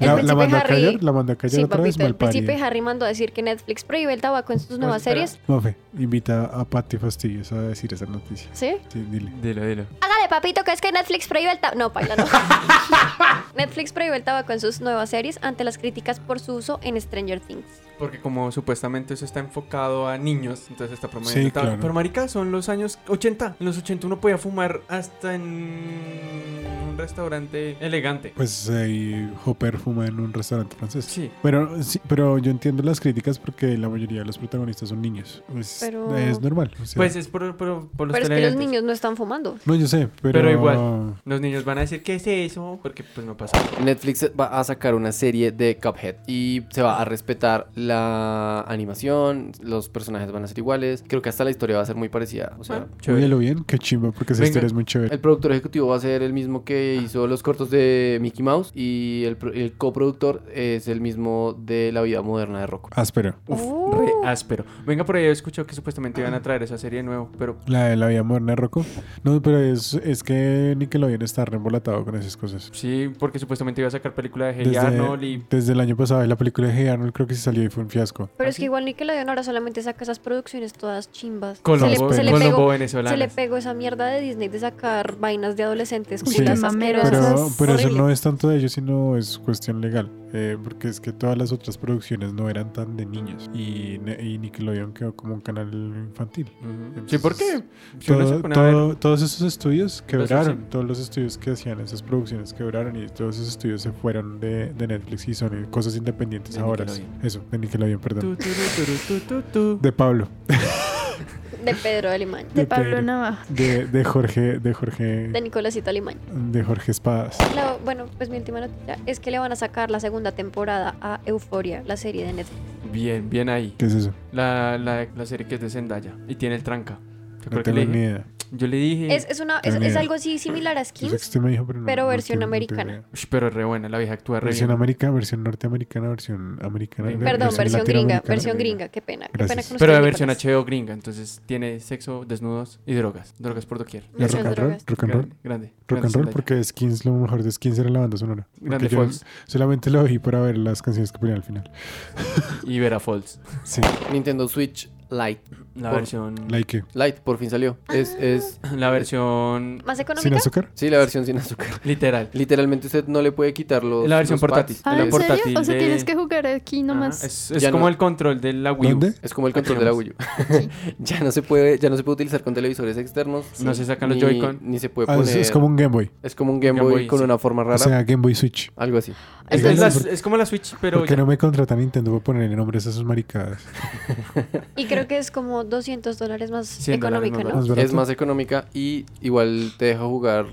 La,
díganos.
la
príncipe
mandó a
Harry-
callar, la mandó a callar
Sí,
otra vez,
papito, el príncipe
malparida.
Harry mandó a decir que Netflix prohíbe el tabaco en sus nuevas
Pues, espera.
series.
Mafe, invita a Patti Fastidios a decir esa noticia.
¿Sí?
Sí, dile.
Dilo, dilo.
¡Hágale papito, que es que Netflix prohíbe el tabaco. No, paila, no. Netflix prohíbe el tabaco en sus nuevas series ante las críticas por su uso en Stranger Things.
Porque como supuestamente eso está enfocado a niños, entonces está promoviendo
Sí,
el tabaco.
claro.
Pero marica, son los años 80. En los 80 uno podía fumar hasta en un restaurante elegante.
Pues ahí Hopper fuma en un restaurante francés.
Sí.
Bueno, sí, pero yo entiendo las críticas porque la mayoría de los protagonistas son niños. Pues,
Pero-
Es normal. o sea,
Pues es por, por- por los
Pero es que los
televidentes.
niños no están fumando.
no, yo sé, pero...
Pero igual. Los niños van a decir, ¿qué es eso? Porque pues no pasa. nada.
Netflix va a sacar una serie de Cuphead y se va a respetar la animación, los personajes van a ser iguales, creo que hasta la historia va a ser muy parecida, o sea,
Ah, chévere.
Óyelo bien, qué chimba, porque esa
Venga.
historia es muy chévere.
el productor ejecutivo va a ser el mismo que
Ah.
hizo los cortos de Mickey Mouse y el, pro- el coproductor es el mismo de La vida moderna de Rocco.
Áspero.
Uf,
Oh.
re áspero. Venga por ahí, he escuchado que supuestamente
Ah.
iban a traer esa serie de nuevo, pero
La de la vida moderna de Rocco. No, pero es, es que Nickelodeon está reembolatado con esas cosas.
sí, porque supuestamente iba a sacar película de Hey Arnold y
desde el año pasado, y la película de Hey Arnold creo que sí salió y fue un fiasco.
Pero es que igual Nickelodeon ahora solamente saca esas producciones todas chimbas.
con
se,
los,
le,
bo-
se le
con los
pegó,
venezolanos.
se le pegó esa mierda de Disney de sacar vainas de adolescentes
Sí.
culas
Qué mamero,
asquerosas.
Pero, pero eso
Horrible.
no es tanto de ellos, sino es cuestión legal. eh, porque es que todas las otras producciones no eran tan de niños. Y, ne- y Nickelodeon quedó como un canal infantil.
Ujú. Sí, ¿por qué? Si uno se
Todo-
pone a ver-
todo- todos esos estudios quebraron.
sí.
Todos los estudios que hacían esas producciones quebraron. Y todos esos estudios se fueron de, de Netflix y son cosas independientes
De
ahora.
Nickelodeon.
Eso, de Nickelodeon,
Tu,
perdón.
tu, tu, tu, tu, tu, tu.
De Pablo.
De Pedro Alemán.
De
De
Pablo
Pedro.
Navaja.
De, de Jorge. De Jorge.
De Nicolásito Alemán.
De Jorge Espadas.
La- bueno, pues mi última noticia es que le van a sacar la segunda temporada a Euforia, la serie de Netflix.
Bien, bien ahí.
¿Qué es eso?
La, la, la serie que es de Zendaya y tiene el tranca. Yo,
No
creo que le
tengo ni
dije,
idea.
yo le dije,
Es, es una,
Qué
es, es
miedo.
algo así similar a
Yo sé que
Skins.
usted me dijo, pero no-
pero
no
versión
tengo- no tengo
americana.
idea.
"Ush, pero es re buena, la vieja actúa re
Versión
bien.
americana, versión norteamericana, versión americana.
Perdón,
Perdón, versión gringa,
latinoamericana.
versión gringa, qué pena. Qué pena
Gracias.
con
Pero la
ustedes,
versión
Nicolás.
HBO gringa, entonces tiene sexo, desnudos y drogas. Drogas por doquier.
Y rock
Muchas
and roll,
drogas.
rock and roll.
Grande, grande.
Rock
grande
and roll,
Zendaya.
porque Skins, lo mejor de Skins era la banda sonora. Porque
Grande
yo
Falls
solamente lo vi para ver las canciones que ponían al final.
y Vera Falls.
Sí,
Nintendo Switch Lite.
La
Por-
versión.
like. eh,
Lite por fin salió. Es, es
La versión
¿Más
¿Sin
económica?
azúcar?
sí, la versión sin azúcar.
literal.
Literalmente usted no le puede quitar los.
La versión
los pads.
portátil.
Ah,
la
¿en serio?
portátil
O sea,
de-
tienes que jugar aquí
Ajá,
nomás.
Es, es
Ya
como
no-
el control de la Wii U.
¿Dónde?
Es como el control de la Wii U. ya no se puede, ya no se puede utilizar con televisores externos.
No se sacan los
ni-
Joy-Con.
Ni se puede
Ah,
poner.
es, es como un Game Boy.
un Game,
Game
Boy,
Boy,
con
sí.
una forma rara.
O sea, Game Boy Switch.
algo así.
Es,
Oigan,
es la-
¿por-
es como la Switch, pero
¿Por qué
ya-
no me contrata Nintendo para ponerle nombres a sus maricadas?
Y creo que es como 200 dólares más
100 dólares
económica,
más
¿no?
Más barato.
Es más económica y igual te deja jugar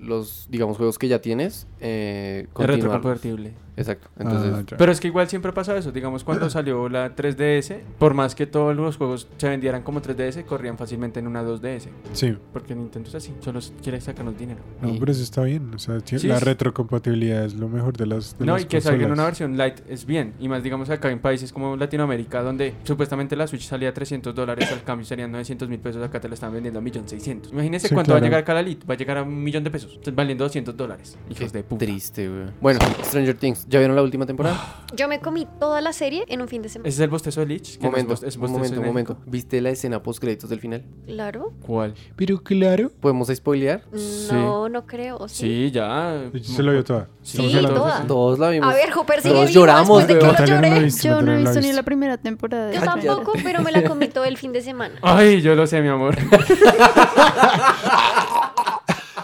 los, digamos, juegos que ya tienes. Eh,
es
continuar.
retrocompatible.
Exacto.
Ah,
Entonces,
ya.
Pero es que igual siempre ha pasado eso. Digamos, cuando salió la 3DS, por más que todos los juegos se vendieran como 3DS, corrían fácilmente en una 2DS.
sí,
Porque Nintendo es así, solo quiere sacarnos dinero.
no,
Y-
pero eso está bien. O sea, sí,
Sí,
la
sí.
retrocompatibilidad es lo mejor de las. de
No,
las
y que salga en
consolas.
una versión light es bien. Y más, digamos, acá en países como Latinoamérica, donde supuestamente la Switch salía a 300 dólares, al cambio serían 900 mil pesos, acá te la están vendiendo a 1.600.000. Imagínense
Sí,
cuánto va a
claro.
llegar cada lit, va a llegar a un millón de pesos, entonces, valiendo 200 dólares. Hijos de puta. Ah, Ese
triste, güey. Bueno, Stranger Things. ¿Ya vieron la última temporada?
Yo me comí toda la serie en un fin de semana.
es el bostezo de Lich. que no
momento,
es boste- es
un
bostezo
momento,
en
un
México.
momento. ¿Viste la escena post créditos del final?
Claro.
¿Cuál?
Pero claro.
¿Podemos spoilear?
Sí.
No, no creo. ¿o Sí.
Sí, ya.
Se lo vio toda.
Sí,
Estamos hablando-
Ah.
toda.
Todos la vimos.
A ver, Hopper, sigue
Todos
vivo
lloramos,
después de
weón.
que yo
Natalia no la
lloré.
viste,
Yo no
Natalia
he visto ni
viste.
la primera temporada.
Yo
de Stranger
tampoco, pero me la comí todo el fin de semana.
Ay, yo lo sé, mi amor.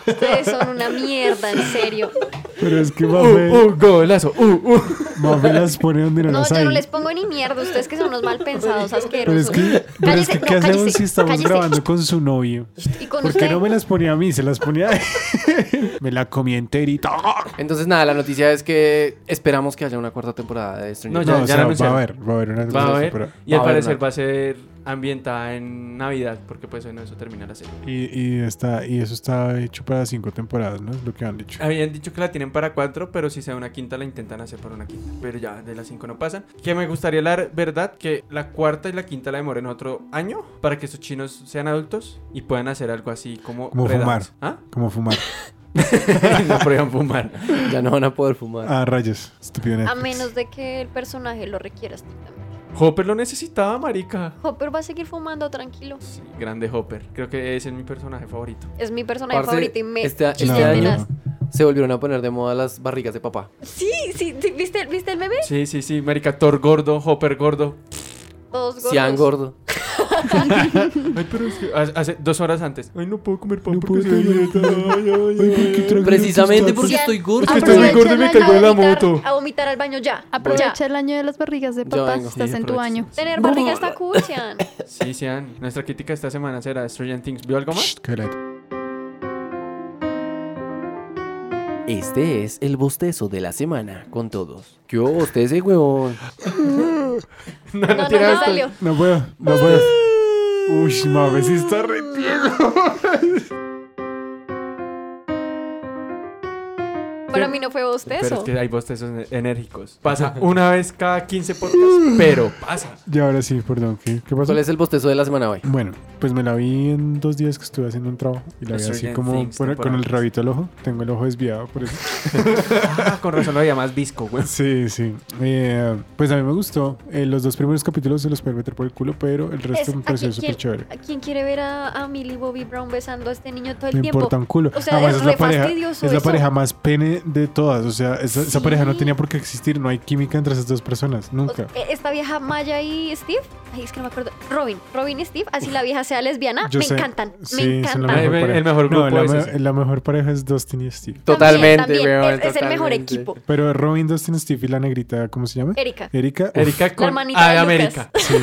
Ustedes son una mierda, en serio.
Pero es que
Uh,
Mafé,
uh, golazo. Uh, uh.
Mafé las pone donde no,
No,
las
yo
hay.
no les pongo ni mierda. Ustedes que son unos mal pensados,
Pero es
asquerosos.
que, pero es
Cállese,
que
no,
¿qué hacemos
cállese,
si estamos
cállese.
grabando con su novio?
Y con
¿Por qué
usted.
no me las ponía a mí? Se las ponía a él. Me la comí enterita.
Entonces, nada, la noticia es que esperamos que haya una cuarta temporada de Stranger
No,
Things.
No,
ya- ya
o sea,
la
va a
anunciaron.
haber, va a haber una
Va a
tercera
haber.
temporada.
Y al
Va a haber
parecer
una-
va a ser ambientada en Navidad, porque pues en eso termina la serie.
Y, y, está, y eso está hecho para cinco temporadas, ¿no? Es lo que han dicho.
Habían dicho que la tienen para cuatro, pero si sea una quinta la intentan hacer para una quinta. Pero ya de las cinco no pasan. Que me gustaría la verdad que la cuarta y la quinta la demoren otro año para que estos chinos sean adultos y puedan hacer algo así como.
Como
Red
fumar.
Dance. ¿Ah?
Como fumar.
no podían fumar.
Ya no van a poder fumar.
Ah, rayos. Estúpido
A
Netflix.
menos de que el personaje lo requiera estrictamente.
Hopper lo necesitaba, marica.
Hopper va a seguir fumando tranquilo.
Sí, grande Hopper. Creo que ese es mi personaje favorito.
Es mi personaje
Parce,
favorito y me.
este- este
me
año-
tenaz.
Se volvieron a poner de moda las barrigas de papá.
Sí, sí, sí, ¿viste, ¿viste el meme?
Sí, sí, sí, marica. Thor gordo, Hopper gordo.
Todos gordos.
Cian gordo.
Ay, pero es que hace- hace dos horas antes. Ay, no puedo comer pan
No
porque
puedo
soy
comer
dieta. Ay, ay, ay.
Precisamente
por
porque
Cian,
estoy gordo.
Es que
estoy muy
Aprovecha
gordo y me
la-
caigo de
a
la
vomitar,
moto.
a vomitar al baño ya.
Aprovecha
Ya.
el año de las barrigas de papá.
vengo.
Estás
Sí,
en tu
aprovecha.
año.
Tener barriga está cool, Sean.
Sí, Sean. Nuestra crítica esta semana será Stranger Things. ¿Vio algo más?
Cállate.
Este es el bostezo de la semana con todos.
¿Qué hubo usted ese huevón?
No,
No, no,
tiene
no
esto.
salió.
No puedo, no puedo. Uy, mames, sí está re
Para mí no fue
Pero es
bostezo.
que hay bostezos ener- enérgicos. Pasa una vez cada 15 podcasts, pero pasa.
Y ahora sí, perdón, ¿qué, qué pasó?
¿Cuál es el bostezo de la semana hoy?
Bueno, pues me la vi en dos días que estuve haciendo un trabajo y la vi
Stranger
así como
Things,
por- con el
temporadas.
rabito al ojo. Tengo el ojo desviado por eso.
Ah, con razón lo llamas disco, güey.
Sí, sí. Eh, pues a mí me gustó. Eh, los dos primeros capítulos se los puedo meter por el culo, pero el resto
Es-
me
¿a
pareció
quién-
súper chévere.
¿A quién quiere ver a, a Millie Bobby Brown besando a este niño todo el
Me
tiempo?
importa un culo.
O sea,
Además,
es
es la,
re
pareja, es
fastidioso
la
eso.
pareja más pene de todas. O sea, esa, esa
Sí.
pareja no tenía por qué existir. No hay química entre esas dos personas.
O sea,
Nunca.
eh, esta vieja Maya y Steve, ay, es que no me acuerdo. Robin, Robin y Steve, así la vieja sea lesbiana,
Yo
ah, me
sé.
encantan,
Sí,
me
son la
encantan.
mejor
Ay, ve,
pareja.
el mejor
No,
grupo
la,
es
me-
ese.
la mejor pareja es Dustin y Steve.
Totalmente,
también,
weón,
es, es el mejor
totalmente.
equipo.
Pero Robin, Dustin, Steve y la negrita, ¿cómo se llama?
Erika.
Erika. uf,
Erika con A de
hermanita de Lucas.
América.
sí.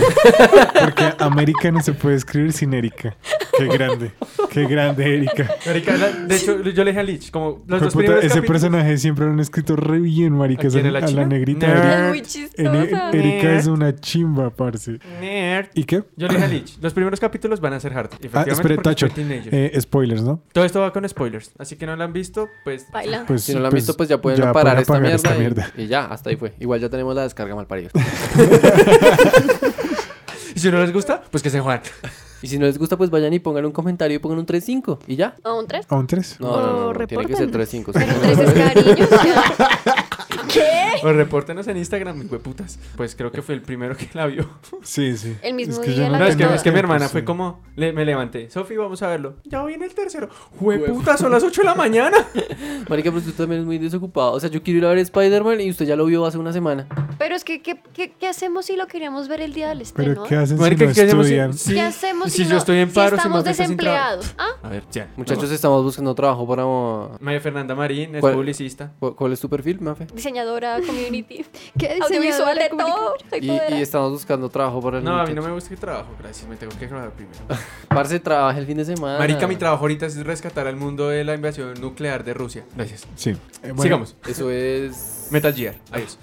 Porque América no se puede escribir sin Erika. Qué grande. Qué grande, Erika.
Marica, la- de hecho, yo le dije a Lich, como los
Hijo de
dos
puta,
primeros
ese
capítulos-
personaje siempre lo han escrito re bien, marica.
¿A quién,
esa-
a la
a la
china?
negrita.
Nerd.
Erika.
Es muy
Ene-
chistosa.
Erika es una chimba, parce.
Nerd.
¿Y qué?
Yo le dije a Lich, los primeros capítulos van a ser hard.
Ah,
efectivamente,
espere,
porque
Tacho.
soy teenager.
Eh, spoilers, ¿no?
Todo esto va con spoilers, así que no lo han visto, pues...
Baila.
Pues,
Si no lo han visto, pues ya pueden parar esta mierda, y- Y, ya, hasta ahí fue. Igual ya tenemos la descarga mal parido.
Y si no les gusta, pues que se juegan.
y si no les gusta, pues vayan y pongan un comentario y pongan un 3-5. Y ya.
¿No, un tres?
¿A un 3?
No, no, no,
O
no, tiene que ser 3-5.
Pero tres es cariño. o sea,
O repórtenos en Instagram, mi hueputas. Pues creo que fue el primero que la vio.
Sí, sí.
El mismo
Es Ah, que
día
yo no este, pues,
de la
No, es que,
tenía
es que mi
tiempo,
hermana
sí.
fue como, le- me levanté, Sofi, vamos a verlo. Ya viene el tercero. Jueputa, son las 8 de la mañana.
Marica, pero usted también es muy desocupado. O sea, yo quiero ir a ver Spider-Man y usted ya lo vio hace una semana.
Pero es que, ¿qué, qué, qué hacemos si lo queríamos ver el día del estreno?
Pero ¿qué hacen
Marica,
si
¿qué
no
hacemos si-
estudian?
si-
¿Qué hacemos
si,
si,
yo
no-
estoy en
si
paro? si
estamos
Mafe está sin trabajo?
desempleados? ¿Ah?
A ver, ya.
Muchachos, estamos buscando trabajo para...
María Fernanda Marín es
¿Cuál?
publicista.
¿Cu- ¿Cuál es tu perfil, Mafe?
Diseñadora, community,
¿Qué
audiovisual
diseñadora
de
comunica-
todo. soy
Y,
todera.
y estamos buscando trabajo para el
No, a mí
muchacho.
no
Ah.
me gusta el trabajo, gracias. Me tengo que grabar primero.
Parce, trabaja el fin de semana.
Marica, mi trabajo ahorita es rescatar al mundo de la invasión nuclear de Rusia. Gracias.
Sí. Eh, bueno,
Sigamos.
Eso es...
Metal Gear. Adiós.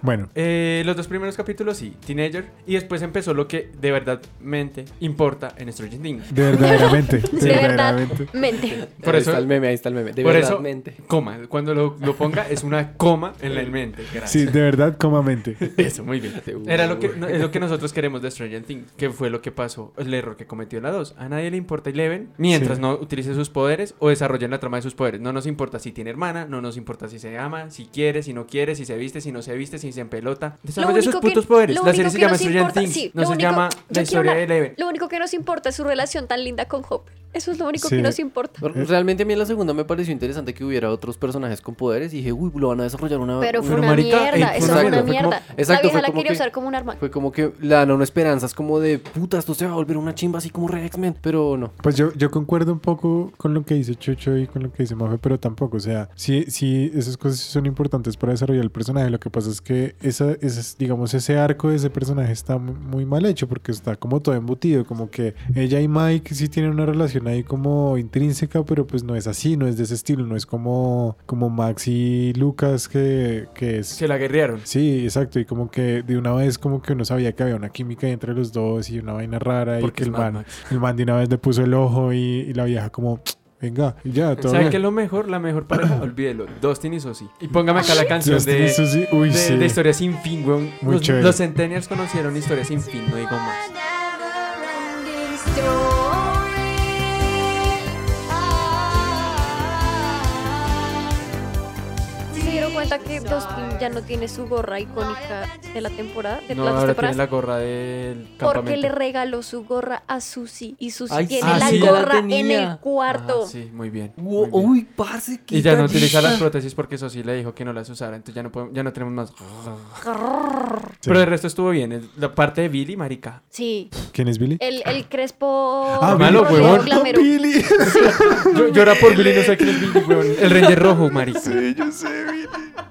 Bueno,
Eh, los dos primeros capítulos sí, Teenager. Y después empezó lo que de verdad mente importa en Stranger Things.
de verdaderamente. de
De verdad,
verdaderamente.
mente.
Por
ahí
eso-
está el meme, ahí está el meme. De
Por
verdad,
eso,
mente.
coma. Cuando lo, lo ponga, es una coma en la mente. Gracias.
Sí, de verdad, comamente.
Eso, muy bien. Era lo que, no, es lo que nosotros queremos de Stranger Things, que fue lo que pasó, el error que cometió en la 2. A nadie le importa Eleven mientras
Sí.
no utilice sus poderes o desarrolle la trama de sus poderes. No nos importa si tiene hermana, no nos importa si se ama, si quiere, si no quiere, si se viste, si no se viste, si se empelota. Desarrolla sus
único que-
putos poderes.
lo
La
único
serie se
que
llama
nos
Stranger
importa-
Things,
sí,
no
lo
se
único-
llama
yo
la
quiero
historia de
hablar-
Eleven.
Lo único que nos importa es su relación tan linda con Hopper. Eso es lo único
Sí.
que nos importa.
Realmente a mí en la segunda me pareció interesante que hubiera otros personajes con poderes y dije, uy, lo van a desarrollar una...
Pero fue
Pero,
una
marica,
mierda,
ey,
eso
exacto,
fue una
fue como-
mierda. la
exacto,
vieja
fue
la
como
quería
que-
usar como un arma.
Fue como que la dan a uno esperanzas como de, puta, esto se va a volver una chimba así como re X-Men, pero no.
Pues yo, yo concuerdo un poco con lo que dice Chucho y con lo que dice Mafe, pero tampoco. O sea, sí, sí, esas cosas son importantes para desarrollar el personaje. Lo que pasa es que esa, esas- digamos, ese arco de ese personaje está mu- muy mal hecho porque está como todo embutido. Como que ella y Mike sí tienen una relación ahí como intrínseca, pero pues no es así, no es de ese estilo, no es como, como Max y Lucas que, que es.
Se la guerrearon.
Sí, exacto. Y como que de una vez como que uno sabía que había una química entre los dos y una vaina rara y
Porque
que
es
el
Mad
man,
Max.
el man de una vez le puso el ojo y, y la vieja como, venga, y ya, todo
¿Saben
bien.
qué es lo mejor? La mejor pareja, olvídelo. Dustin y Susie. Y póngame acá la canción
Justin y
de...
Susie, uy,
de,
sí.
de historia sin fin, weón.
Muy
los,
chévere.
los centennials conocieron historia sin fin, no digo
Ah,
más.
Ah. ¿Se dieron cuenta cuenta que Dustin ya no tiene su gorra icónica de la temporada, de
No,
las
ahora
dos
tiene
temporadas,
la gorra del
porque
campamento.
le regaló su gorra a Susi y Susi
Ay,
tiene
sí,
la
sí, ya la
gorra en
tenía.
el
Ajá,
cuarto.
Ah, sí, muy bien.
Wo-
muy bien.
Uy, parce, qué
Y ya no
galleta.
utiliza las prótesis porque eso sí le dijo que no las usara. Entonces ya no, podemos- ya no tenemos más. Pero el resto estuvo bien. el- La parte de Billy, marica.
Sí,
¿Quién es Billy?
el, el crespo
Ah,
Billy, malo,
rosado
huevón.
glamero.
Billy.
Yo, yo era por Billy, no sé quién es Billy, weón. El Ranger Rojo, marica.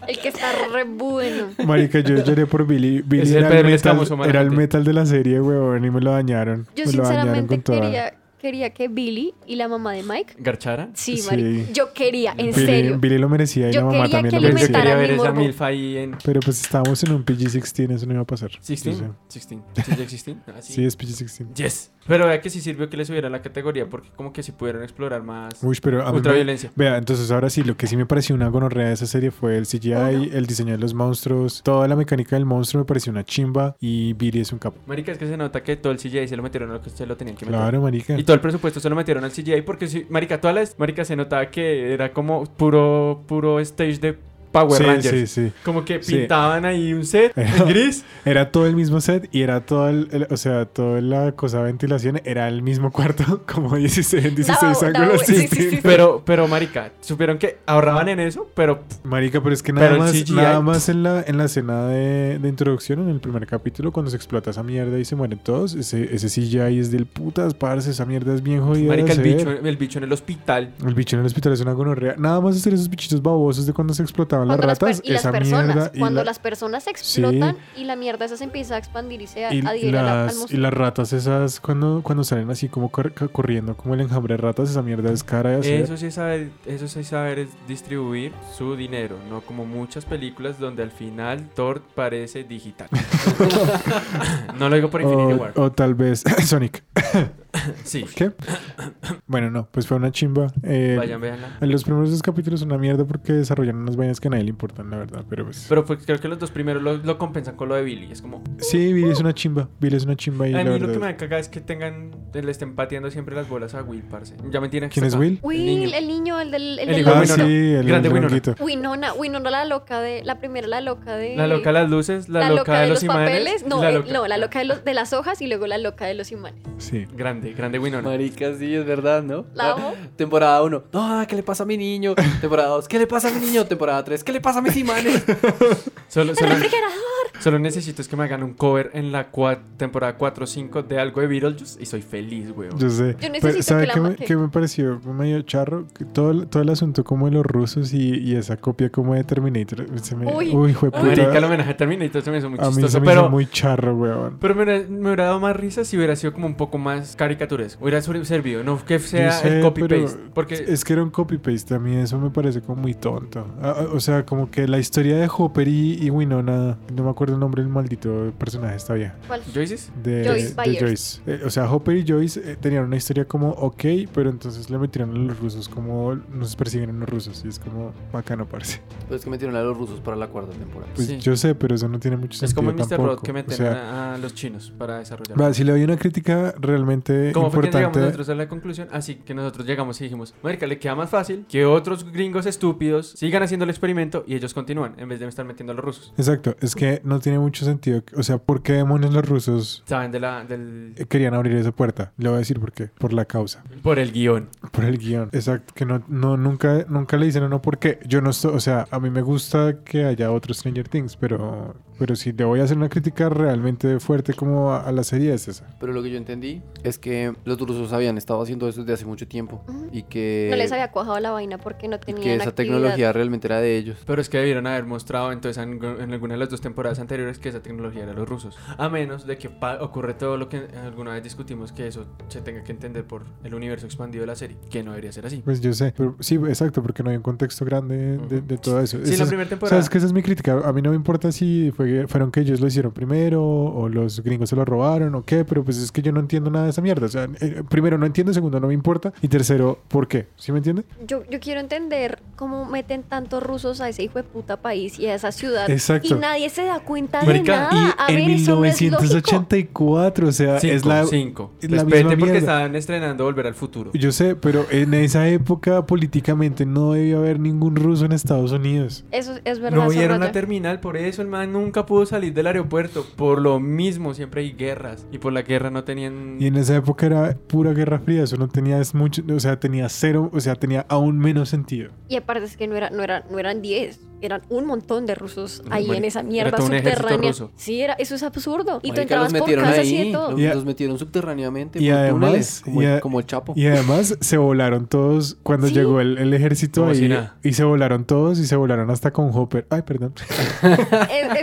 el que está re bueno.
Marica, yo lloré por Billy. Billy
Es el
era
Pedro
el,
Escamoso,
metal,
mala
era el
gente.
metal de la serie, weón, y me lo dañaron.
Yo
me lo dañaron
sinceramente
con toda.
quería, quería que Billy y la mamá de Mike,
¿Garchara?
sí,
Sí.
marica, yo quería, en
Billy,
serio.
Billy lo merecía y
Yo
la mamá
quería
también
que
lo
le
Yo
merecía.
inventara
quería ver
mi
esa
morbo.
milf ahí en...
Pero pues estábamos en un PG-16, eso no iba a pasar. Sí,
¿16? ¿16? ¿16? 16?
sí.
Así.
Sí, es PG-16.
Yes. Pero vea que sí sirvió que le subieran la categoría porque como que sí pudieron explorar más
Uy, pero a mí me-
ultraviolencia.
Vea, entonces ahora sí, lo que sí me pareció una gonorrea de esa serie fue el CGI, el diseño de los monstruos, toda la mecánica del monstruo me pareció una chimba y Billy es un capo.
Marica, es que se nota que todo el CGI se lo metieron a lo que ustedes lo tenían que meter.
Claro, marica.
Y todo el presupuesto se lo metieron al CGI porque si, marica, todas las marica se notaba que era como puro puro stage de Power
Sí,
Rangers.
sí, sí.
Como que
Sí.
pintaban ahí un set en gris.
Era todo el mismo set y era todo el, el- o sea, toda la cosa de ventilación era el mismo cuarto, como 16 en 16
Dao,
ángulos
dao, sí, sí, sí,
distintos.
Pero pero marica, supieron que ahorraban en eso, pero pff,
Marica, pero es que
Pero
nada
el
más,
CGI.
nada más en la, en la escena de, de introducción, en el primer capítulo, cuando se explota esa mierda y se mueren todos, ese, ese CGI es del putas, parce, esa mierda es bien jodida. de
marica el
hacer.
bicho, el bicho en el hospital.
El bicho en el hospital es una gonorrea. Nada más hacer esos bichitos babosos de cuando se explotaban las
Cuando las per-
ratas,
y las
esa
personas,
mierda. y
cuando
la-
las personas se
Sí.
explotan y la mierda esa se empieza a expandir y se a-
y,
adhiere a la- al
las, y
museo.
las ratas esas, cuando, cuando salen así como cor- ca- corriendo, como el enjambre de ratas, esa mierda es cara de hacer.
Eso sí es saber, eso sí es saber es distribuir su dinero, no como muchas películas donde al final Thor parece digital. no lo digo por Infinity War.
o, o tal vez Sonic.
Sí.
¿Qué? bueno, no, pues fue una chimba. Eh,
Vayan, véanla.
Los primeros dos capítulos son una mierda porque desarrollaron unas vainas que a nadie le importan, la verdad. Pero pues.
Pero fue- creo que los dos primeros lo, lo compensan con lo de Billy. Es como.
sí, Billy es una chimba. Billy es una chimba y
a
la
mí
verdad. Ah,
lo que me caga es que tengan. Le estén pateando siempre las bolas a Will, parce. Ya me tienen que
¿Quién es
sacar.
Will?
Will, el niño, el del... El
El
del
hijo de
Ah,
Winona.
sí, el
Grande Winona.
blanquito.
Winona, Winona la loca de... La primera la loca de...
La loca de las luces, la, loca, de los, imanes.
papeles. No,
la
eh,
loca-
no, la loca de, los, de las hojas y luego la loca de los imanes.
Sí.
Grande, grande Winona.
Marica, sí, es verdad, ¿no?
Ah.
La amo.
Temporada 1, no, ah, ¿qué le pasa a mi niño? Temporada 2, ¿qué le pasa a mi niño? Temporada 3, ¿qué le pasa a mis imanes?
Solo,
¡El
solo-
refrigerador!
solo necesito es que me hagan un cover en la cua- temporada 4 o 5 de algo de Beetlejuice y soy feliz, weón.
Yo sé.
Yo necesito
pero, ¿sabe
que la
qué me,
marque.
qué me pareció medio charro? Que todo, el- todo el asunto como de los rusos y, y esa copia como de Terminator. se me-
Uy,
uy, hijo de puta.
Marica, el homenaje a Terminator se me hizo muy
a mí
chistoso,
se me
pero...
hizo muy charro, weón.
Pero me hubiera, me hubiera dado más risa si hubiera sido como un poco más caricaturesco. Hubiera sur- servido, no que sea
Yo sé,
el
pero
copy-paste. Porque
Es que era un copy-paste. A mí eso me parece como muy tonto. Ah, ah, O sea, como que la historia de Hopper y, y Winona. No me acuerdo el nombre del maldito personaje, está bien.
¿Cuál?
¿Joyces?
de
Joyce
de
Byers.
Joyce. Eh, o sea, Hopper y Joyce eh, tenían una historia como ok, pero entonces le metieron a los rusos como nos persiguen unos rusos y es como bacano, parece.
Pues que metieron a los rusos para la cuarta temporada.
Pues
Sí.
yo sé, pero eso no tiene mucho sentido.
Es como en Mr.
tampoco.
Rod que meten
O sea,
a, a los chinos para desarrollar.
va, si le doy una crítica realmente
¿Cómo fue que llegamos
importante.
nosotros a la conclusión? Así que nosotros llegamos y dijimos, Marica, le queda más fácil que otros gringos estúpidos sigan haciendo el experimento y ellos continúan en vez de estar metiendo a los rusos.
Exacto, es que no tiene mucho sentido. O sea, ¿por qué demonios los rusos
Saben de la, del.
eh, querían abrir esa puerta? Le voy a decir por qué. Por la causa.
por el guión.
Por el guión. Exacto, que no, no nunca, nunca le dicen no porque yo no estoy, o sea, a mí me gusta que haya otro Stranger Things, pero, pero si le voy a hacer una crítica realmente fuerte como a, a la serie es esa.
Pero lo que yo entendí es que los rusos habían estado haciendo eso desde hace mucho tiempo
Ujú.
y que,
No
eh,
les había cuajado la vaina porque no
y
tenían
que esa
actividad.
tecnología realmente era de ellos.
Pero es que debieron haber mostrado entonces en, en alguna de las dos temporadas anteriores que esa tecnología era los rusos. A menos de que pa- ocurre todo lo que alguna vez discutimos, que eso se tenga que entender por el universo expandido de la serie, que no debería ser así.
Pues yo sé, pero sí, exacto, porque no hay un contexto grande de, de todo eso.
Sí,
Esa
la
es-
primera temporada.
Sabes que esa es mi crítica. A mí no me importa si fue fue, fueron que ellos lo hicieron primero o los gringos se lo robaron o qué, pero pues es que yo no entiendo nada de esa mierda. O sea, eh, primero no entiendo, segundo no me importa y tercero, ¿por qué? ¿Sí me entiende?
Yo, yo quiero entender cómo meten tantos rusos a ese hijo de puta país y a esa ciudad.
Exacto.
Y nadie se da cuenta
Marica,
de nada. a
y en
ver, eso no es lógico.
1984, o sea,
Cinco,
es la...
cinco.
es la
Respete
misma
porque
mierda.
estaban estrenando Volver al Futuro.
Yo sé, pero en esa época políticamente no debía haber ningún ruso en Estados Unidos.
Eso es verdad.
No
eso
vieron la
raya.
terminal, por eso el man nunca pudo salir del aeropuerto. Por lo mismo, siempre hay guerras. Y por la guerra no tenían.
Y en esa época era pura Guerra Fría, eso no tenía es mucho, o sea, tenía cero, o sea, tenía aún menos sentido.
Y aparte es que no, era, no, era, no eran 10, eran un montón de rusos
Ujú,
ahí en
marica,
esa
era
mierda
todo un ejército
subterránea.
ruso.
Sí, era, eso es absurdo. Y
Marica,
tú
los
entrabas por
metieron
casas y de
ahí,
todo.
los,
Y a-
los metieron subterráneamente
y
por
además-
túneles, como,
y
el-
a-
como el Chapo.
Y además se volaron todos cuando
Sí.
llegó el, el ejército
Como si
ahí.
nada.
Y se volaron todos y se volaron hasta con Hopper. Ay, perdón.
Es- eso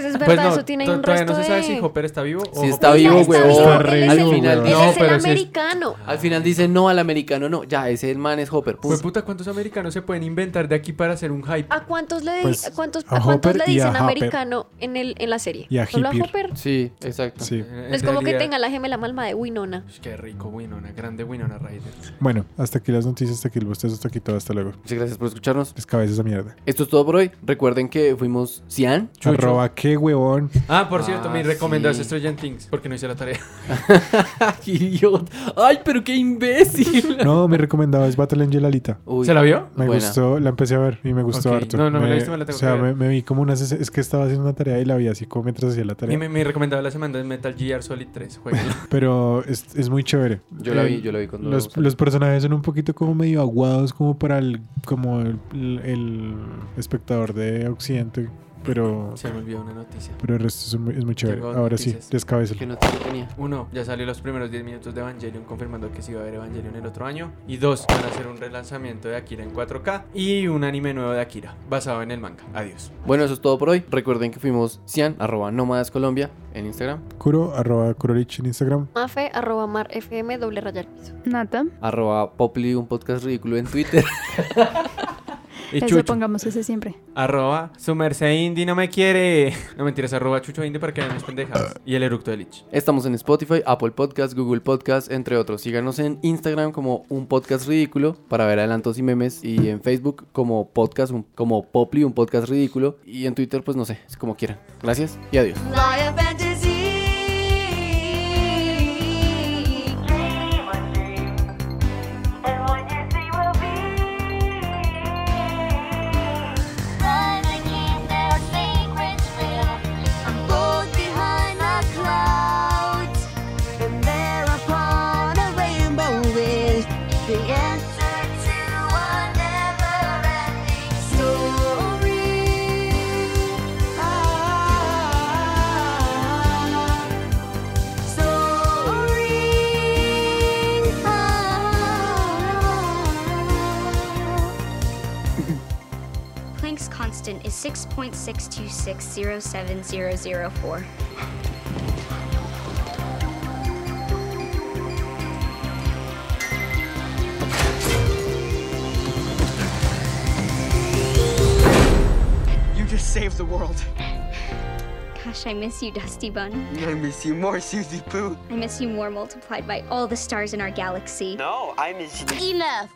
es verdad,
Pues no,
eso tiene ahí
to-
un
todavía
resto
no se sabe
de...
si Hopper está vivo o
Sí
Hopper
está vivo,
Está
huevón.
vivo,
Está
él
re
es
vivo,
el-
huevón.
Él
No,
es el
pero sí es-
americano.
Al final dice no al americano, no, ya, ese el man es Hopper. Pum.
Pues puta, ¿cuántos americanos se pueden inventar de aquí para hacer un hype?
¿A cuántos le, di-
Pues,
a cuántos,
a
a cuántos
Hopper
le
y a
dicen
Hopper.
americano en, el, en la serie?
Y a
¿Solo
Hippier.
Hopper?
Sí, exacto.
Sí.
Eh, En- en
No es como que
realidad-
tenga la gemela malma de Winona.
Ush, Qué rico, Winona, grande Winona Ryder.
Bueno, hasta aquí las noticias, hasta aquí el bostezo, hasta aquí todo, hasta luego.
Muchas gracias por escucharnos.
Les cabeza esa mierda.
Esto es todo por hoy. Recuerden que fuimos Cian, Chucho.
Arroba qué huevón.
Ah, por
Ah,
cierto, mi recomendación
sí.
es Stranger Things porque no hice la tarea.
Idiota. Ay, pero qué imbécil.
No, me recomendaba es Battle Angel Alita.
Uy,
¿Se la vio?
Me
buena.
gustó, la empecé a ver y me gustó
Ok,
harto.
no, no me la he visto, me la tengo
O sea,
que ver.
Me, me vi como una... ses- Es que estaba haciendo una tarea y la vi así como mientras hacía la tarea.
Y mi, mi recomendado de la semana es Metal Gear Solid 3. jueguenlo.
Pero es, es muy chévere.
Yo la vi,
El-
yo la vi cuando
Los, los personajes son un poquito como medio aguados como para el, como el, el espectador de Occidente, pero,
Se me olvidó una noticia.
pero el resto es muy, es muy chévere.
Tengo
Ahora sí,
noticias.
descabezalo.
que no te tenía.
Uno, ya salió los primeros 10 minutos de Evangelion confirmando que sí va a haber Evangelion el otro año. Y dos, van a hacer un relanzamiento de Akira en 4K y un anime nuevo de Akira, basado en el manga. Adiós.
Bueno, eso es todo por hoy. Recuerden que fuimos Cian, arroba nómadas Colombia en Instagram,
Kuro, arroba Kurorich en Instagram.
Mafe, arroba mar fm, doble rayar piso.
Nata,
arroba Poply, un podcast ridículo en Twitter.
Y
eso
Chucho,
pongamos ese siempre.
arroba su merced indie no me quiere. No mentiras, arroba chucho indie para que vean mis pendejadas. Y el eructo de Lich.
Estamos en Spotify, Apple Podcast, Google Podcast, entre otros. Síganos en Instagram como un podcast ridículo para ver adelantos y memes. Y en Facebook como podcast, un- como Poply, un podcast ridículo. Y en Twitter, pues no sé, es como quieran. Gracias y adiós.
Life and Ah. fantasy. Dream a dream, and what you see will be. Find a kingdom, secrets real. I'm bold behind the clouds, and there upon a rainbow is the answer to a never-ending story.
Planck's constant is 6.626070004.
You just saved the world.
Gosh, I miss you, Dusty Bun.
I miss you more, Susie Poo.
I miss you more multiplied by all the stars in our galaxy.
No, I miss you.
Enough.